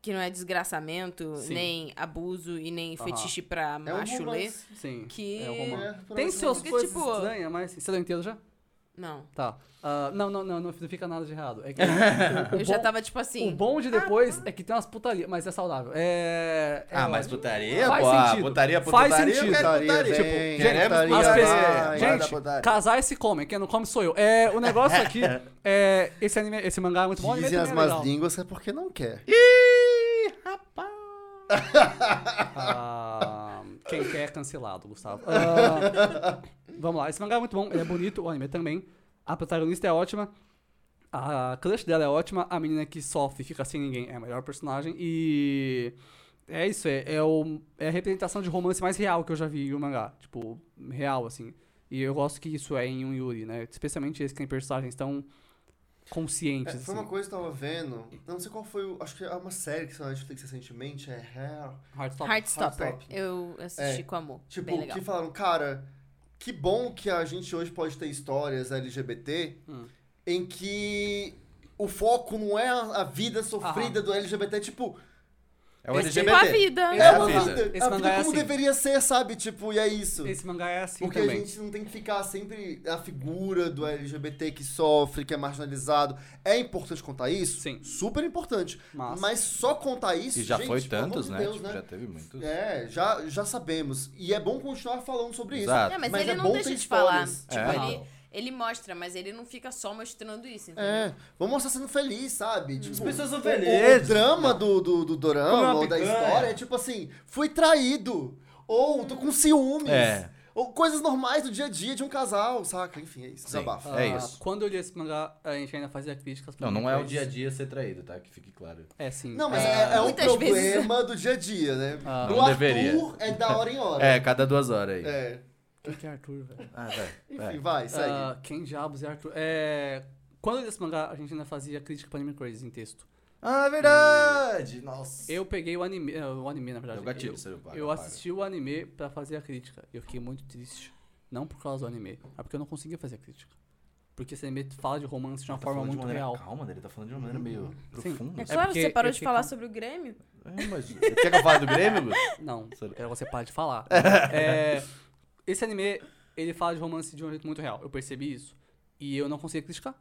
Speaker 4: que não é desgraçamento,
Speaker 2: Sim.
Speaker 4: nem abuso e nem
Speaker 2: Aham.
Speaker 4: fetiche pra
Speaker 5: É um
Speaker 4: machulê.
Speaker 5: romance.
Speaker 2: Sim.
Speaker 4: que-
Speaker 2: É um romance.
Speaker 5: É, por
Speaker 2: Tem
Speaker 5: esse
Speaker 2: seus
Speaker 4: Porque,
Speaker 2: coisas
Speaker 4: tipo-
Speaker 2: estranhas, mas você deu inteiro já?
Speaker 4: Não.
Speaker 2: Tá. Ah, não, não, não, não fica nada de errado. É que o, o
Speaker 4: Eu já
Speaker 2: bom-
Speaker 4: tava, tipo
Speaker 2: O
Speaker 4: assim.
Speaker 2: bom de depois é que tem umas putarias, mas é saudável. É. é
Speaker 3: Ah, mas
Speaker 2: ótimo.
Speaker 3: putaria,
Speaker 2: Faz
Speaker 3: pô. ah,
Speaker 2: sentido.
Speaker 3: Putaria,
Speaker 2: Faz
Speaker 3: putaria. eu
Speaker 2: sentido.
Speaker 3: quero
Speaker 5: Putaria,
Speaker 3: putaria.
Speaker 5: vem,
Speaker 3: Tipo,
Speaker 5: gente,
Speaker 3: queremos
Speaker 5: putaria,
Speaker 2: As
Speaker 3: putaria,
Speaker 2: pessoas-
Speaker 3: vai, vai dar
Speaker 2: gente,
Speaker 3: putaria.
Speaker 2: casais se comem, quem não come sou eu. É, o negócio aqui é. Esse, anime, esse mangá é muito bom. o anime
Speaker 5: Dizem as
Speaker 2: também é
Speaker 5: más
Speaker 2: legal.
Speaker 5: línguas é porque não quer.
Speaker 2: Ah, quem quer é cancelado, Gustavo. Ah, vamos lá, esse mangá é muito bom, ele é bonito, o anime também. A protagonista é ótima, a crush dela é ótima, a menina que sofre e fica sem ninguém é a melhor personagem e. É isso, é, é, o- é a representação de romance mais real que eu já vi em um mangá. Tipo, real, assim. E eu gosto que isso é em um Yuri, né? Especialmente esse que tem personagens tão conscientes.
Speaker 5: É, foi
Speaker 2: assim.
Speaker 5: uma coisa que eu tava vendo, eu não sei qual foi, o- acho que é uma série que saiu na Netflix recentemente, é Hair.
Speaker 2: Heartstopper.
Speaker 4: Heartstopper.
Speaker 5: Heartstopper.
Speaker 4: Eu assisti
Speaker 5: É.
Speaker 4: com amor.
Speaker 5: Tipo,
Speaker 4: Bem legal.
Speaker 5: que falaram, cara, que bom que a gente hoje pode ter histórias LGBT
Speaker 2: Hum.
Speaker 5: em que o foco não é a a vida sofrida do LGBT, tipo,
Speaker 3: É o
Speaker 4: Tipo a
Speaker 3: LGBT.
Speaker 4: vida.
Speaker 5: é,
Speaker 3: É a
Speaker 5: uma
Speaker 3: vida.
Speaker 5: vida,
Speaker 2: Esse
Speaker 5: a
Speaker 2: mangá
Speaker 5: vida
Speaker 2: é
Speaker 5: como
Speaker 2: assim.
Speaker 5: deveria ser, sabe? Tipo, e é isso.
Speaker 2: Esse mangá é assim
Speaker 5: Porque
Speaker 2: também.
Speaker 5: a gente não tem que ficar sempre a figura do LGBT que sofre, que é marginalizado. É importante contar isso?
Speaker 2: Sim.
Speaker 5: Super importante.
Speaker 2: Mas-
Speaker 5: Mas, só contar isso.
Speaker 3: E já
Speaker 5: gente,
Speaker 3: foi
Speaker 5: pelo amor
Speaker 3: tantos,
Speaker 5: de
Speaker 3: né?
Speaker 5: Deus,
Speaker 3: Tipo, já teve muitos.
Speaker 5: É, já, já sabemos. E é bom continuar falando sobre isso.
Speaker 3: Exato.
Speaker 4: É, mas,
Speaker 5: Mas
Speaker 4: ele
Speaker 5: é
Speaker 4: não
Speaker 5: bom
Speaker 4: deixa
Speaker 5: ter
Speaker 4: de falar.
Speaker 5: histórias.
Speaker 4: Tipo,
Speaker 3: É.
Speaker 4: ele, ele mostra, mas ele não fica só mostrando isso, entendeu?
Speaker 5: É, vamos mostrar sendo feliz, sabe? Tipo,
Speaker 3: pessoas são
Speaker 5: o- O,
Speaker 3: felizes.
Speaker 5: drama do, do, do
Speaker 3: Comer uma
Speaker 5: dorama ou da
Speaker 3: picanha.
Speaker 5: história é tipo assim, fui traído. Ou tô com ciúmes.
Speaker 3: É.
Speaker 5: Ou coisas normais do dia a dia de um casal, saca? Enfim, é isso.
Speaker 3: Sim.
Speaker 5: Desabafo.
Speaker 3: É
Speaker 2: Ah,
Speaker 3: isso.
Speaker 2: Quando eu li esse mangá, a gente ainda fazia críticas. pra
Speaker 3: Não, não é o
Speaker 2: muitas
Speaker 3: dia a
Speaker 2: vezes.
Speaker 3: dia ser traído, tá? Que fique claro.
Speaker 2: É sim.
Speaker 5: Não, mas é, é um
Speaker 4: Muitas vezes-
Speaker 5: problema do dia a dia, né?
Speaker 2: Ah.
Speaker 5: Do
Speaker 3: Não
Speaker 5: Arthur
Speaker 3: deveria.
Speaker 5: é da hora em hora.
Speaker 3: É, cada duas horas aí.
Speaker 5: É.
Speaker 2: Quem que é Arthur, velho?
Speaker 3: Ah, vai.
Speaker 5: Enfim, vai, segue.
Speaker 2: Ah, quem diabos é Arthur? É... Quando eu li esse mangá, a gente ainda fazia crítica pra Anime Crazy em texto.
Speaker 3: Ah, verdade! Nossa.
Speaker 2: Eu peguei o anime, ah, o anime na verdade.
Speaker 3: Deu É gatilho,
Speaker 2: eu,
Speaker 3: você não paga,
Speaker 2: eu
Speaker 3: paga.
Speaker 2: assisti o anime pra fazer a crítica. Eu fiquei muito triste. Não por causa do anime, mas porque eu não conseguia fazer a crítica. Porque esse anime fala de romance de uma forma
Speaker 3: Tá falando de
Speaker 2: muito
Speaker 3: maneira
Speaker 2: real. Uhum.
Speaker 3: Calma, né? ele tá falando de uma maneira meio profunda. assim.
Speaker 4: É claro,
Speaker 2: porque
Speaker 4: você parou
Speaker 2: eu
Speaker 4: de
Speaker 2: fiquei
Speaker 4: falar
Speaker 2: com-
Speaker 4: sobre o Grêmio?
Speaker 3: É, mas... Quer que eu fale do Grêmio, Gu? Tipo,
Speaker 2: Não,
Speaker 3: Sério.
Speaker 2: quero que você pare de falar. É, esse anime, ele fala de romance de um jeito muito real. Eu percebi isso. E eu não conseguia criticar.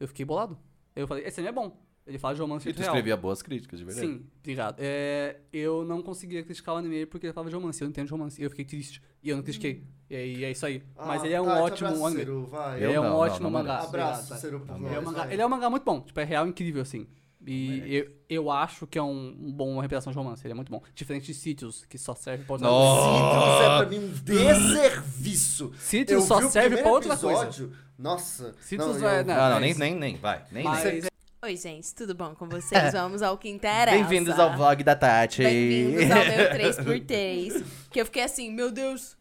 Speaker 2: Eu fiquei bolado. Eu falei, esse anime é bom. Ele fala de romance de
Speaker 3: E
Speaker 2: um
Speaker 3: tu
Speaker 2: jeito real.
Speaker 3: escrevia boas críticas, de verdade.
Speaker 2: Sim, obrigado. É, eu não conseguia criticar o anime porque ele falava de romance. Eu não entendo de romance. E eu fiquei triste. E eu não critiquei. E aí é isso aí. Mas
Speaker 5: Ah,
Speaker 2: ele é um
Speaker 5: tá, te
Speaker 2: ótimo
Speaker 5: abraço,
Speaker 2: anime.
Speaker 5: Ciro, vai.
Speaker 3: Eu
Speaker 2: Ele é um
Speaker 3: não, não,
Speaker 2: ótimo
Speaker 3: não
Speaker 2: mangá.
Speaker 3: merece.
Speaker 2: Obrigado,
Speaker 5: Abraço,
Speaker 2: tá?
Speaker 5: Ciro, por
Speaker 3: Não
Speaker 2: Ele é, um
Speaker 5: nós,
Speaker 2: mangá,
Speaker 5: vai.
Speaker 2: ele é um mangá muito bom. Tipo, é real incrível, assim.
Speaker 3: Não
Speaker 2: E eu, eu acho que é um um bom representação de romance. Ele é muito bom. Diferente de Sítios, que só serve pra outra
Speaker 3: Nossa.
Speaker 5: Citrus é pra mim um desserviço.
Speaker 2: Citrus
Speaker 5: Eu
Speaker 2: só
Speaker 5: vi o
Speaker 2: serve
Speaker 5: primeiro
Speaker 2: pra outra
Speaker 5: episódio. Nossa.
Speaker 2: Citrus
Speaker 5: não,
Speaker 2: é-
Speaker 5: eu-
Speaker 2: não,
Speaker 3: Ah, Não, não, nem,
Speaker 2: mas-
Speaker 3: nem, nem. Vai, nem, é
Speaker 2: Mas
Speaker 3: nem.
Speaker 4: Oi, gente, tudo bom com vocês? Vamos ao que interessa.
Speaker 3: Bem-vindos ao vlog da Tati.
Speaker 4: Bem-vindos ao meu 3x3. Que eu fiquei assim, meu Deus,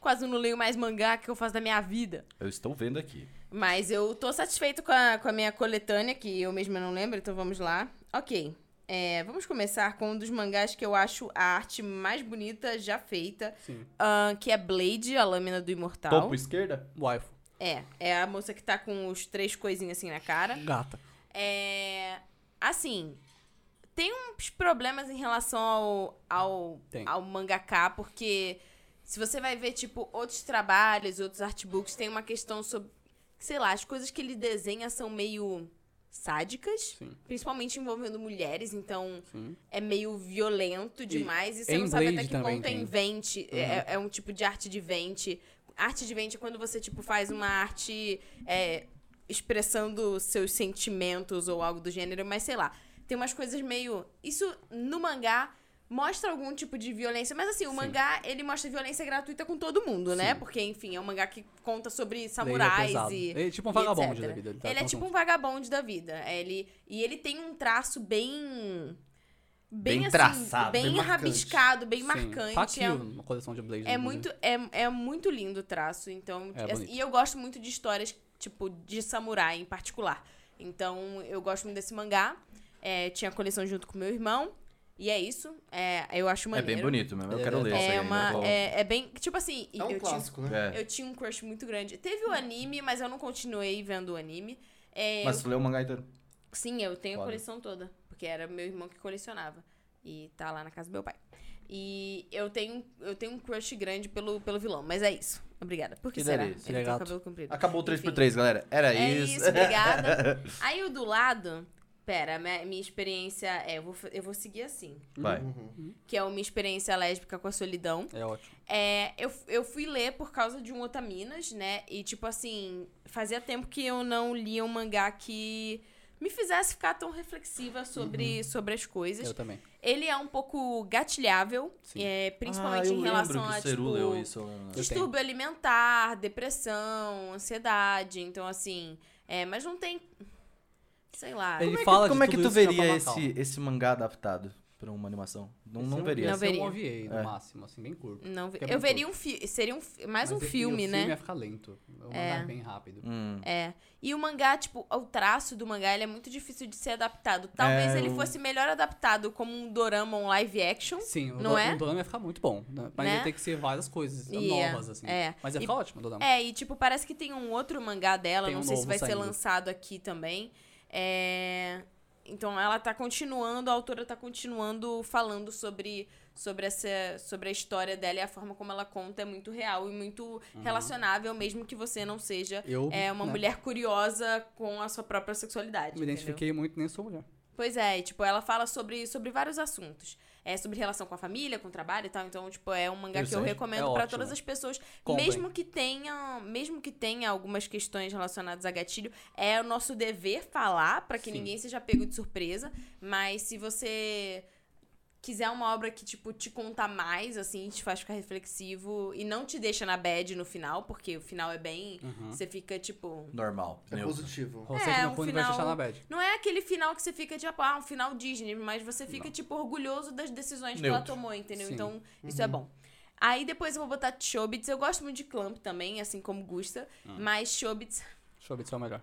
Speaker 4: quase não leio mais mangá que eu faço da minha vida.
Speaker 3: Eu estou vendo aqui. É
Speaker 4: Mas eu tô satisfeito com a, com a minha coletânea, que eu mesma não lembro, então vamos lá. Ok. é, vamos começar com um dos mangás que eu acho a arte mais bonita já feita,
Speaker 2: Sim.
Speaker 4: ahn, que é Blade, a lâmina do imortal.
Speaker 3: Topo esquerda?
Speaker 2: Waifu.
Speaker 4: É, é a moça que tá com os três coisinhas assim na cara.
Speaker 2: Gata.
Speaker 4: É. Assim. Tem uns problemas em relação ao, ao,
Speaker 2: Tem.
Speaker 4: ao mangaká, porque se você vai ver, tipo, outros trabalhos, outros artbooks, tem uma questão sobre. Sei lá, as coisas que ele desenha são meio sádicas,
Speaker 2: Sim.
Speaker 4: principalmente envolvendo mulheres, então
Speaker 2: Sim.
Speaker 4: é meio violento demais. E, você
Speaker 2: em
Speaker 4: não sabe até
Speaker 2: Blade
Speaker 4: que
Speaker 2: também
Speaker 4: ponto é
Speaker 2: tem. Uhum.
Speaker 4: invente. É, é um tipo de arte de vente. Arte de vente é quando você, tipo, faz uma arte é, expressando seus sentimentos ou algo do gênero, mas sei lá. Tem umas coisas meio. Isso no mangá mostra algum tipo de violência, mas assim, o mangá, ele mostra violência gratuita com todo mundo, né? Porque, enfim, é um mangá que conta sobre samurais
Speaker 2: é pesado.
Speaker 4: e.
Speaker 2: Ele é tipo um
Speaker 4: e
Speaker 2: vagabundo
Speaker 4: etc.
Speaker 2: da vida, ele tá
Speaker 4: é
Speaker 2: contando.
Speaker 4: tipo um vagabonde da vida. É, Ele, e ele tem um traço bem. Bem,
Speaker 3: Bem
Speaker 4: assim,
Speaker 3: traçado,
Speaker 4: bem,
Speaker 5: bem marcante.
Speaker 4: rabiscado, bem
Speaker 2: Sim. Tá
Speaker 4: marcante.
Speaker 2: aqui
Speaker 4: É,
Speaker 2: uma coleção de Blade.
Speaker 3: né?
Speaker 4: é
Speaker 2: inclusive.
Speaker 4: muito, é, é muito lindo o traço. Então,
Speaker 2: É
Speaker 4: e assim,
Speaker 2: bonito.
Speaker 4: e eu gosto muito de histórias, tipo, de samurai em particular. Então, eu gosto muito desse mangá. É, tinha a coleção junto com meu irmão. E é isso. É, eu acho
Speaker 3: É
Speaker 4: maneiro.
Speaker 3: bem bonito né? mesmo. Eu
Speaker 2: É
Speaker 3: quero ler isso aí.
Speaker 4: É,
Speaker 3: ainda,
Speaker 4: uma,
Speaker 3: vou-
Speaker 4: é, é bem. Tipo assim,
Speaker 5: É um
Speaker 4: eu tinha-
Speaker 5: clássico, né?
Speaker 3: É.
Speaker 4: eu tinha um crush muito grande. Teve o anime, mas eu não continuei vendo o anime. É,
Speaker 3: Mas tu leu o mangá inteiro.
Speaker 4: eu- sim, eu tenho
Speaker 3: Foda.
Speaker 4: a coleção toda. Porque era meu irmão que colecionava. E tá lá na casa do meu pai. E eu tenho, eu tenho um crush grande pelo, pelo vilão. Mas é isso. Obrigada. Por que
Speaker 3: Que
Speaker 4: será?
Speaker 3: delícia.
Speaker 2: Ele é
Speaker 4: tem o
Speaker 2: gato.
Speaker 4: cabelo comprido.
Speaker 3: Acabou o
Speaker 4: Enfim.
Speaker 3: 3x3, galera. Era
Speaker 4: É
Speaker 3: isso.
Speaker 4: isso, obrigada. Aí o do lado... Pera, minha, minha experiência... É, eu vou, fa- eu vou seguir assim.
Speaker 3: Vai.
Speaker 5: Uhum.
Speaker 4: Que é uma experiência lésbica com a solidão.
Speaker 2: É ótimo.
Speaker 4: É, eu, eu fui ler por causa de um Otaminas, né? E, tipo assim, fazia tempo que eu não lia um mangá que me fizesse ficar tão reflexiva sobre, sobre as coisas.
Speaker 2: Eu também.
Speaker 4: Ele é um pouco gatilhável,
Speaker 2: Sim.
Speaker 4: é, principalmente
Speaker 3: Ah, eu
Speaker 4: em
Speaker 3: lembro
Speaker 4: relação
Speaker 3: que
Speaker 4: a,
Speaker 3: o Ceru
Speaker 4: tipo,
Speaker 3: leu isso. eu lembro.
Speaker 2: Eu
Speaker 4: distúrbio alimentar, depressão, ansiedade. Então, assim, é, mas não tem... Sei lá.
Speaker 2: Ele
Speaker 3: Como é que-
Speaker 2: fala de
Speaker 3: Como é que
Speaker 2: tudo
Speaker 3: tu
Speaker 2: isso que eu
Speaker 3: veria
Speaker 2: falo,
Speaker 3: esse, esse mangá adaptado pra uma animação?
Speaker 2: Esse é
Speaker 3: Não,
Speaker 2: um
Speaker 3: não
Speaker 2: eu-
Speaker 3: veria.
Speaker 4: Não
Speaker 2: esse eu
Speaker 4: veria.
Speaker 2: OVA, no
Speaker 3: É.
Speaker 2: máximo, assim, bem curto.
Speaker 4: Não, ve-
Speaker 2: Porque é
Speaker 4: eu
Speaker 2: muito
Speaker 4: veria um filme. Seria um, fi- mais
Speaker 2: Mas
Speaker 4: um
Speaker 2: esse- e o
Speaker 4: filme, né?
Speaker 2: filme ia ficar lento. Eu vou
Speaker 4: É.
Speaker 2: mandar bem rápido.
Speaker 3: Hum.
Speaker 4: É. E o mangá, tipo, o traço do mangá, ele é muito difícil de ser adaptado. Talvez
Speaker 3: É,
Speaker 4: ele
Speaker 3: eu-
Speaker 4: fosse melhor adaptado como um dorama, um live action.
Speaker 2: Sim, o,
Speaker 4: Não
Speaker 2: do,
Speaker 4: é?
Speaker 2: o Dorama ia ficar muito bom. né? Mas
Speaker 4: Né?
Speaker 2: ia ter que ser várias coisas
Speaker 4: Ia,
Speaker 2: novas, assim.
Speaker 4: é.
Speaker 2: Mas ia
Speaker 4: E-
Speaker 2: ficar ótimo, Dorama.
Speaker 4: É, e tipo, parece que tem um outro mangá dela,
Speaker 2: Tem
Speaker 4: não
Speaker 2: um
Speaker 4: sei se
Speaker 2: novo
Speaker 4: vai ser
Speaker 2: saindo.
Speaker 4: lançado aqui também. É... Então ela tá continuando, a autora tá continuando falando sobre, sobre, essa, sobre a história dela e a forma como ela conta é muito real e muito relacionável, mesmo que você não seja
Speaker 2: Eu
Speaker 4: é, uma
Speaker 2: Uhum. né,
Speaker 4: mulher curiosa com a sua própria sexualidade.
Speaker 2: me
Speaker 4: entendeu?
Speaker 2: identifiquei muito nem sou mulher.
Speaker 4: Pois é, e, tipo, ela fala sobre, sobre vários assuntos. É sobre relação com a família, com o trabalho e tal. Então, tipo, é um mangá que eu
Speaker 2: Interessante.
Speaker 4: recomendo
Speaker 2: É
Speaker 4: pra
Speaker 2: ótimo.
Speaker 4: todas as pessoas,
Speaker 2: Comprem.
Speaker 4: mesmo que tenha, mesmo que tenha algumas questões relacionadas a gatilho, é o nosso dever falar pra que
Speaker 2: Sim.
Speaker 4: ninguém seja pego de surpresa, mas se você quiser uma obra que tipo te conta mais, assim, te faz ficar reflexivo e não te deixa na bad no final, porque o final é bem,
Speaker 2: Uhum.
Speaker 4: você fica tipo,
Speaker 3: Normal.
Speaker 5: É
Speaker 3: neutro.
Speaker 5: positivo.
Speaker 2: Você que
Speaker 4: É,
Speaker 2: não
Speaker 4: um
Speaker 2: pune vai te achar
Speaker 4: final-
Speaker 2: na bad.
Speaker 4: não é aquele final que você fica tipo, ah, um final Disney, mas você fica,
Speaker 2: Não.
Speaker 4: tipo, orgulhoso das decisões que
Speaker 3: Neutro. Uhum.
Speaker 4: ela tomou, entendeu?
Speaker 2: Sim.
Speaker 4: Então, isso é bom. Aí depois eu vou botar Chobits. Eu gosto muito de Clamp também, assim como Gusta.
Speaker 3: Ah.
Speaker 4: Mas Chobits.
Speaker 2: Deixa eu ver se é o melhor.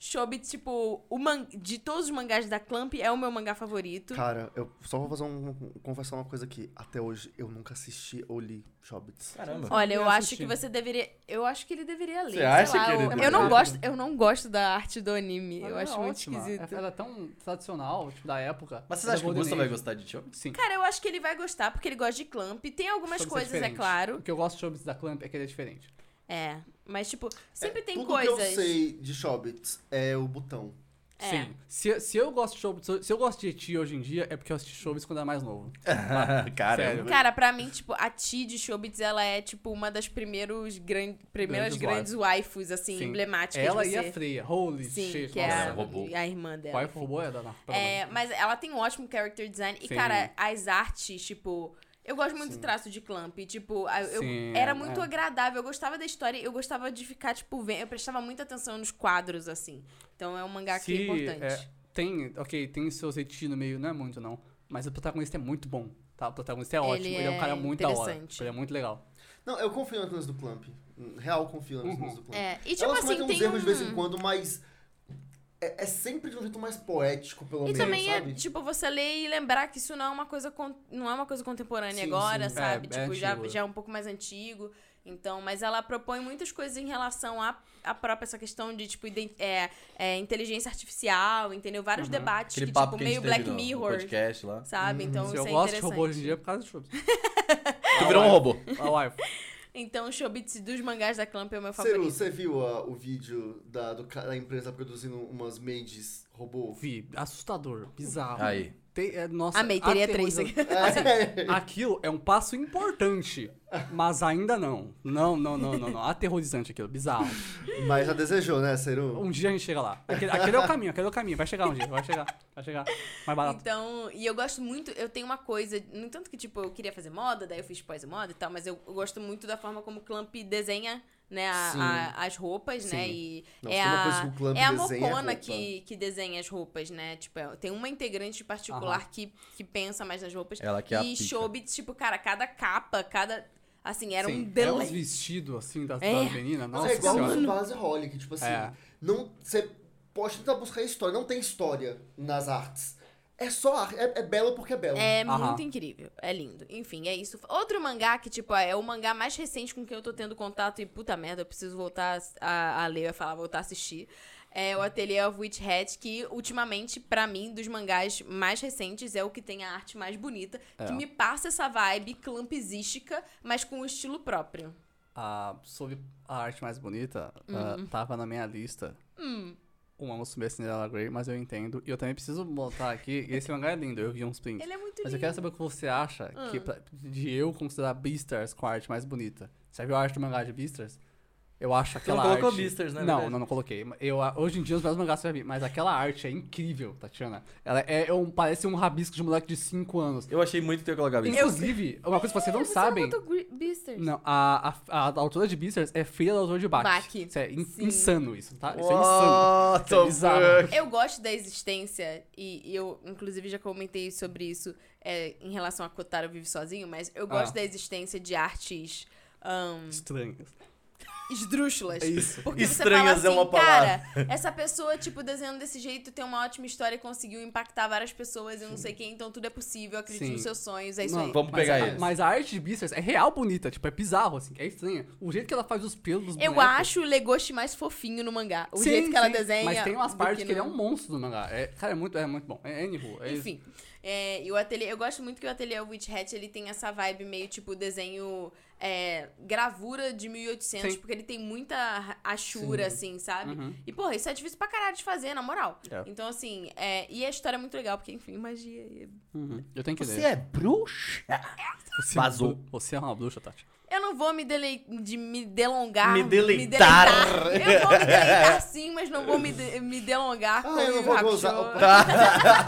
Speaker 4: Chobits, tipo, o man... de todos os mangás da Clamp, é o meu mangá favorito.
Speaker 5: Cara, eu só vou fazer um, confessar uma coisa aqui. Até hoje eu nunca assisti ou li Hobbits.
Speaker 3: Caramba.
Speaker 4: Olha, eu
Speaker 2: Eu
Speaker 4: acho
Speaker 2: assisti.
Speaker 4: que você deveria. Eu acho que ele deveria ler.
Speaker 3: Você
Speaker 4: sei
Speaker 3: acha
Speaker 4: lá,
Speaker 3: que ele
Speaker 4: eu-
Speaker 3: deveria?
Speaker 4: eu não gosto, Eu não gosto da arte do anime. eu
Speaker 2: Ela é
Speaker 4: acho muito
Speaker 2: ótima.
Speaker 4: esquisito.
Speaker 2: Ela é tão tradicional, tipo, da época.
Speaker 3: Mas vocês
Speaker 2: Ela é
Speaker 3: acham que o
Speaker 2: Golden
Speaker 3: Gusta vai
Speaker 2: Age.
Speaker 3: gostar de Chobits?
Speaker 2: Sim.
Speaker 4: Cara, eu acho que ele vai gostar, porque ele gosta de Clamp. Tem algumas
Speaker 2: Showbiz
Speaker 4: coisas, é
Speaker 2: diferente. O
Speaker 4: claro.
Speaker 2: que eu gosto de Showbiz da Clamp é que ele é diferente.
Speaker 4: É. Mas, tipo, sempre tem
Speaker 5: É, Tudo
Speaker 4: coisas.
Speaker 5: que eu sei de Hobbits é o botão.
Speaker 4: É.
Speaker 2: Sim. Se, se eu gosto de Showbiz, se eu gosto de Eti hoje em dia, é porque eu assisti Showbiz quando era mais novo.
Speaker 5: né?
Speaker 3: Caramba.
Speaker 4: Cara, pra mim, tipo, a Ti de Shobits, ela é, tipo, uma das primeiros gran... primeiras
Speaker 2: Grandes
Speaker 4: grandes waifus, assim,
Speaker 2: Sim.
Speaker 4: emblemáticas.
Speaker 2: Ela
Speaker 4: de
Speaker 2: e
Speaker 4: você-
Speaker 2: a Freya. Holy
Speaker 4: Sim,
Speaker 2: shit.
Speaker 4: que é
Speaker 3: nossa,
Speaker 4: a,
Speaker 3: ela roubou.
Speaker 4: a irmã dela.
Speaker 2: Pai roubou é da
Speaker 4: É, mas ela tem um ótimo character design. E,
Speaker 2: Sim.
Speaker 4: cara, as artes, tipo. Eu gosto muito do traço de Clamp. Tipo, a- eu,
Speaker 2: Sim,
Speaker 4: era
Speaker 2: é.
Speaker 4: muito agradável. Eu gostava da história. Eu gostava de ficar, tipo, vendo. Eu prestava muita atenção nos quadros, assim. Então é um mangá que é importante.
Speaker 2: tem, ok, tem seus Eti no meio, não é muito não. Mas o protagonista é muito bom. Tá? O protagonista é
Speaker 4: Ele
Speaker 2: ótimo. Ele é um cara
Speaker 4: é
Speaker 2: muito da hora.
Speaker 4: interessante.
Speaker 2: Ele é muito legal.
Speaker 5: Não, eu confio nas coisas do Clamp. Real confio nas coisas do Clamp.
Speaker 4: É, e tipo
Speaker 5: Elas
Speaker 4: assim,
Speaker 5: cometem uns
Speaker 4: tem
Speaker 5: erros de vez
Speaker 4: um.
Speaker 5: em quando, mas é, é sempre de um jeito mais poético, pelo
Speaker 4: E
Speaker 5: menos,
Speaker 4: também
Speaker 5: sabe?
Speaker 4: é, tipo, você ler e lembrar que isso não é uma coisa, con- não é uma coisa contemporânea
Speaker 5: Sim,
Speaker 4: agora,
Speaker 5: sim.
Speaker 4: sabe?
Speaker 2: É, é
Speaker 4: tipo, já,
Speaker 2: antigo.
Speaker 4: já é um pouco mais antigo. Então, mas ela propõe muitas coisas em relação à, à própria essa questão de, tipo, iden- é, é, inteligência artificial, entendeu? Vários debates
Speaker 3: Aquele
Speaker 4: que,
Speaker 3: papo
Speaker 4: tipo,
Speaker 3: que a
Speaker 4: meio
Speaker 3: gente teve
Speaker 4: Black
Speaker 3: no- no
Speaker 4: Mirror,
Speaker 3: podcast lá.
Speaker 4: sabe? Então,
Speaker 2: Se
Speaker 4: isso
Speaker 2: Hum. eu
Speaker 4: é
Speaker 2: gosto de robô
Speaker 4: interessante.
Speaker 2: hoje em dia é por causa de Showbiz.
Speaker 3: Tu virou um robô.
Speaker 2: A wife.
Speaker 4: Então, o Shobits dos mangás da Clamp é o meu favorito.
Speaker 5: Você viu ah, o vídeo da, do ca- da empresa produzindo umas maids robô?
Speaker 2: Vi, assustador, bizarro.
Speaker 3: Aí.
Speaker 2: Te- é, nossa,
Speaker 4: Amei, teria três.
Speaker 2: aterrorizante. Aquilo é um passo importante, mas ainda não. Não, não, não, não, não. Aterrorizante aquilo, bizarro.
Speaker 5: Mas já desejou, né, Seru?
Speaker 2: Um dia a gente chega lá. Aquele, aquele é o caminho, aquele é o caminho. Vai chegar um dia, vai chegar, vai chegar. Mais barato.
Speaker 4: Então, e eu gosto muito, eu tenho uma coisa, no tanto que, tipo, eu queria fazer moda, daí eu fiz pós-moda e tal, mas eu, eu gosto muito da forma como o Clamp desenha, né, a-
Speaker 5: Sim.
Speaker 4: a- as roupas, né,
Speaker 2: Sim.
Speaker 4: e
Speaker 5: Nossa,
Speaker 4: é,
Speaker 5: tem uma
Speaker 4: a,
Speaker 5: coisa que o Clamp
Speaker 4: é a
Speaker 5: desenha a
Speaker 4: Mocona
Speaker 5: roupa.
Speaker 4: que, que desenha as roupas, né, tipo, é- tem uma integrante particular que, que pensa mais nas roupas.
Speaker 3: Ela que é a
Speaker 4: E
Speaker 3: pica.
Speaker 4: Shobits, tipo, cara, cada capa, cada, assim, era um
Speaker 2: Sim, é uns
Speaker 4: delay.
Speaker 2: vestidos assim das,
Speaker 4: É.
Speaker 2: das meninas. Nossa
Speaker 5: é igual
Speaker 2: senhora.
Speaker 5: o Base Holly, que tipo assim,
Speaker 2: É.
Speaker 5: não, você pode tentar buscar história, não tem história nas artes. É só ar- é, é belo porque é belo.
Speaker 4: É
Speaker 2: Aham.
Speaker 4: muito incrível, é lindo. Enfim, é isso. Outro mangá que, tipo, é o mangá mais recente com que eu tô tendo contato e puta merda, eu preciso voltar a, a ler, eu ia falar, voltar a assistir. É o Atelier of Witch Hat, que ultimamente, pra mim, dos mangás mais recentes, é o que tem a arte mais bonita,
Speaker 2: É.
Speaker 4: que me passa essa vibe clampzística, mas com um estilo próprio.
Speaker 2: a, sobre a arte mais bonita, ah,
Speaker 4: Hum.
Speaker 2: tava na minha lista. Uma Musume Cinderella Grey, mas eu entendo. E eu também preciso botar aqui, esse mangá é lindo, eu vi uns prints.
Speaker 4: Ele é Ah. muito
Speaker 2: mas eu
Speaker 4: lindo.
Speaker 2: quero saber o que você acha que pra- de eu considerar Beastars com a arte mais bonita. Você já viu a arte do mangá de Beastars? Eu acho aquela
Speaker 3: não colocou
Speaker 2: arte...
Speaker 3: Beastars, né, na
Speaker 2: Não,
Speaker 3: verdade?
Speaker 2: não, não coloquei. Eu, ah, hoje em dia os meus mangás eu já vi, mas aquela arte é incrível, Tatiana. Ela é, é um, parece um rabisco de moleque de 5 anos.
Speaker 3: Eu achei muito ter colocado isso.
Speaker 2: Inclusive, uma coisa que vocês não
Speaker 4: é
Speaker 2: sabem... Não, a, a, a, autora de Beasters é filha da autora de Bach.
Speaker 4: Bach.
Speaker 2: Isso é in-
Speaker 4: Sim.
Speaker 2: insano isso, tá? Isso é insano.
Speaker 3: What
Speaker 2: Isso é
Speaker 3: the
Speaker 2: bizarro.
Speaker 4: Eu gosto da existência, e, e eu, inclusive, já comentei sobre isso é, em relação a Kotaro Vive Sozinho, mas eu gosto
Speaker 2: Ah.
Speaker 4: da existência de artes ahn,
Speaker 2: Estranho.
Speaker 4: esdrúxulas.
Speaker 2: É isso.
Speaker 4: Porque
Speaker 3: Estranhas
Speaker 4: você
Speaker 3: é
Speaker 4: fala
Speaker 3: uma
Speaker 4: assim,
Speaker 3: palavra.
Speaker 4: cara, essa pessoa, tipo, desenhando desse jeito, tem uma ótima história e conseguiu impactar várias pessoas e não sei quem, então tudo é possível, eu acredito
Speaker 2: Sim.
Speaker 4: nos seus sonhos, é isso
Speaker 2: Mano,
Speaker 4: aí.
Speaker 3: Vamos
Speaker 2: Mas,
Speaker 3: pegar
Speaker 2: a-
Speaker 3: ele.
Speaker 2: mas a arte de Beasters é real bonita, tipo, é bizarro, assim, é estranha. O jeito que ela faz os pelos dos
Speaker 4: Eu
Speaker 2: bonecos-
Speaker 4: acho o Legoshi mais fofinho no mangá. O
Speaker 2: Sim,
Speaker 4: jeito que ela
Speaker 2: sim,
Speaker 4: desenha.
Speaker 2: Mas tem umas
Speaker 4: do
Speaker 2: partes que, ele é
Speaker 4: no-
Speaker 2: um monstro no mangá. É, cara, é muito, é muito bom. É Anywho. É isso.
Speaker 4: Enfim, é, e o ateliê, eu gosto muito que o ateliê Witch Hat, ele tem essa vibe meio tipo desenho, é, gravura de 1800,
Speaker 2: Sim.
Speaker 4: porque ele tem muita ra- achura, assim, sabe?
Speaker 2: Uhum.
Speaker 4: E, porra, isso é difícil pra caralho de fazer, na moral.
Speaker 2: É.
Speaker 4: Então, assim, é, e a história é muito legal, porque, enfim, magia. e-
Speaker 2: Uhum. Eu tenho que ler.
Speaker 3: é bruxa?
Speaker 2: Você
Speaker 3: Vazou.
Speaker 2: Você é uma bruxa, Tati.
Speaker 4: Eu não vou me, dele, de, me delongar.
Speaker 3: Me deleitar.
Speaker 4: deleitar. Eu vou me deleitar sim, mas não vou me, de- me delongar com
Speaker 5: Ah, eu não
Speaker 4: o
Speaker 5: vou
Speaker 4: Hakusho.
Speaker 5: gozar.
Speaker 2: Tá.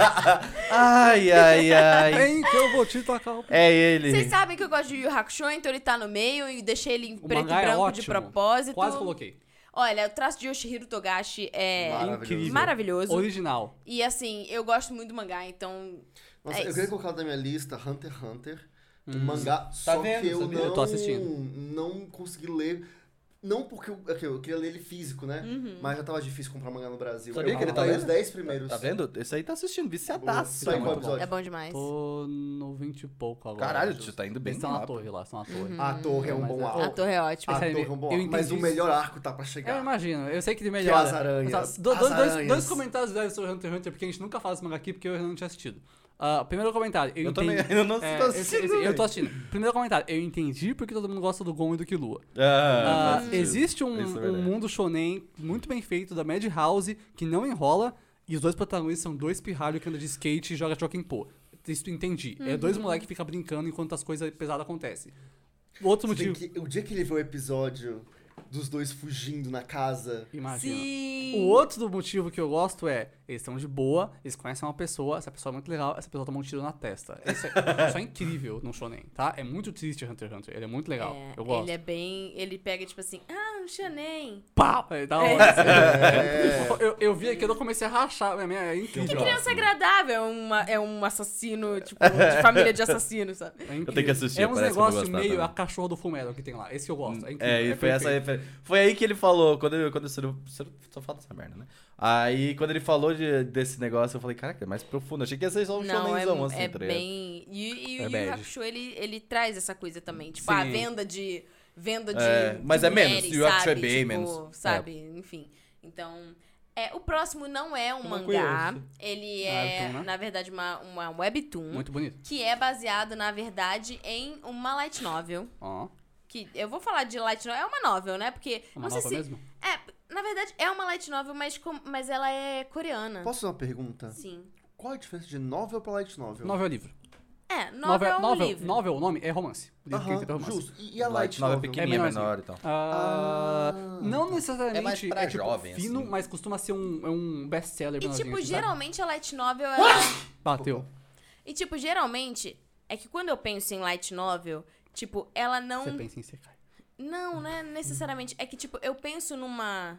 Speaker 3: Ai, ai, ai.
Speaker 2: Vem que eu vou te tacar o...
Speaker 3: É ele.
Speaker 4: Vocês sabem que eu gosto de Yu Yu Hakusho, então ele tá no meio e deixei ele em
Speaker 2: O
Speaker 4: preto e
Speaker 2: mangá é
Speaker 4: branco de
Speaker 2: ótimo.
Speaker 4: propósito.
Speaker 2: Quase coloquei.
Speaker 4: Olha, o traço de Yoshihiro Togashi é
Speaker 5: Maravilhoso.
Speaker 4: maravilhoso.
Speaker 2: Incrível. Original.
Speaker 4: E assim, eu gosto muito do mangá, então.
Speaker 5: Nossa,
Speaker 4: É
Speaker 5: eu
Speaker 4: isso.
Speaker 5: queria colocar na minha lista Hunter x Hunter, O mangá, só
Speaker 3: Hum. Tá vendo,
Speaker 5: que eu
Speaker 3: sabia?
Speaker 5: não,
Speaker 2: Eu tô assistindo.
Speaker 5: não consegui ler. Não porque eu, ok, eu queria ler ele físico, né?
Speaker 4: Uhum.
Speaker 5: Mas já tava difícil comprar mangá no Brasil.
Speaker 3: Sabia
Speaker 5: eu
Speaker 3: que ele tá
Speaker 5: comprei
Speaker 3: lendo?
Speaker 5: os 10 primeiros.
Speaker 3: Tá vendo? Esse aí tá assistindo, viciadaço.
Speaker 5: Tá em qual
Speaker 2: muito bom.
Speaker 5: episódio?
Speaker 4: É bom demais.
Speaker 2: Tô no 20 e pouco agora.
Speaker 3: Caralho,
Speaker 2: acho.
Speaker 3: tio, tá indo bem
Speaker 2: Eles estão na
Speaker 3: rápido.
Speaker 2: torre lá, estão na torre.
Speaker 5: A torre é um
Speaker 2: Mas
Speaker 5: bom
Speaker 2: é-
Speaker 5: arco.
Speaker 4: A torre é ótima.
Speaker 5: A
Speaker 2: Sério,
Speaker 5: torre é um bom
Speaker 2: eu
Speaker 5: arco. Mas o
Speaker 2: entendi
Speaker 5: melhor arco tá pra
Speaker 3: É,
Speaker 2: Eu
Speaker 5: chegar.
Speaker 2: imagino, eu sei que de melhor.
Speaker 5: as aranhas, as
Speaker 2: dois,
Speaker 5: aranhas.
Speaker 2: dois comentários leves sobre Hunter x Hunter, porque a gente nunca fala esse mangá aqui, porque eu ainda não tinha assistido. Ah, primeiro comentário, eu,
Speaker 3: Eu
Speaker 2: entendi.
Speaker 3: também- eu não tô
Speaker 2: eu- eu-
Speaker 3: assistindo,
Speaker 2: Eu,
Speaker 3: velho.
Speaker 2: tô assistindo. Primeiro comentário, eu entendi porque todo mundo gosta do Gon e do Killua.
Speaker 3: Ah,
Speaker 2: Ah,
Speaker 3: faz sentido.
Speaker 2: existe um,
Speaker 3: Isso é
Speaker 2: um
Speaker 3: verdade.
Speaker 2: mundo shonen muito bem feito da Madhouse que não enrola e os dois protagonistas são dois pirralhos que andam de skate e joga Choking Po. Isso entendi. É dois
Speaker 4: Uhum.
Speaker 2: moleques que ficam brincando enquanto as coisas pesadas acontecem. Outro
Speaker 5: Tem
Speaker 2: motivo.
Speaker 5: que- o dia que ele vê o episódio dos dois fugindo na casa.
Speaker 2: Ah, Imagina.
Speaker 4: Sim.
Speaker 2: O outro do motivo que eu gosto é, eles estão de boa, eles conhecem uma pessoa, essa pessoa é muito legal, essa pessoa toma um tiro na testa. Isso é, isso é incrível no shonen, tá? É muito triste Hunter x Hunter, ele é muito legal,
Speaker 4: É,
Speaker 2: eu gosto.
Speaker 4: Ele é bem. Ele pega, tipo assim, ah, um Xanem.
Speaker 2: Pá! É da hora. assim.
Speaker 3: É.
Speaker 2: Eu, eu vi aqui, eu comecei a rachar, minha, minha é incrível.
Speaker 4: Criança agradável é, uma, é um assassino, tipo, de família de assassinos, sabe?
Speaker 2: É incrível.
Speaker 3: tenho que assistir,
Speaker 2: É uns
Speaker 3: parece que eu vou
Speaker 2: negócios
Speaker 3: gostar
Speaker 2: meio
Speaker 3: também.
Speaker 2: a cachorro do Fumero que tem lá, esse que eu gosto, é incrível.
Speaker 3: É, e foi essa
Speaker 2: perfeito.
Speaker 3: referência. Foi aí que ele falou, quando eu, quando eu, só- só- só fala dessa merda, né? Aí quando ele falou de- desse negócio, eu falei, caraca, é mais profundo. Achei que ia ser só um
Speaker 4: Não, é,
Speaker 3: shonenzão, assim,
Speaker 4: é
Speaker 3: tá ligado?
Speaker 4: bem. E, e,
Speaker 3: É
Speaker 4: o Yu
Speaker 3: bad.
Speaker 4: Yu Hakusho, ele, ele traz essa coisa também. Tipo,
Speaker 2: Sim.
Speaker 4: a venda de. Venda de.
Speaker 3: É, mas
Speaker 4: de
Speaker 3: é menos,
Speaker 4: mulheres,
Speaker 3: Yu Yu Hakusho é
Speaker 4: sabe?
Speaker 3: bem
Speaker 4: Tipo,
Speaker 3: menos.
Speaker 4: Sabe? Enfim. Então. É, o próximo não é um
Speaker 3: não
Speaker 4: mangá.
Speaker 3: conheço. então,
Speaker 4: Ele
Speaker 2: Ah,
Speaker 4: é,
Speaker 2: webtoon, né?
Speaker 4: na verdade, uma, uma webtoon.
Speaker 2: Muito bonito.
Speaker 4: Que é baseado, na verdade, em uma light novel.
Speaker 2: Ó,
Speaker 4: Que eu vou falar de light novel. É uma novel, né? Porque.
Speaker 2: uma
Speaker 4: não sei
Speaker 2: nova
Speaker 4: se.
Speaker 2: mesmo?
Speaker 4: É, na verdade, é uma light novel, mas, com- mas ela é coreana.
Speaker 5: Posso fazer uma pergunta?
Speaker 4: Sim.
Speaker 5: Qual a diferença de novel pra light novel?
Speaker 2: Novel é livro.
Speaker 4: É, novel, é um
Speaker 2: novel,
Speaker 4: livro.
Speaker 2: novel, o nome é romance. O livro que
Speaker 5: Aham,
Speaker 2: tem romance.
Speaker 5: justo. E, e a
Speaker 3: Light
Speaker 5: light,
Speaker 3: novel é
Speaker 5: novel?
Speaker 2: É
Speaker 3: pequenininha, é
Speaker 2: menorzinho.
Speaker 3: menor e tal.
Speaker 2: Ah,
Speaker 5: Ah,
Speaker 2: não necessariamente.
Speaker 3: É mais pra
Speaker 2: tipo,
Speaker 3: jovem,
Speaker 2: fino,
Speaker 3: assim.
Speaker 2: mas costuma ser um, é um best-seller.
Speaker 4: E,
Speaker 2: menorzinho,
Speaker 4: tipo,
Speaker 2: assim, sabe?
Speaker 4: geralmente a light novel ela...
Speaker 3: Uhum.
Speaker 2: Bateu.
Speaker 4: E, tipo, geralmente... É que quando eu penso em light novel, tipo, ela não...
Speaker 2: Você pensa em secar.
Speaker 4: Não, não é necessariamente. É que, tipo, eu penso numa...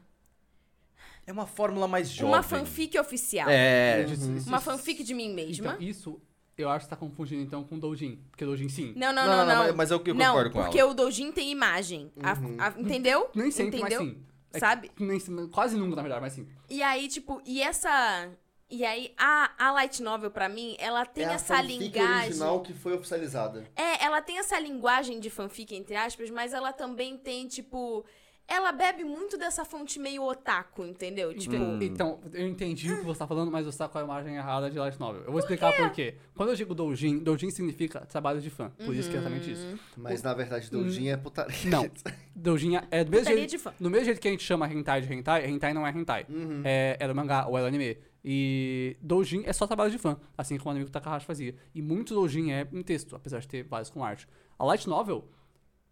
Speaker 3: É uma fórmula mais jovem.
Speaker 4: Uma fanfic oficial.
Speaker 3: É.
Speaker 4: Uhum. Uma fanfic de mim mesma.
Speaker 2: Então, isso eu acho que tá confundindo então com o Doujin. Porque o Doujin sim.
Speaker 4: Não, não, não,
Speaker 3: Não, não,
Speaker 4: não.
Speaker 3: mas- mas eu que- eu
Speaker 4: não,
Speaker 3: concordo com
Speaker 4: porque
Speaker 3: ela.
Speaker 4: o Dojin tem imagem. A- a- entendeu?
Speaker 2: Nem sempre,
Speaker 4: entendeu?
Speaker 2: mas sim. que
Speaker 4: Sabe?
Speaker 2: nem se- quase nunca, na verdade, mas assim, sim.
Speaker 4: E aí, tipo, e essa... E aí, a, a light novel, pra mim, ela tem
Speaker 5: é a
Speaker 4: essa
Speaker 5: fanfic
Speaker 4: linguagem...
Speaker 5: original que foi oficializada.
Speaker 4: É, ela tem essa linguagem de fanfic, entre aspas, mas ela também tem, tipo. Ela bebe muito dessa fonte meio otaku, entendeu? Tipo.
Speaker 2: Enten- Então, eu entendi o que você tá falando, mas você tá com a imagem errada de Light Novel. Eu vou explicar por quê. Quando eu digo Doujin, Doujin significa trabalho de fã. Por isso que é exatamente isso.
Speaker 5: Mas na verdade, Doujin é putaria.
Speaker 2: Hum. Não. Doujin é do mesmo
Speaker 4: Putaria
Speaker 2: jeito.
Speaker 4: de fã.
Speaker 2: No mesmo jeito que a gente chama hentai de hentai, hentai não é hentai.
Speaker 3: Uhum.
Speaker 2: É, era mangá ou era anime. E doujin é só trabalho de fã, assim como o anime que o Takahashi fazia. E muito doujin é um texto, apesar de ter vários com arte. A light novel,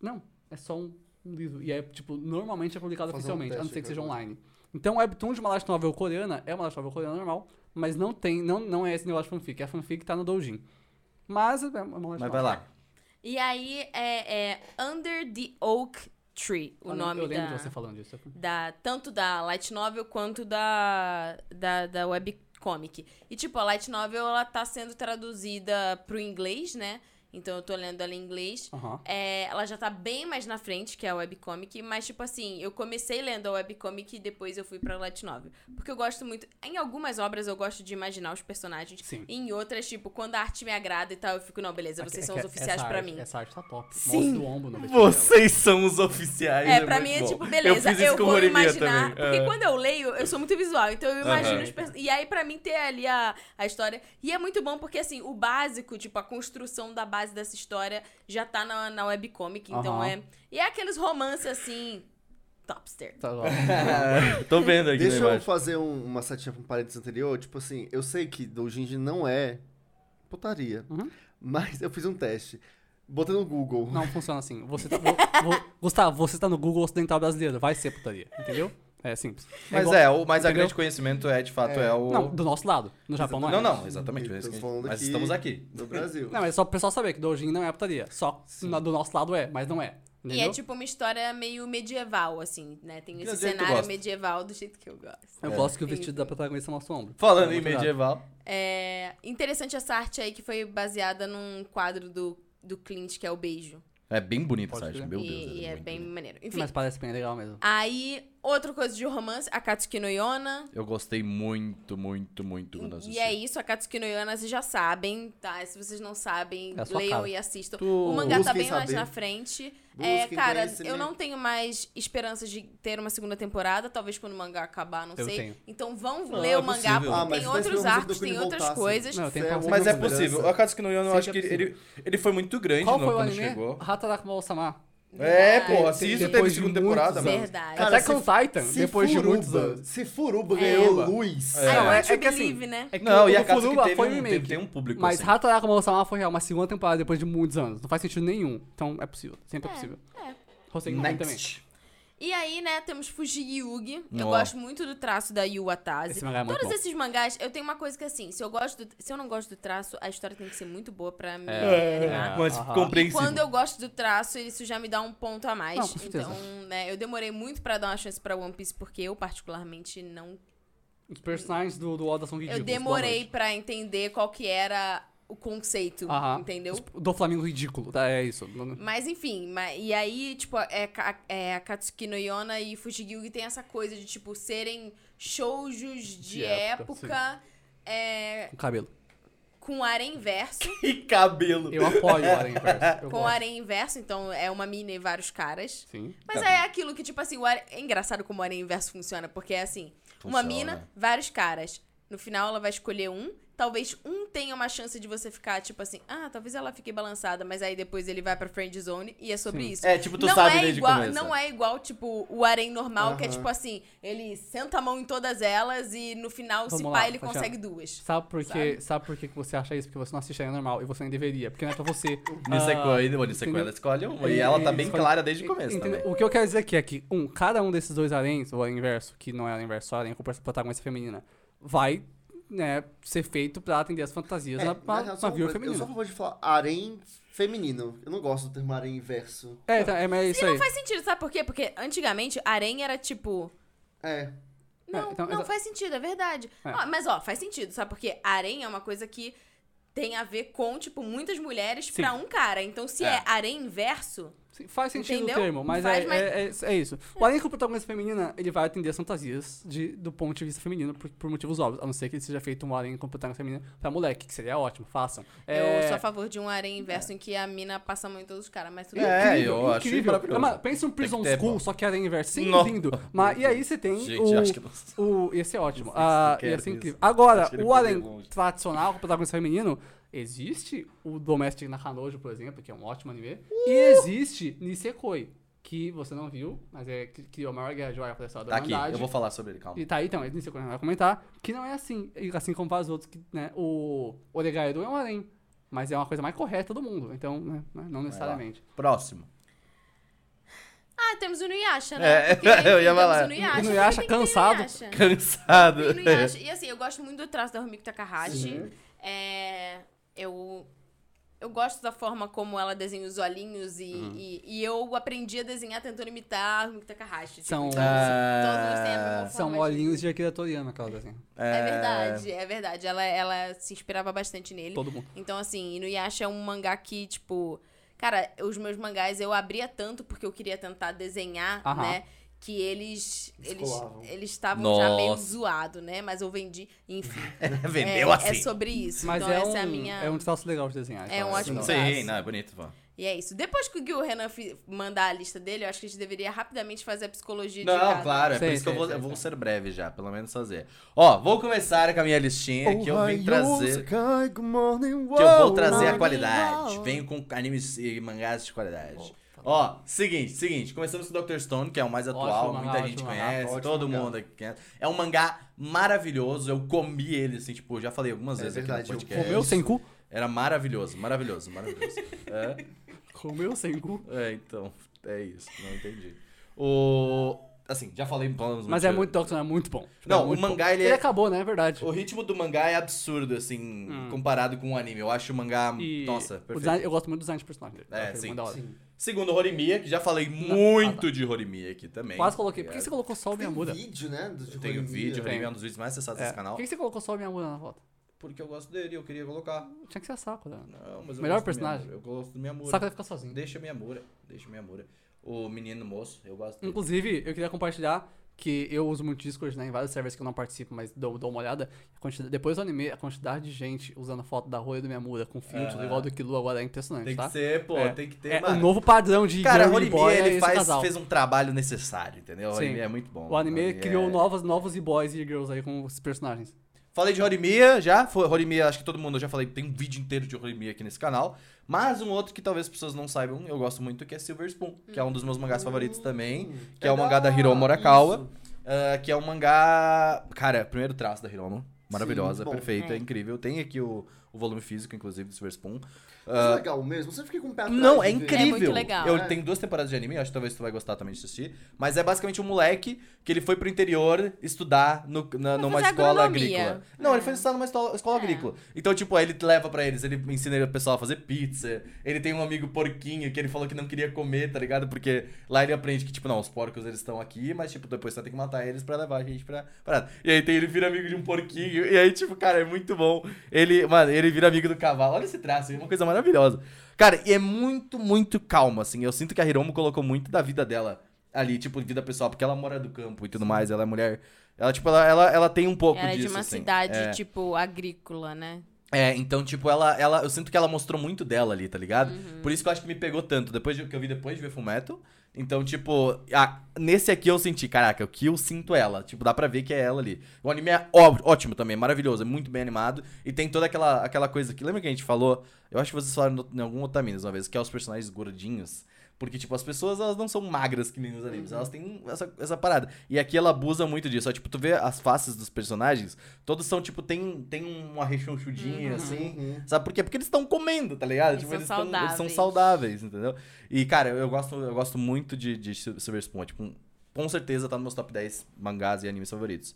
Speaker 2: não, é só um, um livro. E é, tipo, normalmente é publicado
Speaker 5: Fazer um
Speaker 2: oficialmente, a não
Speaker 5: teste
Speaker 2: ser que
Speaker 3: né,
Speaker 2: seja
Speaker 5: aqui agora.
Speaker 2: online. Então, o webtoon de uma light novel coreana é uma light novel coreana normal, mas não tem, não, não é esse negócio de fanfic. A fanfic tá no doujin. Mas é uma light novel.
Speaker 3: Mas vai lá.
Speaker 4: E aí é, é Under the Oak Tree, o
Speaker 2: Eu lembro-
Speaker 4: nome
Speaker 2: Eu lembro
Speaker 4: da,
Speaker 2: de você falando disso.
Speaker 4: da- Tanto da Light Novel quanto da. Da, da webcomic. E, tipo, a Light Novel, ela tá sendo traduzida pro inglês, né? Então eu tô lendo ela em inglês.
Speaker 2: Aham.
Speaker 4: É, ela já tá bem mais na frente, que é a webcomic, mas, tipo assim, eu comecei lendo a webcomic e depois eu fui pra light novel. Porque eu gosto muito... Em algumas obras eu gosto de imaginar os personagens.
Speaker 2: Sim.
Speaker 4: Em outras, tipo, quando a arte me agrada e tal, eu fico, não, beleza, vocês
Speaker 2: É
Speaker 4: são
Speaker 2: que
Speaker 4: os oficiais
Speaker 2: essa
Speaker 4: pra
Speaker 2: arte-
Speaker 4: mim.
Speaker 2: Essa arte tá top.
Speaker 4: Sim.
Speaker 2: Mostra o ombro no vestido dela.
Speaker 3: Vocês são os oficiais.
Speaker 4: É, pra
Speaker 3: muito
Speaker 4: mim é
Speaker 3: bom.
Speaker 4: tipo, beleza,
Speaker 3: eu,
Speaker 4: eu,
Speaker 3: fiz isso com
Speaker 4: vou
Speaker 3: o Horimiya
Speaker 4: imaginar.
Speaker 3: também.
Speaker 4: Porque
Speaker 3: é.
Speaker 4: quando eu leio, eu sou muito visual, então eu imagino
Speaker 3: Aham.
Speaker 4: os pers- E aí, pra mim, ter ali a, a história. E é muito bom porque, assim, o básico, tipo, a construção da base dessa história já tá na, na webcomic, então
Speaker 2: Aham.
Speaker 4: é. E é aqueles romances assim. Topster.
Speaker 2: Tá bom.
Speaker 3: Tô vendo aqui
Speaker 5: Deixa
Speaker 3: na
Speaker 5: eu
Speaker 3: imagem.
Speaker 5: fazer um- uma setinha pra um parênteses anterior. Tipo assim, eu sei que Doujinji não é putaria.
Speaker 2: Uhum.
Speaker 5: Mas eu fiz um teste. Botei no Google.
Speaker 2: Não funciona assim. Você tá, vo- vo- Gustavo, você tá no Google Ocidental Brasileiro. Vai ser putaria, entendeu? É simples.
Speaker 3: Mas
Speaker 2: igual-
Speaker 3: é, o, mas a
Speaker 2: entendeu?
Speaker 3: grande conhecimento é, de fato, é, o...
Speaker 2: Não, do nosso lado. No Japão não é.
Speaker 3: Não, não, exatamente.
Speaker 5: Eu tô
Speaker 3: é isso que a gente-
Speaker 5: falando
Speaker 3: Mas
Speaker 5: aqui-
Speaker 3: estamos aqui.
Speaker 5: No Brasil.
Speaker 2: Não, é só o pessoal saber que Dojin não é putaria. Só na- do nosso lado é, mas não é.
Speaker 4: E
Speaker 2: Entendeu?
Speaker 4: é tipo uma história meio medieval, assim, né? Tem
Speaker 3: Do
Speaker 4: esse
Speaker 3: jeito que eu
Speaker 4: cenário
Speaker 3: gosto.
Speaker 4: medieval do jeito que eu gosto.
Speaker 2: Eu gosto que o vestido da protagonista mostra o ombro.
Speaker 3: Falando
Speaker 2: É
Speaker 3: em
Speaker 2: muito legal.
Speaker 3: medieval.
Speaker 4: É interessante essa arte aí que foi baseada num quadro do do Clint, que é o beijo.
Speaker 3: É bem bonita
Speaker 2: Pode
Speaker 3: essa arte,
Speaker 2: crer.
Speaker 3: meu
Speaker 4: e
Speaker 3: Deus.
Speaker 4: e é
Speaker 3: muito
Speaker 4: bem
Speaker 3: bonita.
Speaker 4: maneiro. Enfim.
Speaker 2: Mas parece bem legal mesmo.
Speaker 4: Aí, outra coisa de romance, a Katsuki no Yona.
Speaker 3: Eu gostei muito, muito, muito quando assisti.
Speaker 4: E é isso, a Katsuki no Yona, vocês já sabem, tá? Se vocês não sabem,
Speaker 2: É a sua
Speaker 4: leiam
Speaker 2: cara.
Speaker 4: e assistam.
Speaker 2: Tu-
Speaker 4: O mangá tá
Speaker 5: Busquem
Speaker 4: bem mais
Speaker 5: saber.
Speaker 4: na frente. É,
Speaker 5: Busquem
Speaker 4: cara,
Speaker 5: conhecer,
Speaker 4: eu
Speaker 5: né?
Speaker 4: não tenho mais esperanças de ter uma segunda temporada, talvez quando o mangá acabar, não
Speaker 2: Eu
Speaker 4: sei.
Speaker 2: tenho.
Speaker 4: Então vão
Speaker 3: Não,
Speaker 4: ler
Speaker 3: é
Speaker 4: o mangá,
Speaker 3: possível.
Speaker 4: porque
Speaker 5: Ah,
Speaker 4: tem
Speaker 5: mas vai ser
Speaker 4: outros
Speaker 5: um
Speaker 4: arcos,
Speaker 5: do
Speaker 4: tem
Speaker 5: Queen
Speaker 4: outras
Speaker 5: voltar,
Speaker 4: coisas.
Speaker 5: assim.
Speaker 2: Não, tem
Speaker 5: Isso
Speaker 2: como-
Speaker 3: Mas é
Speaker 5: uma
Speaker 3: possível. A
Speaker 5: lembrança.
Speaker 3: Katsuki no Yano, eu
Speaker 2: Sempre
Speaker 3: acho que
Speaker 2: é
Speaker 3: ele, ele, ele foi muito grande
Speaker 2: Qual
Speaker 3: no-
Speaker 2: foi o
Speaker 3: quando
Speaker 2: anime?
Speaker 3: chegou.
Speaker 2: Hatarakuma Osama.
Speaker 3: É,
Speaker 4: Verdade.
Speaker 3: porra, se isso teve
Speaker 2: Depois de
Speaker 3: segunda
Speaker 2: muitos
Speaker 3: temporada,
Speaker 2: anos.
Speaker 3: mano.
Speaker 4: Verdade.
Speaker 5: assim, Cara,
Speaker 2: Até com Titan,
Speaker 5: Se
Speaker 2: depois de
Speaker 5: Furuba,
Speaker 2: muitos anos.
Speaker 5: Se Furuba
Speaker 4: É.
Speaker 5: ganhou luz.
Speaker 3: É.
Speaker 4: I
Speaker 2: Não,
Speaker 4: want
Speaker 2: é- é
Speaker 4: to
Speaker 2: que assim,
Speaker 4: believe, né?
Speaker 2: É que
Speaker 3: Não,
Speaker 2: o
Speaker 3: e a
Speaker 2: do
Speaker 3: Katsuki
Speaker 2: Furuba
Speaker 3: teve
Speaker 2: foi um
Speaker 3: um-
Speaker 2: remake.
Speaker 3: teve- tem um público,
Speaker 2: Mas
Speaker 3: assim.
Speaker 2: Hatarakuma Osama foi real, uma segunda temporada depois de muitos anos. Não faz sentido nenhum. Então é possível. Sempre é,
Speaker 4: É,
Speaker 2: possível.
Speaker 4: é.
Speaker 2: Hoseki no Ken também.
Speaker 3: Next.
Speaker 4: E aí, né, temos Fujigi Yugi. Eu
Speaker 3: Ó.
Speaker 4: gosto muito do traço da Yu Atase.
Speaker 2: Esse mangá é muito
Speaker 4: Todos
Speaker 2: bom.
Speaker 4: esses mangás, eu tenho uma coisa que assim, se eu gosto do- se eu não gosto do traço, a história tem que ser muito boa pra me
Speaker 2: É.
Speaker 4: animar.
Speaker 3: Mas
Speaker 2: Aham.
Speaker 4: E
Speaker 3: compreensível.
Speaker 4: quando eu gosto do traço, isso já me dá um ponto a mais.
Speaker 2: Não, com certeza.
Speaker 4: então, né, eu demorei muito pra dar uma chance pra One Piece porque eu particularmente não
Speaker 2: Os personagens do, do Oda são ridículos.
Speaker 4: eu demorei pra entender qual que era o conceito,
Speaker 2: Aham.
Speaker 4: entendeu?
Speaker 2: Do Flamengo ridículo, tá? É isso. Não-
Speaker 4: Mas enfim, ma- e aí, tipo, é, ca- é, a Katsuki no Yona e Fushigi Yugi tem essa coisa de, tipo, serem shoujos de,
Speaker 2: De época,
Speaker 4: época, é,
Speaker 2: Com cabelo.
Speaker 4: com arém verso.
Speaker 3: E cabelo.
Speaker 2: Eu apoio o Aranha Verso. Eu
Speaker 4: com
Speaker 2: gosto.
Speaker 4: arém inverso, então é uma mina e vários caras.
Speaker 2: Sim.
Speaker 4: Mas
Speaker 3: Tá
Speaker 4: aí é aquilo que, tipo assim, o are- é engraçado como o arém inverso funciona, porque é assim, uma
Speaker 3: Funciona.
Speaker 4: mina, vários caras. No final ela vai escolher um, talvez um tenha uma chance de você ficar, tipo assim, ah, talvez ela fique balançada, mas aí depois ele vai pra friend zone e é sobre
Speaker 2: Sim.
Speaker 4: isso.
Speaker 3: É, tipo, tu sabe
Speaker 4: é
Speaker 3: desde o
Speaker 4: igual,
Speaker 3: começo.
Speaker 4: Não é igual, tipo, o arém normal, que é
Speaker 5: Aham.
Speaker 4: tipo assim, ele senta a mão em todas elas e no final, se
Speaker 2: Vamos
Speaker 4: pá,
Speaker 2: lá,
Speaker 4: ele
Speaker 2: Tatiana.
Speaker 4: consegue duas.
Speaker 2: Sabe por, que, sabe por que que você acha isso? Porque você não assiste a Arena normal e você nem deveria. Porque não é pra você.
Speaker 3: Niseko,
Speaker 2: Ah,
Speaker 3: e- o Niseko,
Speaker 2: entendeu?
Speaker 3: ela escolhe uma. E ela tá bem
Speaker 2: Escolhe-
Speaker 3: clara desde o começo
Speaker 2: Entendeu?
Speaker 3: também.
Speaker 2: O que eu quero dizer aqui é que, um, cada um desses dois aréns, o além inverso, que não é além inverso, só além com protagonista feminina, vai né, ser feito pra atender as fantasias
Speaker 5: É,
Speaker 2: na,
Speaker 5: na
Speaker 2: na,
Speaker 5: real, só
Speaker 2: na
Speaker 5: uma
Speaker 2: viewer
Speaker 5: coisa, Eu só
Speaker 2: feminina.
Speaker 5: vou de falar harém feminino. Eu não gosto do termo harém inverso.
Speaker 2: É, tá, é, mas é isso aí.
Speaker 4: Não faz sentido, sabe por quê? Porque antigamente arém era tipo.
Speaker 5: É.
Speaker 4: Não,
Speaker 2: É, então,
Speaker 4: não
Speaker 2: exa-
Speaker 4: faz sentido, é verdade.
Speaker 2: É.
Speaker 4: Ó, mas ó, faz sentido, sabe? Porque harém é uma coisa que tem a ver com, tipo, muitas mulheres
Speaker 2: Sim.
Speaker 4: pra um cara. Então, se
Speaker 3: É.
Speaker 4: é, harém inverso,
Speaker 2: Sim, Faz sentido
Speaker 4: Entendeu?
Speaker 2: o termo, mas,
Speaker 4: Faz,
Speaker 2: é,
Speaker 4: mas-
Speaker 2: É, é- é isso. O além com protagonista é feminina, ele vai atender as fantasias de, do ponto de vista feminino, por, por motivos óbvios. A não ser que ele seja feito um além com protagonista feminina pra moleque, que seria ótimo, façam.
Speaker 4: eu
Speaker 2: É-
Speaker 4: sou a favor de um harém inverso em que a mina passa a mão em todos os caras, mas tudo bem.
Speaker 3: É, eu acho
Speaker 2: incrível.
Speaker 3: maravilhoso.
Speaker 2: Mas pensa um Prison
Speaker 3: que ter,
Speaker 2: School,
Speaker 3: pô.
Speaker 2: só que era inverso. Sim,
Speaker 3: Nossa.
Speaker 2: lindo. Mas, e aí você tem
Speaker 3: Gente,
Speaker 2: o...
Speaker 3: acho que não.
Speaker 2: o... Ia ser ótimo.
Speaker 3: Não sei se
Speaker 2: Ah,
Speaker 3: eu quero
Speaker 2: ia ser
Speaker 3: isso.
Speaker 2: incrível. Agora,
Speaker 3: Acho que ele
Speaker 2: o
Speaker 3: foi
Speaker 2: além
Speaker 3: meio longe.
Speaker 2: tradicional, com protagonista feminino, existe o Domestic Nakanojo, por exemplo, que é um ótimo anime. E
Speaker 3: Uh!
Speaker 2: existe Nisekoi, que você não viu, mas é que criou a maior guerra de Warcraft da história
Speaker 3: Tá
Speaker 2: da
Speaker 3: aqui,
Speaker 2: humanidade.
Speaker 3: eu vou falar sobre ele, calma.
Speaker 2: E tá aí, então, esse que eu vai comentar, que não é assim, e assim como vários outros, que, né, o Oregaedo é um harém, mas é uma coisa mais correta do mundo, então, né, não necessariamente.
Speaker 3: Próximo.
Speaker 4: Ah, temos o Nuyasha,
Speaker 3: É,
Speaker 4: né? Porque,
Speaker 3: eu ia
Speaker 4: temos
Speaker 3: falar.
Speaker 4: O Nuyasha,
Speaker 2: O Nuyasha
Speaker 4: sempre tem
Speaker 2: cansado.
Speaker 4: Nuyasha.
Speaker 3: Cansado.
Speaker 4: E Nuyasha- E assim, eu gosto muito do traço da Rumiko Takahashi. É, eu, eu gosto da forma como ela desenha os olhinhos e,
Speaker 2: Uhum.
Speaker 4: e, e eu aprendi a desenhar tentando imitar a Rumiko Takahashi. tipo,
Speaker 2: São- ah,
Speaker 4: então,
Speaker 3: é
Speaker 4: assim, todos nós temos uma
Speaker 2: São
Speaker 4: forma
Speaker 2: olhinhos
Speaker 4: de...
Speaker 2: de Akira Toriyama, assim, aquela desenha.
Speaker 4: É verdade, é verdade. Ela, ela se inspirava bastante nele.
Speaker 2: Todo mundo.
Speaker 4: Então, assim, Inuyasha é um mangá que, tipo... Cara, os meus mangás eu abria tanto porque eu queria tentar desenhar,
Speaker 2: Aham.
Speaker 4: né? Que eles... Eles
Speaker 5: Descolavam.
Speaker 4: eles estavam já meio
Speaker 3: Nossa.
Speaker 4: zoado, né? Mas eu vendi. Enfim,
Speaker 3: Vendeu
Speaker 4: é,
Speaker 3: assim.
Speaker 4: é sobre isso.
Speaker 2: Mas
Speaker 4: então
Speaker 2: é,
Speaker 4: essa
Speaker 2: um,
Speaker 4: é a minha...
Speaker 2: é um traço legal de desenhar.
Speaker 4: É um
Speaker 2: então,
Speaker 4: ótimo
Speaker 2: assim,
Speaker 4: traço.
Speaker 3: Sim, não, é bonito, pô.
Speaker 4: E é isso. Depois que o Gil Renan fi- mandar a lista dele, eu acho que a gente deveria rapidamente fazer a psicologia de
Speaker 3: Não,
Speaker 4: cada.
Speaker 3: claro, é por
Speaker 2: Sim,
Speaker 3: isso que eu
Speaker 2: sim,
Speaker 3: vou,
Speaker 2: sim,
Speaker 3: eu vou
Speaker 2: sim.
Speaker 3: ser breve já, pelo menos fazer. Ó, vou começar com a minha listinha que eu vim trazer. Que eu vou trazer a qualidade. Venho com animes e mangás de qualidade. Ó, seguinte, seguinte. Começamos com Dr. Stone, que é o mais
Speaker 2: Ótimo
Speaker 3: atual,
Speaker 2: mangá,
Speaker 3: muita
Speaker 2: ótimo
Speaker 3: gente
Speaker 2: mangá,
Speaker 3: conhece,
Speaker 5: ótimo
Speaker 3: todo
Speaker 5: mangá.
Speaker 3: mundo aqui conhece. É um mangá maravilhoso, eu comi ele, assim, tipo, eu já falei algumas
Speaker 5: É
Speaker 3: vezes
Speaker 5: verdade,
Speaker 3: aqui
Speaker 5: eu
Speaker 3: no podcast.
Speaker 2: Comeu sem cu?
Speaker 3: Era maravilhoso, maravilhoso, maravilhoso. é.
Speaker 2: Comeu sem cu.
Speaker 3: É, então, é isso, não entendi. O. Assim, já falei planos
Speaker 2: Mas é muito Doctor, é muito bom. Tipo,
Speaker 3: Não,
Speaker 2: é muito
Speaker 3: o mangá,
Speaker 2: bom.
Speaker 3: ele é-
Speaker 2: Ele acabou, né? É verdade.
Speaker 3: O ritmo do mangá é absurdo, assim, comparado com o anime. Eu acho o mangá.
Speaker 2: Hum. E
Speaker 3: Nossa,
Speaker 2: o
Speaker 3: perfeito.
Speaker 2: design- eu gosto muito do design de personagem dele.
Speaker 3: É,
Speaker 2: Eu achei
Speaker 3: sim,
Speaker 2: muito da hora.
Speaker 5: Sim.
Speaker 3: Segundo Horimiya, que já falei muito de Horimiya aqui também.
Speaker 2: ah, Quase coloquei. Por que
Speaker 3: É,
Speaker 2: você colocou só o
Speaker 5: Tem
Speaker 2: Miyamura?
Speaker 5: vídeo, né? Do, de
Speaker 3: Eu tenho
Speaker 5: Rolimia.
Speaker 3: vídeo,
Speaker 2: Tem.
Speaker 3: Horimiya é um dos vídeos mais acessados
Speaker 2: É.
Speaker 3: desse canal.
Speaker 2: Por que você colocou só o Miyamura na foto?
Speaker 3: porque eu gosto dele, eu queria colocar.
Speaker 2: Tinha que ser né? a Sakura.
Speaker 3: Não, mas eu
Speaker 2: Melhor
Speaker 3: gosto do
Speaker 2: personagem.
Speaker 3: Miyamura, Eu gosto do Miyamura.
Speaker 2: Sakura fica sozinho.
Speaker 3: Deixa Miyamura, deixa Miyamura. O menino moço, eu gosto dele.
Speaker 2: Inclusive, eu queria compartilhar que eu uso muito Discord né, em vários servers que eu não participo, mas dou, dou uma olhada. A quantida- depois do anime, a quantidade de gente usando foto da Roya e do Miyamura com filtro
Speaker 3: Aham.
Speaker 2: igual do Killua agora é impressionante,
Speaker 3: Tem
Speaker 2: tá?
Speaker 3: que ser, pô,
Speaker 2: É.
Speaker 3: tem que ter,
Speaker 2: é o
Speaker 3: mano.
Speaker 2: novo padrão de
Speaker 3: Cara,
Speaker 2: girl
Speaker 3: o
Speaker 2: e
Speaker 3: anime
Speaker 2: boy é
Speaker 3: ele
Speaker 2: esse
Speaker 3: faz,
Speaker 2: casal.
Speaker 3: fez um trabalho necessário, entendeu? O
Speaker 2: Sim.
Speaker 3: anime é muito bom.
Speaker 2: O anime criou
Speaker 3: é-
Speaker 2: novos, novos e-boys e girls aí com os personagens.
Speaker 3: Falei de Horimiya já, foi Horimiya, acho que todo mundo eu já falei, tem um vídeo inteiro de Horimiya aqui nesse canal. Mas um outro que talvez as pessoas não saibam, eu gosto muito, que é Silver Spoon, que é um dos meus mangás favoritos também,
Speaker 5: Hum,
Speaker 3: que é o mangá da Hiroma Arakawa, ah, que é um mangá, cara, primeiro traço da Hiroma, maravilhosa,
Speaker 5: bom.
Speaker 3: perfeita, é incrível. Tem aqui o, o volume físico, inclusive, do Silver Spoon.
Speaker 5: Isso é legal mesmo. Você fica com o pé atrás.
Speaker 3: Ah, Não, é
Speaker 5: de ver.
Speaker 3: incrível.
Speaker 4: muito legal.
Speaker 3: Eu
Speaker 5: É.
Speaker 3: tenho duas temporadas de anime, acho que talvez tu vai gostar também de assistir. Mas é basicamente um moleque que ele foi pro interior estudar no- na- numa
Speaker 4: fazer
Speaker 3: escola
Speaker 4: agronomia.
Speaker 3: agrícola. Não, ele foi estudar numa esto- escola
Speaker 4: É.
Speaker 3: agrícola. Então, tipo, aí ele leva pra eles, ele ensina o pessoal a fazer pizza. Ele tem um amigo porquinho que ele falou que não queria comer, tá ligado? Porque lá ele aprende que, tipo, não, os porcos eles estão aqui, mas, tipo, depois você tem que matar eles pra levar a gente pra parada. E aí tem, ele vira amigo de um porquinho. E aí, tipo, cara, é muito bom. Ele, mano, ele vira amigo do cavalo. Olha esse traço, é uma coisa maravilhosa. Cara, e é muito, muito calma, assim. Eu sinto que a Hiromo colocou muito da vida dela ali, tipo, vida pessoal, porque ela mora do campo e tudo mais, ela é mulher. Ela, tipo, ela, ela, ela tem um pouco
Speaker 4: Era de
Speaker 3: disso,
Speaker 4: uma
Speaker 3: assim.
Speaker 4: cidade,
Speaker 3: É.
Speaker 4: tipo, agrícola, né?
Speaker 3: É, então, tipo, ela, ela. Eu sinto que ela mostrou muito dela ali, tá ligado? Por isso que eu acho que me pegou tanto, depois de, que eu vi depois de ver Fullmetal. Então, tipo, a- nesse aqui eu senti, caraca, o que eu sinto ela. Tipo, dá pra ver que é ela ali. O anime é ó- ótimo também, maravilhoso, é muito bem animado. E tem toda aquela, aquela coisa que. Lembra que a gente falou? Eu acho que vocês falaram no- em algum Otaminas uma vez, que é os personagens gordinhos. Porque, tipo, as pessoas, elas não são magras que nem nos animes. Elas têm essa, essa parada. E aqui ela abusa muito disso. Ó, tipo, tu vê as faces dos personagens, todos são, tipo, tem, tem uma rechonchudinha, assim. Sabe por quê? Porque eles estão comendo, tá ligado?
Speaker 4: Eles
Speaker 3: tipo,
Speaker 4: são
Speaker 3: eles, tão- eles são
Speaker 4: saudáveis.
Speaker 3: saudáveis, entendeu? E, cara, eu, eu gosto, eu gosto muito de, de Sil- Silver Spoon. É, Tipo, um- com certeza tá nos meus top 10 mangás e animes favoritos.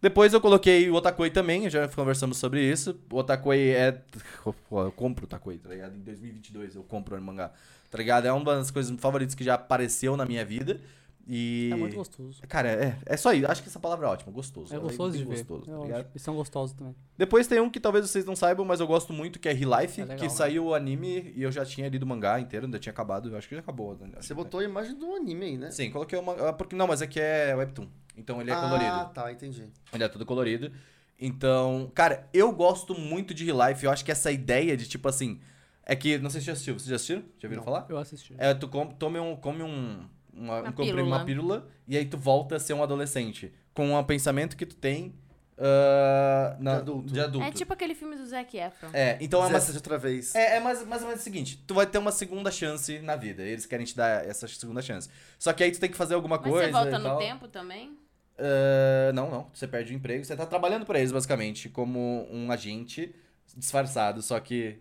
Speaker 3: Depois eu coloquei o Otakoi também, já conversamos sobre isso. O Otakoi é. Pô, eu compro o Otakoi, tá ligado? Em 2022 eu compro o mangá, tá ligado? É uma das coisas favoritas que já apareceu na minha vida. E.
Speaker 2: É muito gostoso.
Speaker 3: Cara, é, é só isso. Acho que essa palavra é ótima, gostoso.
Speaker 2: É
Speaker 3: Ela
Speaker 2: gostoso
Speaker 3: bem
Speaker 2: de ver.
Speaker 3: gostoso, tá
Speaker 2: Eu acho.
Speaker 3: ligado?
Speaker 2: Eles são gostosos também.
Speaker 3: Depois tem um que talvez vocês não saibam, mas eu gosto muito, que é He Life,
Speaker 2: É legal,
Speaker 3: que
Speaker 2: né?
Speaker 3: saiu o anime e eu já tinha lido o mangá inteiro, ainda tinha acabado, eu acho que já acabou. né?
Speaker 5: Você botou a imagem do anime aí, né?
Speaker 3: Sim, coloquei o mangá, porque não, mas é que é webtoon. Então ele é
Speaker 5: Ah,
Speaker 3: colorido.
Speaker 5: tá, entendi.
Speaker 3: Ele é todo colorido. Então, cara, eu gosto muito de He Life, eu acho que essa ideia de tipo assim, é que não sei se já assistiu, vocês já assistiram? Já viram falar?
Speaker 2: Eu assisti.
Speaker 3: É, tu com- tome um, come um, uma,
Speaker 4: Uma
Speaker 3: um comprimido, uma pílula e aí tu volta a ser um adolescente com um pensamento que tu tem ah, na-
Speaker 5: De adulto.
Speaker 3: De adulto.
Speaker 4: É tipo aquele filme do Zac Efron.
Speaker 3: É, então é uma,
Speaker 5: Zé, outra vez.
Speaker 3: é, é mais, mais ou menos o seguinte: tu vai ter uma segunda chance na vida. Eles querem te dar essa segunda chance. Só que aí tu tem que fazer alguma
Speaker 4: Mas
Speaker 3: coisa.
Speaker 4: você volta
Speaker 3: e
Speaker 4: no
Speaker 3: tal.
Speaker 4: tempo também?
Speaker 3: Ah, não, não. Você perde o emprego. Você tá trabalhando pra eles, basicamente, como um agente disfarçado, só que.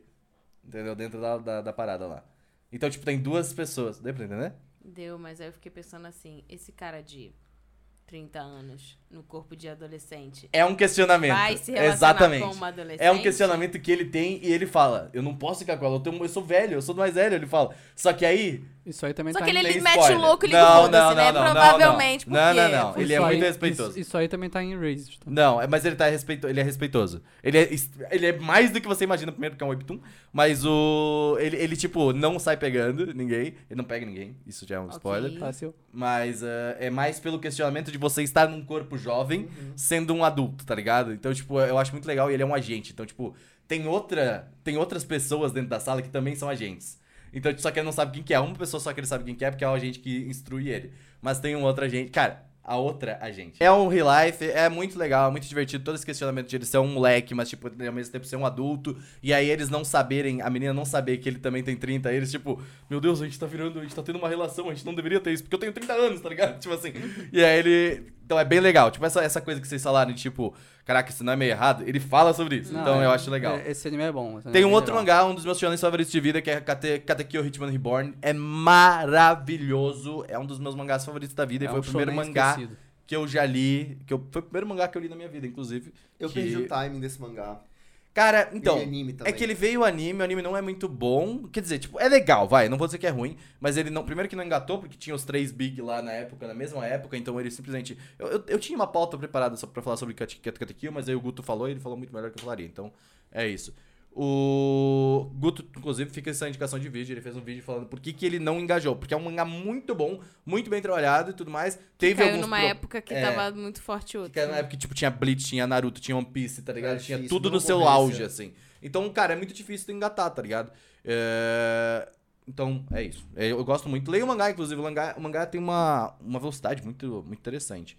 Speaker 3: Entendeu? Dentro da, da, da parada lá. Então, tipo, tem duas pessoas. Deu pra entender? né?
Speaker 4: Deu, mas aí eu fiquei pensando assim, esse cara de 30 anos no corpo de adolescente
Speaker 3: É um questionamento.
Speaker 4: vai se relacionar
Speaker 3: Exatamente.
Speaker 4: com uma adolescente?
Speaker 3: É um questionamento que ele tem e ele fala: Eu não posso ficar com ela, eu, tenho- eu sou velho, eu sou mais velho. Ele fala. Só que aí,
Speaker 2: Isso aí também
Speaker 4: Só
Speaker 2: tá
Speaker 4: que
Speaker 2: em-
Speaker 4: ele
Speaker 3: tem
Speaker 4: mete
Speaker 3: spoiler.
Speaker 4: o louco e liga
Speaker 3: Não,
Speaker 4: o foda-se,
Speaker 3: não,
Speaker 4: né?
Speaker 3: não, não, não,
Speaker 4: Provavelmente,
Speaker 3: não. Não,
Speaker 4: porque...
Speaker 3: não, não. Ele é
Speaker 2: Isso
Speaker 3: muito
Speaker 2: aí-
Speaker 3: respeitoso.
Speaker 2: Isso, isso aí também tá em Erased. tá?
Speaker 3: Não, é- mas ele tá respeito, ele é respeitoso. Ele é, est- ele é mais do que você imagina, primeiro porque é um webtoon, mas o ele, ele tipo não sai pegando ninguém, ele não pega ninguém, isso já é um
Speaker 4: Ok.
Speaker 3: spoiler.
Speaker 2: Tá, seu.
Speaker 3: Mas ah, é mais pelo questionamento de você estar num corpo jovem
Speaker 4: Uhum.
Speaker 3: sendo um adulto, tá ligado? Então, tipo, eu acho muito legal e ele é um agente. Então, tipo, tem outra. Tem outras pessoas dentro da sala que também são agentes. Então, só que ele não sabe quem que é. Uma pessoa só que ele sabe quem que é, porque é o agente que instrui ele. Mas tem um outro agente. Cara, a outra agente. É um real life, é muito legal, é muito divertido. Todo esse questionamento de ele ser um moleque, mas, tipo, ele ao mesmo tempo ser um adulto. E aí eles não saberem, a menina não saber que ele também tem 30. aí eles, tipo, meu Deus, a gente tá virando, a gente tá tendo uma relação, a gente não deveria ter isso, porque eu tenho 30 anos, tá ligado? Tipo assim. E aí ele. Então é bem legal. Tipo, essa, essa coisa que vocês falaram, de, tipo, caraca, isso não é meio errado. Ele fala sobre isso.
Speaker 2: Não,
Speaker 3: então
Speaker 2: é-
Speaker 3: eu acho legal.
Speaker 2: é- Esse anime é bom. esse anime é
Speaker 3: Tem um
Speaker 2: bem
Speaker 3: outro
Speaker 2: legal.
Speaker 3: mangá, um dos meus shonen favoritos de vida, que é Kate, Katekyo Hitman Reborn. É maravilhoso. É um dos meus mangás favoritos da vida. e
Speaker 2: É
Speaker 3: foi
Speaker 2: um
Speaker 3: o primeiro
Speaker 2: shonen
Speaker 3: mangá
Speaker 2: esquecido.
Speaker 3: que eu já li. Que eu, foi o primeiro mangá que eu li na minha vida, inclusive.
Speaker 5: Eu
Speaker 3: que-
Speaker 5: perdi o timing desse mangá.
Speaker 3: Cara, então.
Speaker 5: E anime também.
Speaker 3: É que ele veio o anime, o anime não é muito bom. Quer dizer, tipo, é legal, vai, não vou dizer que é ruim, mas ele não. Primeiro que não engatou, porque tinha os três Big lá na época, na mesma época, então ele simplesmente. Eu, eu, eu tinha uma pauta preparada só pra falar sobre Cat Cat Cat Kill, mas aí o Guto falou e ele falou muito melhor que eu falaria, então é isso. O Guto, inclusive, fica essa indicação de vídeo. Ele fez um vídeo falando por que, que ele não engajou. Porque é um mangá muito bom, muito bem trabalhado e tudo mais. Teve
Speaker 4: Caiu
Speaker 3: alguns
Speaker 4: numa
Speaker 3: pro-
Speaker 4: época que
Speaker 3: é.
Speaker 4: tava muito forte outro.
Speaker 3: que era na época que, tipo, tinha Bleach, tinha Naruto, tinha One Piece, tá ligado?
Speaker 5: É,
Speaker 3: tinha
Speaker 5: isso,
Speaker 3: tudo
Speaker 5: não
Speaker 3: no seu
Speaker 5: ocorrência.
Speaker 3: auge, assim. Então, cara, é muito difícil tu engatar, tá ligado? É, Então, é isso. É, Eu gosto muito. Leio o mangá, inclusive. O mangá, o mangá tem uma, uma velocidade muito, muito interessante.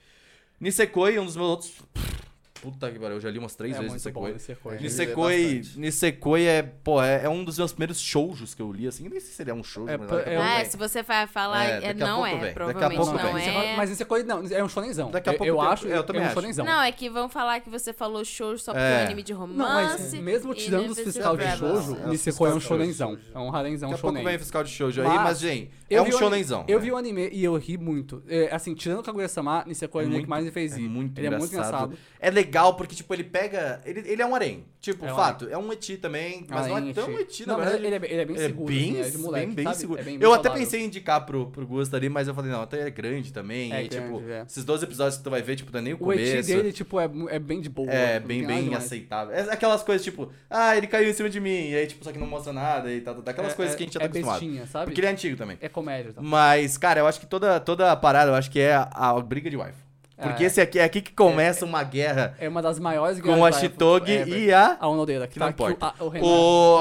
Speaker 3: Nisekoi, um dos meus outros... Puta que pariu, eu já li umas três
Speaker 2: é
Speaker 3: vezes
Speaker 2: muito bom
Speaker 3: Nisekoi.
Speaker 2: esse recorde.
Speaker 5: É.
Speaker 3: Nisekoi,
Speaker 5: bastante.
Speaker 3: Nisekoi é, pô, é, é um dos meus primeiros shoujos que eu li, assim. Nem sei se seria um shoujo,
Speaker 2: É,
Speaker 3: mas...
Speaker 2: pô,
Speaker 3: daqui a
Speaker 2: é
Speaker 3: pouco
Speaker 4: ah,
Speaker 3: vem.
Speaker 4: é, se você vai falar,
Speaker 3: É,
Speaker 4: é,
Speaker 3: daqui a
Speaker 4: não
Speaker 3: pouco
Speaker 4: é,
Speaker 3: vem. Daqui a
Speaker 4: provavelmente
Speaker 3: pouco
Speaker 4: não
Speaker 3: vem.
Speaker 4: é.
Speaker 2: Mas esse coisa não, é um shonenzão.
Speaker 3: Daqui a
Speaker 2: Eu-
Speaker 3: pouco
Speaker 2: eu
Speaker 3: tem-
Speaker 2: acho,
Speaker 3: é, eu também
Speaker 2: é um
Speaker 3: acho.
Speaker 2: shonenzão.
Speaker 4: Não, é que vão falar que você falou show só porque
Speaker 3: É.
Speaker 4: é um anime de
Speaker 2: Não, mas
Speaker 4: romance.
Speaker 2: mesmo
Speaker 4: e né,
Speaker 2: tirando os
Speaker 4: Never
Speaker 2: fiscal de
Speaker 4: Survive.
Speaker 2: shoujo,
Speaker 5: É, os
Speaker 2: Nisekoi é um
Speaker 5: fiscal de
Speaker 2: shonenzão.
Speaker 5: shoujo.
Speaker 2: É um harenzão
Speaker 3: Daqui a pouco vem
Speaker 2: shonen.
Speaker 3: fiscal de shoujo aí,
Speaker 2: Mas
Speaker 3: mas, gente, é
Speaker 2: Eu
Speaker 3: um
Speaker 2: vi o ani-
Speaker 3: shonenzão.
Speaker 2: Eu
Speaker 3: né?
Speaker 2: vi o anime e eu ri muito. É, assim, tirando Kaguya-sama, Nisekoi é o anime que mais me fez
Speaker 3: é
Speaker 2: rir.
Speaker 3: muito
Speaker 2: Ele é muito
Speaker 3: engraçado.
Speaker 2: engraçado.
Speaker 3: É legal porque, tipo, ele pega. Ele, ele é um harém. Tipo,
Speaker 2: É um
Speaker 3: fato. É um eti também. Mas não é
Speaker 2: Além
Speaker 3: tão
Speaker 2: de-
Speaker 3: eti, na
Speaker 2: Não, mas
Speaker 3: verdade.
Speaker 2: Ele é, ele é bem seguro, assim,
Speaker 3: bem,
Speaker 2: é de moleque,
Speaker 3: bem, bem
Speaker 2: sabe?
Speaker 3: seguro.
Speaker 2: É bem-
Speaker 3: eu
Speaker 2: bem
Speaker 3: até
Speaker 2: saudável.
Speaker 3: pensei em indicar pro, pro Gusto ali, mas eu falei, não, até ele é grande também.
Speaker 2: É
Speaker 3: e, tipo,
Speaker 2: grande, é.
Speaker 3: esses 12 episódios que tu vai ver, tipo, não é nem o
Speaker 2: O ET
Speaker 3: começo.
Speaker 2: dele, tipo, é, é bem de boa.
Speaker 3: É,
Speaker 2: não
Speaker 3: bem,
Speaker 2: tem nada
Speaker 3: bem
Speaker 2: demais.
Speaker 3: aceitável. É aquelas coisas, tipo, ah, ele caiu em cima de mim, e aí, tipo, só que não mostra nada e tal, tal, tal. Aquelas
Speaker 2: É-
Speaker 3: coisas
Speaker 2: é-
Speaker 3: que a gente já tá
Speaker 2: é
Speaker 3: acostumado.
Speaker 2: bestinha, sabe?
Speaker 3: Porque ele é antigo também.
Speaker 2: É comédia e tal.
Speaker 3: Mas, cara, eu acho que toda, toda a parada, eu acho que é a, a briga de wife. Porque
Speaker 2: É.
Speaker 3: esse aqui é aqui que começa uma guerra
Speaker 2: É uma das maiores
Speaker 3: com a Shitogi e a.
Speaker 2: A Onodeira, que
Speaker 3: Que
Speaker 2: é, tá
Speaker 3: não
Speaker 2: aqui, o,
Speaker 3: importa.
Speaker 2: a, o Renan.
Speaker 3: O.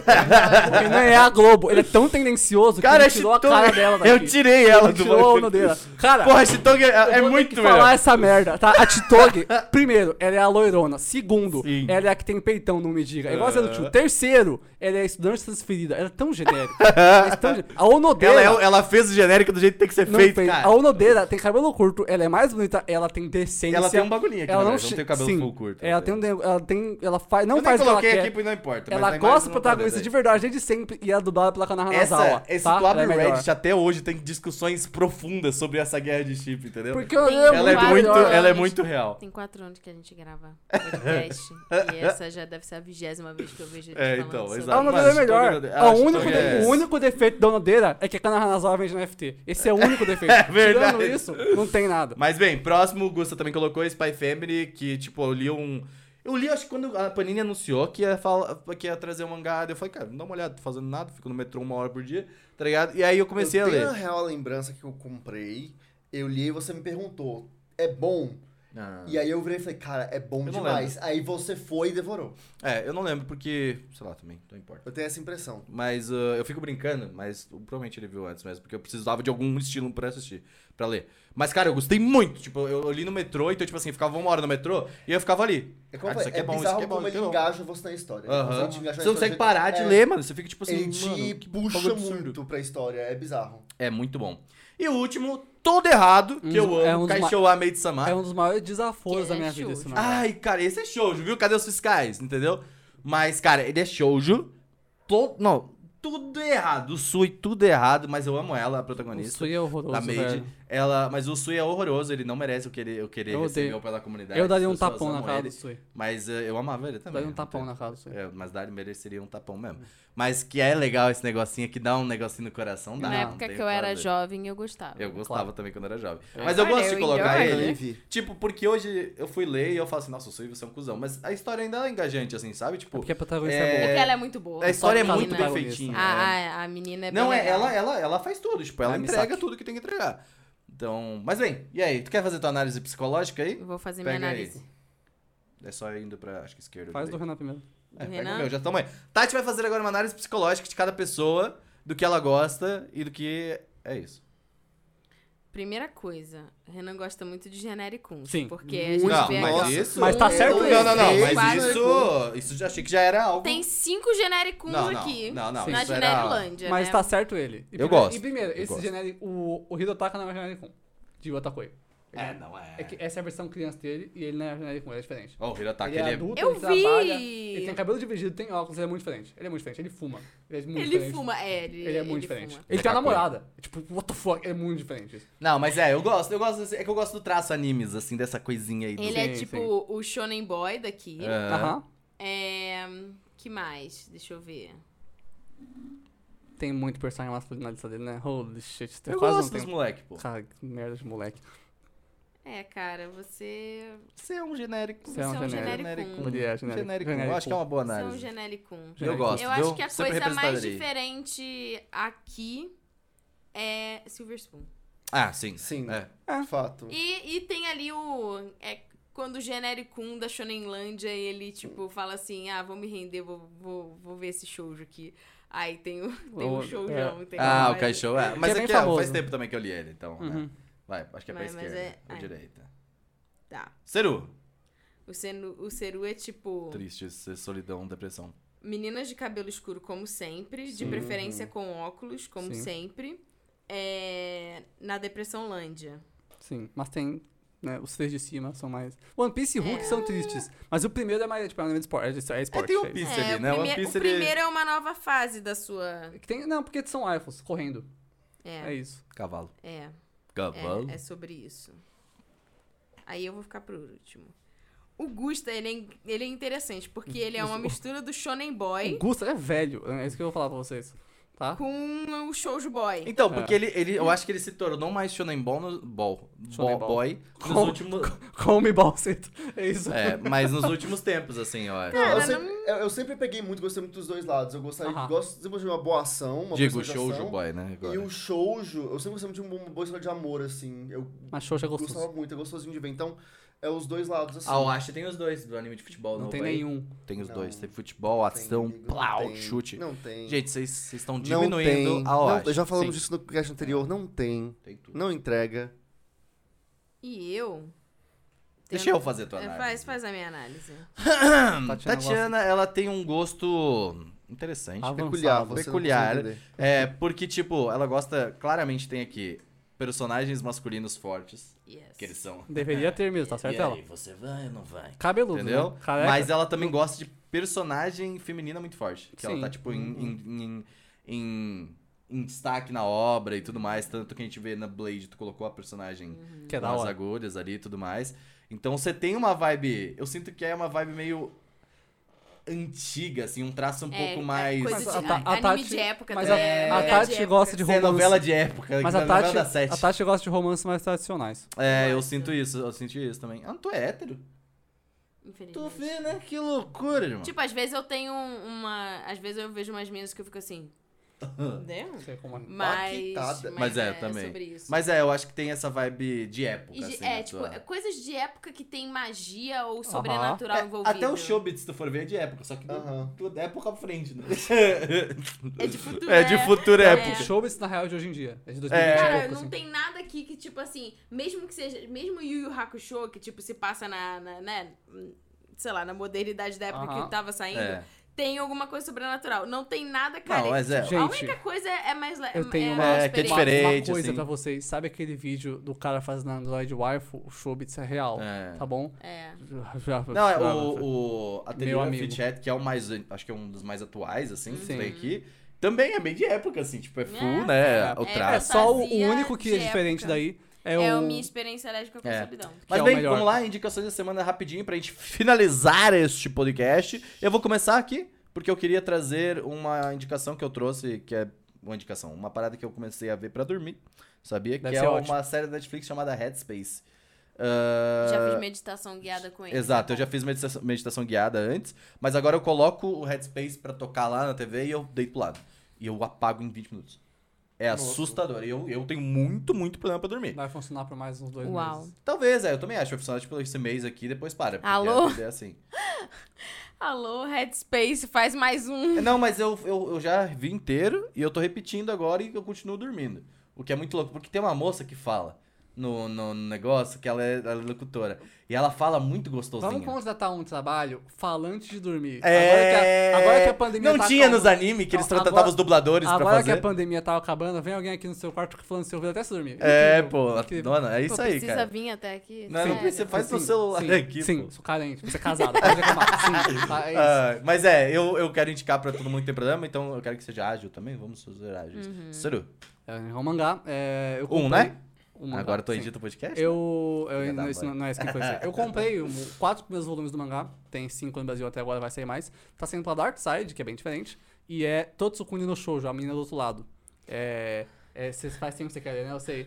Speaker 2: O Renan é a Globo. Ele é tão tendencioso que
Speaker 3: Cara, a
Speaker 2: ele tirou a cara
Speaker 3: Shitogi.
Speaker 2: dela daqui.
Speaker 3: Eu tirei ela
Speaker 2: Ele
Speaker 3: do
Speaker 2: tirou a Onodeira. Cara,
Speaker 3: Porra, a Shitogi é,
Speaker 2: eu
Speaker 3: é
Speaker 2: vou ter
Speaker 3: muito
Speaker 2: que falar
Speaker 3: melhor.
Speaker 2: essa merda, tá? A Titog, primeiro, ela é a loirona. Segundo,
Speaker 3: Sim.
Speaker 2: ela é a que tem peitão, não me diga. É igual a Zé do
Speaker 3: Ah.
Speaker 2: Tio. Terceiro, ela é a estudante transferida. Ela é tão genérica. Ela é tão gen- A Onodeira...
Speaker 3: Ela, é- ela fez o genérico do jeito que tem que ser
Speaker 2: Não
Speaker 3: feito,
Speaker 2: fez.
Speaker 3: cara.
Speaker 2: A Onodeira tem cabelo curto, ela é mais bonita, ela tem decência.
Speaker 3: Ela tem um bagulhinho aqui,
Speaker 2: ela
Speaker 3: na
Speaker 2: não,
Speaker 3: verdade,
Speaker 2: che-
Speaker 3: não tem o cabelo
Speaker 2: sim,
Speaker 3: full curto,
Speaker 2: Ela
Speaker 3: ela
Speaker 2: tem, um de- ela tem, ela faz, não
Speaker 3: eu
Speaker 2: faz o que
Speaker 3: nem
Speaker 2: ela
Speaker 3: coloquei
Speaker 2: quer.
Speaker 3: aqui porque não importa.
Speaker 2: ela
Speaker 3: mas a imagem
Speaker 2: gosta do
Speaker 3: não tá
Speaker 2: protagonista de
Speaker 3: verdade.
Speaker 2: verdade desde sempre e é dublada pela Kanahanazawa,
Speaker 3: Essa, esse
Speaker 2: tá?
Speaker 3: Club
Speaker 2: Ela é melhor.
Speaker 3: Reddit até hoje tem discussões profundas sobre essa guerra de chip, entendeu?
Speaker 2: Porque ela,
Speaker 4: Ela
Speaker 3: ela é
Speaker 4: Claro,
Speaker 3: muito,
Speaker 4: olha,
Speaker 3: ela é
Speaker 2: né?
Speaker 4: gente.
Speaker 3: muito real.
Speaker 4: Tem quatro anos que a gente grava podcast. e essa já deve ser a vigésima vez que eu vejo ele
Speaker 3: É,
Speaker 4: falando
Speaker 3: então,
Speaker 4: sobre.
Speaker 2: A
Speaker 3: exato.
Speaker 2: Onodeira é
Speaker 3: Mas,
Speaker 2: melhor.
Speaker 3: Onodeira-
Speaker 2: A
Speaker 3: acho
Speaker 2: único
Speaker 3: que
Speaker 2: de-
Speaker 3: é.
Speaker 2: O único defeito da Onodeira é que a Kanahanazawa vende no FT. Esse é o único defeito.
Speaker 3: verdade.
Speaker 2: Tirando isso, não tem nada.
Speaker 3: Mas bem, próximo, o Gusta também colocou Spy Family, que, tipo, eu li um. Eu li, acho que quando a Panini anunciou que ia, fala- que ia trazer um mangá, eu falei, cara, não dá uma olhada, tô fazendo nada, fico no metrô uma hora por dia, tá ligado? E aí eu comecei
Speaker 5: eu
Speaker 3: a
Speaker 5: tenho a
Speaker 3: ler.
Speaker 5: real lembrança que eu comprei, eu li e você me perguntou, é bom?
Speaker 3: Ah.
Speaker 5: E aí eu virei e falei, cara, é bom
Speaker 3: Eu não
Speaker 5: demais. Aí você foi e devorou.
Speaker 3: É, eu não lembro porque, sei lá, também, não importa.
Speaker 5: Eu tenho essa impressão.
Speaker 3: Mas uh, eu fico brincando, mas uh, provavelmente ele viu antes mesmo, porque eu precisava de algum estilo pra assistir, pra ler. Mas, cara, eu gostei muito. Tipo, eu, eu li no metrô, então, tipo assim, eu ficava uma hora no metrô e eu ficava ali.
Speaker 5: É, como eu
Speaker 3: Ah, isso
Speaker 5: falei,
Speaker 3: aqui é,
Speaker 5: é
Speaker 3: bom, isso
Speaker 5: bizarro
Speaker 3: aqui é bom.
Speaker 5: como
Speaker 3: isso aqui
Speaker 5: ele
Speaker 3: é bom.
Speaker 5: engaja você na história. Ele
Speaker 3: Aham.
Speaker 5: consegue te engajar
Speaker 3: Você
Speaker 5: na
Speaker 3: não consegue
Speaker 5: história.
Speaker 3: parar de
Speaker 5: É,
Speaker 3: ler, mano. Você fica tipo assim,
Speaker 5: Ele
Speaker 3: mano,
Speaker 5: te
Speaker 3: que
Speaker 5: puxa
Speaker 3: bagulho absurdo.
Speaker 5: muito pra história, é bizarro.
Speaker 3: É muito bom. E o último, todo errado, que eu
Speaker 2: Um-
Speaker 3: amo,
Speaker 2: é
Speaker 3: é
Speaker 2: um
Speaker 3: um
Speaker 2: dos ma-
Speaker 3: Kaishouwa Maid-sama.
Speaker 2: É um dos maiores desaforos
Speaker 4: Que
Speaker 2: da
Speaker 4: é
Speaker 2: minha vida
Speaker 4: shoujo.
Speaker 2: esse mangá.
Speaker 3: Ai, cara, esse é shoujo, viu? Cadê os fiscais, entendeu? Mas, cara, ele é shoujo. To... Não, tudo errado. O Sui, tudo errado, mas eu amo ela, a protagonista.
Speaker 2: Isso aí é horroroso,
Speaker 3: da Made.
Speaker 2: velho.
Speaker 3: Ela, mas o Sui é horroroso, ele não merece o que ele, o que ele
Speaker 2: Eu odeio.
Speaker 3: recebeu pela comunidade.
Speaker 2: Eu daria um
Speaker 3: as pessoas
Speaker 2: tapão na
Speaker 3: amam
Speaker 2: cara
Speaker 3: ele,
Speaker 2: do Sui.
Speaker 3: Mas eh, eu amava ele também.
Speaker 2: Daria um tapão na cara do Sui.
Speaker 3: É, mas daria mereceria um tapão mesmo. Mas que é legal esse negocinho, que dá um negocinho no coração, dá.
Speaker 4: Na
Speaker 3: não
Speaker 4: época
Speaker 3: tem
Speaker 4: que eu
Speaker 3: o
Speaker 4: era
Speaker 3: fazer.
Speaker 4: jovem, eu gostava.
Speaker 3: Eu gostava também quando era jovem. Mas eu
Speaker 4: Olha,
Speaker 3: gosto de
Speaker 4: eu
Speaker 3: colocar
Speaker 4: enjoy.
Speaker 3: ele.
Speaker 5: Eu vi.
Speaker 3: Tipo, porque hoje eu fui ler e eu falo assim, nossa, o Sui, você é um cuzão. Mas a história ainda é engajante, assim, sabe? Tipo,
Speaker 2: Porque a protagonista
Speaker 3: É,
Speaker 2: é, boa.
Speaker 4: Porque ela é muito boa.
Speaker 3: a história é
Speaker 4: Só
Speaker 3: muito
Speaker 4: menina.
Speaker 3: bem
Speaker 2: protagonista.
Speaker 3: feitinha. né?
Speaker 4: A, a, a menina é bem
Speaker 3: Não, é,
Speaker 4: legal.
Speaker 3: ela, ela, ela faz tudo, tipo, ela
Speaker 2: Ai, me
Speaker 3: entrega
Speaker 2: saque.
Speaker 3: tudo que tem que entregar. Então, mas bem, e aí, tu quer fazer tua análise psicológica aí?
Speaker 4: Eu vou fazer
Speaker 3: é- Pega
Speaker 4: minha
Speaker 3: aí.
Speaker 4: análise.
Speaker 3: É só indo pra, acho que esquerda.
Speaker 2: Faz do
Speaker 3: direita.
Speaker 2: Renan primeiro.
Speaker 3: é, pega
Speaker 4: Renan?
Speaker 3: o meu, já tamo aí. Tati vai fazer agora uma análise psicológica de cada pessoa, do que ela gosta e do que... É isso.
Speaker 4: Primeira coisa, Renan gosta muito de genérico.
Speaker 2: Sim.
Speaker 4: Porque a gente
Speaker 3: não,
Speaker 4: vê
Speaker 3: mas
Speaker 4: aquela-
Speaker 3: isso...
Speaker 2: Mas tá
Speaker 4: Um,
Speaker 2: certo
Speaker 4: dois,
Speaker 3: Não, não, não,
Speaker 4: três,
Speaker 3: mas
Speaker 4: quatro.
Speaker 3: isso... Isso já achei que já era algo...
Speaker 4: Tem cinco genéricos
Speaker 3: Não, não,
Speaker 4: aqui.
Speaker 3: não, não,
Speaker 4: Na
Speaker 3: isso era-
Speaker 4: Generilândia,
Speaker 2: Mas
Speaker 4: né?
Speaker 2: tá certo ele. E
Speaker 3: Eu
Speaker 2: primeiro-
Speaker 3: gosto,
Speaker 2: E primeiro,
Speaker 3: eu
Speaker 2: esse
Speaker 3: gosto.
Speaker 2: genérico, o, o Hidotaka não é genérico de Otakoi.
Speaker 3: É, não é...
Speaker 2: É que essa é a versão criança dele e ele não é genérico, ele é diferente.
Speaker 3: Ó, o Hirotaka,
Speaker 2: ele é
Speaker 3: ele é...
Speaker 2: adulto,
Speaker 4: Eu
Speaker 2: ele
Speaker 4: vi!
Speaker 2: trabalha, ele tem cabelo dividido, tem óculos, ele é muito diferente. Ele é muito diferente, ele fuma. Ele é muito
Speaker 4: Ele
Speaker 2: diferente.
Speaker 4: fuma, é, ele,
Speaker 2: Ele é muito diferente.
Speaker 4: fuma.
Speaker 2: Ele tem uma
Speaker 3: Otakoi.
Speaker 2: namorada. É Tipo, what the fuck? Ele é muito diferente. isso.
Speaker 3: Não, mas é, eu gosto, eu gosto... desse- É que eu gosto do traço animes, assim, dessa coisinha aí. do-
Speaker 4: Ele é
Speaker 2: Sim,
Speaker 4: tipo
Speaker 2: sim.
Speaker 4: o Shonen Boy daqui.
Speaker 3: É.
Speaker 2: Aham.
Speaker 4: É. Que mais? Deixa eu ver.
Speaker 2: Tem muito personagem masculino na lista dele, né? Holy shit, tem
Speaker 3: Eu
Speaker 2: quase
Speaker 3: gosto
Speaker 2: não
Speaker 3: dos
Speaker 2: tem.
Speaker 3: moleque, pô.
Speaker 2: um Cara, que merda de moleque.
Speaker 4: É, cara, você.
Speaker 3: Você é um genérico.
Speaker 2: Você é um
Speaker 4: Você é um
Speaker 2: genérico.
Speaker 4: genérico.
Speaker 2: Ele é genérico.
Speaker 3: Genérico. Eu acho que é uma boa
Speaker 4: Você é um
Speaker 3: análise.
Speaker 4: genericum.
Speaker 3: Eu gosto.
Speaker 4: Eu acho
Speaker 3: viu?
Speaker 4: que a
Speaker 3: Sempre
Speaker 4: coisa mais
Speaker 3: representaria.
Speaker 4: diferente aqui é Silver Spoon.
Speaker 3: Ah, sim.
Speaker 5: Sim.
Speaker 3: É.
Speaker 5: De fato.
Speaker 4: E, e tem ali o. É quando o Genericum da Shonenlândia ele, tipo, fala assim: ah, vou me render, vou, vou, vou ver esse shoujo aqui. Aí tem, o, tem um
Speaker 2: O-
Speaker 4: shoujão.
Speaker 2: é.
Speaker 4: tem
Speaker 3: Ah,
Speaker 4: uma-
Speaker 3: o Caixão. É. Mas
Speaker 2: Que é
Speaker 3: é
Speaker 2: bem
Speaker 3: que é, faz
Speaker 2: famoso.
Speaker 3: tempo também que eu li ele, então. né?
Speaker 2: Uhum.
Speaker 3: Vai, acho que é pra
Speaker 4: Mas- mas
Speaker 3: esquerda
Speaker 4: é-
Speaker 3: ou
Speaker 4: é.
Speaker 3: direita.
Speaker 4: Tá.
Speaker 3: Seru.
Speaker 4: O Seru, o Seru é tipo.
Speaker 3: Triste, ser solidão, depressão.
Speaker 4: Meninas de cabelo escuro, como sempre. De
Speaker 2: Sim.
Speaker 4: preferência com óculos, como
Speaker 2: Sim.
Speaker 4: sempre. É, na Depressão Lândia.
Speaker 2: Sim, mas tem. Né, os três de cima são mais. One Piece e Hulk
Speaker 4: É.
Speaker 2: são tristes. Mas o primeiro é mais. Tipo, é um esporte. É esporte.
Speaker 3: tem One
Speaker 2: é isso.
Speaker 3: Piece.
Speaker 4: É,
Speaker 3: ali, né?
Speaker 4: o,
Speaker 3: One
Speaker 4: prime-
Speaker 3: Piece,
Speaker 4: o
Speaker 3: ele-
Speaker 4: primeiro é uma nova fase da sua.
Speaker 2: Que tem- não, porque são iPhones correndo. É,
Speaker 4: É,
Speaker 2: isso.
Speaker 3: Cavalo.
Speaker 4: é,
Speaker 3: Cavalo.
Speaker 4: é, é sobre isso. Aí eu vou ficar por último. O Gusta, ele é, in- ele é interessante, porque ele é uma mistura do Shonen
Speaker 2: O
Speaker 4: Boy
Speaker 2: Gusta é velho. É isso que eu vou falar pra vocês. Tá?
Speaker 4: com o Shoujo Boy.
Speaker 3: Então,
Speaker 2: É.
Speaker 3: porque ele, ele, eu acho que ele se tornou mais Shonen Ball, no, ball,
Speaker 2: Shonen
Speaker 3: bo-
Speaker 2: Ball.
Speaker 3: boy nos
Speaker 2: Com-
Speaker 3: últimos...
Speaker 2: Come Balset. É isso.
Speaker 3: É, mas nos últimos tempos, assim, eu acho.
Speaker 5: Não, eu,
Speaker 4: Cara,
Speaker 5: sempre, eu- eu sempre peguei muito, gostei muito dos dois lados. Eu gostaria,
Speaker 2: Aham.
Speaker 5: gosto sempre de uma boa ação, uma
Speaker 3: Digo,
Speaker 5: boa explicação.
Speaker 3: shoujo boy, né?
Speaker 5: E
Speaker 3: Agora.
Speaker 5: o shoujo, eu sempre gostei muito de uma boa história de amor, assim. Eu
Speaker 2: Mas Xoxa é
Speaker 5: gostava
Speaker 2: gostoso.
Speaker 5: muito, é gostosinho de ver. Então, é os dois lados, assim.
Speaker 3: Ah, eu acho que tem os dois do anime de futebol. né,
Speaker 2: Não
Speaker 3: novo
Speaker 2: tem
Speaker 3: aí.
Speaker 2: nenhum.
Speaker 3: Tem os
Speaker 5: Não.
Speaker 3: dois. Tem futebol,
Speaker 5: Tem,
Speaker 3: ação,
Speaker 5: amigo, não
Speaker 3: plau,
Speaker 5: tem,
Speaker 3: chute.
Speaker 5: Não tem.
Speaker 3: Gente, vocês vocês estão
Speaker 5: não
Speaker 3: diminuindo
Speaker 5: tem.
Speaker 3: a hora.
Speaker 5: Não, já falamos
Speaker 2: Sim.
Speaker 5: disso no cast anterior. Não tem.
Speaker 3: Tem tudo.
Speaker 5: Não entrega.
Speaker 4: E eu.
Speaker 3: Deixa eu fazer a tua
Speaker 4: É,
Speaker 3: análise.
Speaker 4: Faz, faz a minha análise.
Speaker 3: Hum,
Speaker 2: Tatiana,
Speaker 3: tá Tatiana, ela tem um gosto interessante.
Speaker 2: Avançado.
Speaker 5: Peculiar, você
Speaker 3: Peculiar.
Speaker 5: Não consegue entender.
Speaker 3: É, porque, tipo, ela gosta. Claramente tem aqui personagens masculinos fortes,
Speaker 4: Yes.
Speaker 3: que eles são.
Speaker 2: Deveria ter mesmo, tá certo
Speaker 3: e
Speaker 2: ela?
Speaker 3: aí, você vai ou não vai?
Speaker 2: Cabeludo,
Speaker 3: Entendeu?
Speaker 2: né? Careca.
Speaker 3: Mas ela também gosta de personagem feminina muito forte. Que ela
Speaker 2: Sim. Uhum.
Speaker 3: tá, tipo, em, em, em, em- em destaque na obra e tudo mais. Tanto que a gente vê na Blade, tu colocou a personagem
Speaker 2: Que é
Speaker 3: com
Speaker 2: da
Speaker 3: as
Speaker 2: hora.
Speaker 3: agulhas ali e tudo mais. Então você tem uma vibe. Eu sinto que é uma vibe meio antiga, assim, um traço um
Speaker 4: É,
Speaker 3: pouco
Speaker 4: é
Speaker 3: mais.
Speaker 4: coisa
Speaker 2: Mas
Speaker 4: de-
Speaker 2: a Ta- a
Speaker 4: anime
Speaker 2: Tati-
Speaker 4: de época
Speaker 2: Mas a,
Speaker 4: também.
Speaker 2: a
Speaker 4: novela de
Speaker 2: Tati
Speaker 4: época.
Speaker 2: gosta de
Speaker 3: Isso é
Speaker 2: romance.
Speaker 3: novela de
Speaker 2: Mas
Speaker 3: época, que
Speaker 2: a
Speaker 3: na novela
Speaker 2: Tati,
Speaker 3: da sete.
Speaker 2: a Tati né? gosta de romances mais tradicionais.
Speaker 3: É, eu
Speaker 4: Gosto.
Speaker 3: sinto isso, eu sinto isso também. Ah, tu é hétero? Tu
Speaker 4: Infelizmente.
Speaker 3: vê, né? Que loucura, irmão.
Speaker 4: Tipo, às vezes eu tenho um- uma. Às vezes eu vejo umas meninas que eu fico assim. Entendeu?
Speaker 2: É.
Speaker 4: Mas.
Speaker 2: tá?
Speaker 5: Baquitada.
Speaker 3: Mas é, também.
Speaker 4: Sobre isso.
Speaker 3: Mas é, eu acho que tem essa vibe de época,
Speaker 4: E de-
Speaker 3: assim.
Speaker 4: é,
Speaker 3: na
Speaker 4: tipo,
Speaker 3: tua-
Speaker 4: coisas de época que tem magia ou sobrenatural
Speaker 3: É,
Speaker 4: envolvida.
Speaker 3: até o Showbiz, se tu for ver, é de época, só que
Speaker 5: Aham.
Speaker 3: é época à frente, né?
Speaker 4: É de futuro.
Speaker 3: é de
Speaker 4: né?
Speaker 3: futura
Speaker 4: É.
Speaker 2: O
Speaker 3: época.
Speaker 2: showbiz na real é de hoje em dia. É de 2020
Speaker 3: É.
Speaker 2: e
Speaker 4: Cara,
Speaker 2: pouco,
Speaker 4: não
Speaker 2: assim.
Speaker 4: tem nada aqui que, tipo assim, mesmo que seja. Mesmo Yu Yu Hakusho, que, tipo, se passa na. na- né? Sei lá, na modernidade da época
Speaker 2: Aham.
Speaker 4: que tava saindo,
Speaker 3: É.
Speaker 4: tem alguma coisa sobrenatural. Não tem nada, cara.
Speaker 3: Não, mas é.
Speaker 2: Gente,
Speaker 4: a única coisa é mais. le-
Speaker 2: Eu tenho
Speaker 4: é
Speaker 2: uma,
Speaker 3: É, que é
Speaker 4: experiência.
Speaker 3: diferente.
Speaker 2: uma coisa
Speaker 3: assim.
Speaker 2: pra vocês. Sabe aquele vídeo do cara fazendo Android Wife? O showbiz é real,
Speaker 3: É.
Speaker 2: tá bom?
Speaker 4: É.
Speaker 2: Já,
Speaker 3: Não, é o, o Ateliê
Speaker 2: Meu amigo.
Speaker 3: Fitchat, que é o mais, an- acho que é um dos mais atuais, assim, que
Speaker 2: Sim.
Speaker 3: tem aqui. Também é bem de época, assim, tipo, é full,
Speaker 4: É.
Speaker 3: né? O
Speaker 4: É,
Speaker 2: É
Speaker 3: traço.
Speaker 2: só o, o
Speaker 4: Fantasia
Speaker 2: único que é
Speaker 4: de
Speaker 2: diferente
Speaker 4: época.
Speaker 2: daí. É,
Speaker 4: É,
Speaker 2: o...
Speaker 4: a minha experiência alérgica com
Speaker 3: É.
Speaker 4: solidão.
Speaker 3: Mas
Speaker 2: que é o
Speaker 3: bem,
Speaker 2: melhor.
Speaker 3: vamos lá, indicações da semana rapidinho pra gente finalizar este podcast. Eu vou começar aqui, porque eu queria trazer uma indicação que eu trouxe, que é uma indicação, uma parada que eu comecei a ver pra dormir, sabia?
Speaker 2: Deve
Speaker 3: que é
Speaker 2: ser ótimo.
Speaker 3: uma série da Netflix chamada Headspace. Ah,
Speaker 4: Já fiz meditação guiada com ele. tá
Speaker 3: Exato, eu já fiz meditação, meditação guiada antes, mas agora eu coloco o Headspace pra tocar lá na TV e eu deito pro lado. E eu apago em 20 minutos. É
Speaker 5: Nossa.
Speaker 3: assustador. Eu, eu tenho muito, muito problema pra dormir.
Speaker 2: Vai funcionar por mais uns dois
Speaker 4: Uau.
Speaker 2: meses.
Speaker 3: Talvez, é, eu também acho. Vai funcionar tipo esse mês aqui e depois para. porque
Speaker 4: Alô?
Speaker 3: a vida É assim.
Speaker 4: Alô, Headspace, faz mais um.
Speaker 3: É, Não, mas eu, eu, eu já vi inteiro e eu tô repetindo agora e eu continuo dormindo. O que é muito louco, porque tem uma moça que fala no, no negócio que ela é, ela é locutora. E ela fala muito gostosinho.
Speaker 2: Vamos contratar um trabalho falante de dormir.
Speaker 3: É...
Speaker 2: Agora que a, agora que a pandemia
Speaker 3: Não
Speaker 2: tá
Speaker 3: tinha
Speaker 2: acabando-
Speaker 3: nos anime que eles
Speaker 2: Não, agora-
Speaker 3: contratavam os dubladores pra
Speaker 2: Agora que a
Speaker 3: fazer.
Speaker 2: pandemia tá acabando, vem alguém aqui no seu quarto falando seu ouvido até se dormir.
Speaker 3: É,
Speaker 2: Incrível,
Speaker 3: pô,
Speaker 2: tá incrível.
Speaker 3: dona, é isso aí,
Speaker 4: precisa
Speaker 3: cara.
Speaker 4: vir até aqui.
Speaker 3: Não, não
Speaker 4: sério.
Speaker 3: precisa, faz no
Speaker 2: Sim,
Speaker 3: celular
Speaker 2: sim,
Speaker 3: aqui,
Speaker 2: Sim,
Speaker 3: pô.
Speaker 2: sou carente, você é casado, pode reclamar. Sim, tá, é isso.
Speaker 3: Ah, mas é, eu, eu quero indicar pra todo mundo que tem programa, então eu
Speaker 2: Uhum.
Speaker 3: quero que seja ágil também, vamos fazer ágeis. Seru.
Speaker 2: É um mangá. É, eu
Speaker 3: Um,
Speaker 2: comprei-
Speaker 3: né?
Speaker 2: o mangá.
Speaker 3: Agora tu
Speaker 2: sim.
Speaker 3: edita o podcast? né?
Speaker 2: Eu. eu
Speaker 3: Filha
Speaker 2: não,
Speaker 3: da
Speaker 2: isso
Speaker 3: mãe.
Speaker 2: não não é isso que foi dizer. Eu comprei o- quatro primeiros volumes do mangá, tem cinco no Brasil até agora, vai sair mais. Tá saindo pela Dark Side, que é bem diferente, e é Totsukuni no Shoujo, a menina do outro lado. É. é, cê- faz tempo que você quer ler, né? Eu sei.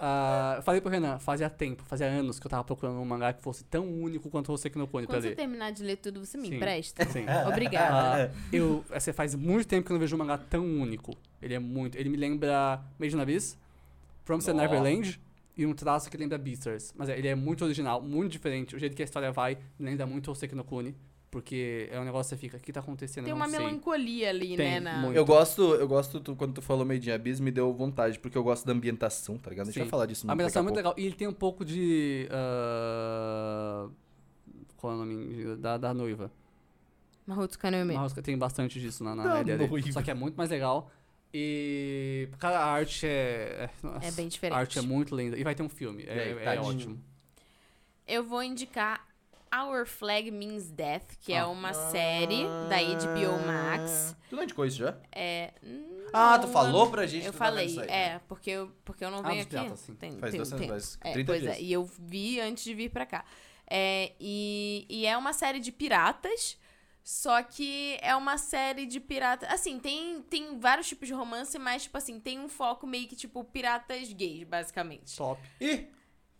Speaker 2: Ah, eu falei pro Renan, fazia tempo, fazia anos que eu tava procurando um mangá que fosse tão único quanto você que no Cone pra
Speaker 4: Quando você
Speaker 2: ler.
Speaker 4: terminar de ler tudo, você me
Speaker 2: Sim.
Speaker 4: empresta?
Speaker 2: Sim.
Speaker 4: Obrigada.
Speaker 2: Ah, eu, você faz muito tempo que eu não vejo um mangá tão único. Ele é muito. Ele me lembra Made in Abyss, Promised
Speaker 3: Nossa.
Speaker 2: Neverland e um traço que lembra Beasters. Mas é, ele é muito original, muito diferente. O jeito que a história vai me lembra muito o Sekinokuni, porque é um negócio que você fica, o que tá acontecendo?
Speaker 4: Tem
Speaker 2: Eu
Speaker 4: uma
Speaker 2: não sei.
Speaker 4: melancolia ali, né?
Speaker 2: Tem
Speaker 4: Na...
Speaker 2: muito.
Speaker 3: Eu gosto, eu gosto tu- quando tu falou meio de abismo, me deu vontade, porque eu gosto da ambientação, tá ligado? A gente
Speaker 2: Sim.
Speaker 3: vai falar
Speaker 2: A
Speaker 3: disso daqui
Speaker 2: ambientação é
Speaker 3: a
Speaker 2: muito
Speaker 3: pouco.
Speaker 2: legal. E ele tem um pouco de. ah, qual é o nome? Da, da noiva.
Speaker 4: Mahoutsu Kanome.
Speaker 2: Mas tem bastante disso na, na
Speaker 3: Tá
Speaker 2: ideia dele.
Speaker 3: noivo.
Speaker 2: Só que é muito mais legal. E. Cara, a arte é.
Speaker 4: É bem diferente.
Speaker 2: A arte é muito linda. E vai ter um filme.
Speaker 3: E aí,
Speaker 2: É, é
Speaker 3: tadinho.
Speaker 2: ótimo.
Speaker 4: Eu vou indicar Our Flag Means Death, que é
Speaker 2: Ah.
Speaker 4: uma série da HBO Max.
Speaker 3: Tu não indicou isso já?
Speaker 4: É,
Speaker 3: ah,
Speaker 4: não,
Speaker 3: tu falou
Speaker 4: eu-
Speaker 3: pra gente.
Speaker 4: Eu
Speaker 3: tu tá vendo
Speaker 4: falei,
Speaker 3: isso aí.
Speaker 4: é, porque eu, porque eu não
Speaker 2: Ah,
Speaker 4: venho
Speaker 2: dos
Speaker 4: aqui.
Speaker 2: piratas, sim.
Speaker 4: Tem,
Speaker 3: Faz
Speaker 4: tem,
Speaker 3: duas
Speaker 4: tem.
Speaker 3: semanas,
Speaker 4: É,
Speaker 3: 30
Speaker 4: pois
Speaker 3: dias.
Speaker 4: é, e eu vi antes de vir pra cá. É, e, e é uma série de piratas, só que é uma série de piratas. Assim, tem, tem vários tipos de romance, mas, tipo assim, tem um foco meio que, tipo, piratas gays, basicamente.
Speaker 2: Top.
Speaker 3: Ih,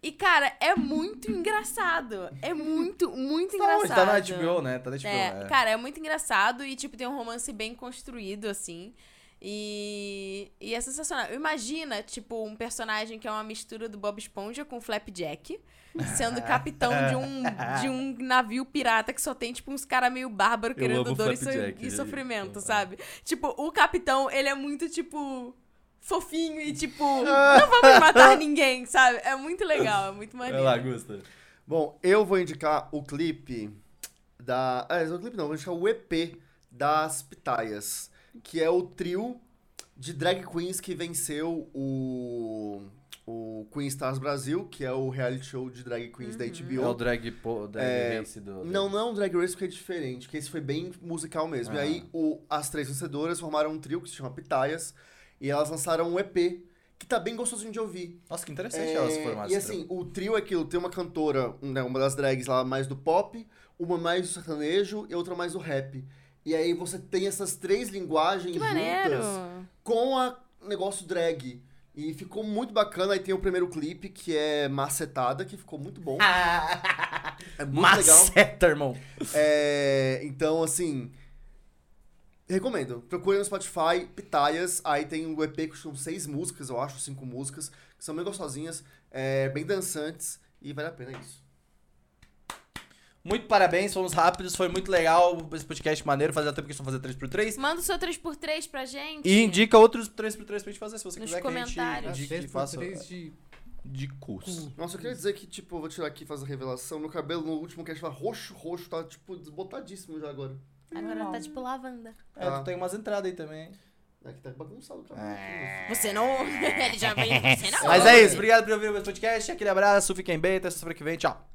Speaker 4: E, cara, é muito engraçado. É muito, muito
Speaker 3: tá onde?
Speaker 4: engraçado.
Speaker 3: Tá na HBO, né? Tá na HBO,
Speaker 4: É,
Speaker 3: é.
Speaker 4: cara, é muito engraçado e, tipo, tem um romance bem construído, assim. E, e é sensacional. Imagina, tipo, um personagem que é uma mistura do Bob Esponja com o Flapjack, sendo capitão de um, de um navio pirata que só tem, tipo, uns caras meio bárbaros
Speaker 3: Eu
Speaker 4: querendo
Speaker 3: amo o
Speaker 4: dor e, so-
Speaker 3: Flapjack,
Speaker 4: e
Speaker 3: ele-
Speaker 4: sofrimento,
Speaker 3: é.
Speaker 4: sabe? Tipo, o capitão, ele é muito, tipo, fofinho e, tipo, não vamos matar ninguém, sabe? É muito legal, é muito
Speaker 3: Vai
Speaker 4: maneiro.
Speaker 3: lá, Gusta.
Speaker 5: Bom, eu vou indicar o clipe da. Ah, não é o clipe não, vou indicar o EP das Pitaias, que é o trio de drag queens que venceu o. O Queen Stars Brasil, que é o reality show de drag queens da
Speaker 3: É o
Speaker 5: HBO.
Speaker 3: drag, po, drag
Speaker 5: É,
Speaker 3: race do...
Speaker 5: Não, não é um drag race porque é diferente, porque esse foi bem musical mesmo. E
Speaker 3: Ah.
Speaker 5: aí o- as três vencedoras formaram um trio que se chama Pitaias, e elas lançaram um EP, que tá bem gostosinho de ouvir.
Speaker 3: Nossa, que interessante
Speaker 5: É,
Speaker 3: elas formadas.
Speaker 5: E assim, o trio é aquilo, tem uma cantora, um, né, uma das drags lá mais do pop, uma mais do sertanejo e outra mais do rap. E aí você tem essas três linguagens
Speaker 4: Que maneiro!
Speaker 5: juntas com a negócio drag. E ficou muito bacana. Aí tem o primeiro clipe, que é Macetada, que ficou muito bom.
Speaker 4: Ah,
Speaker 5: É muito legal.
Speaker 3: Maceta, irmão.
Speaker 5: É, então, assim. Recomendo. Procure no Spotify, Pitaias. Aí tem o EP que são seis músicas, eu acho, cinco músicas, que são bem gostosinhas, é, bem dançantes, e vale a pena é isso.
Speaker 3: Muito parabéns, fomos rápidos, foi muito legal esse podcast maneiro. Fazia tempo que a gente não fazia 3x3.
Speaker 4: Manda o seu 3x3 pra gente.
Speaker 3: E indica outros 3x3 pra gente fazer, se você
Speaker 4: Nos
Speaker 3: quiser que a
Speaker 4: comentários.
Speaker 3: gente indique e
Speaker 2: Três
Speaker 3: faça
Speaker 2: por três de-
Speaker 3: de curso.
Speaker 5: Nossa, eu queria dizer que, tipo, eu vou tirar aqui e fazer a revelação. Meu cabelo no último cast tava roxo, roxo, tá, tipo, desbotadíssimo já agora.
Speaker 4: Agora tá tipo lavanda.
Speaker 3: É, tu tem umas entradas aí também.
Speaker 5: Aqui tá bagunçado o cabelo.
Speaker 4: Você não. Ele já vem. Você não.
Speaker 3: é Mas é isso, obrigado por ouvir o meu podcast. Aquele abraço, fiquem bem, até sexta-feira que vem, tchau.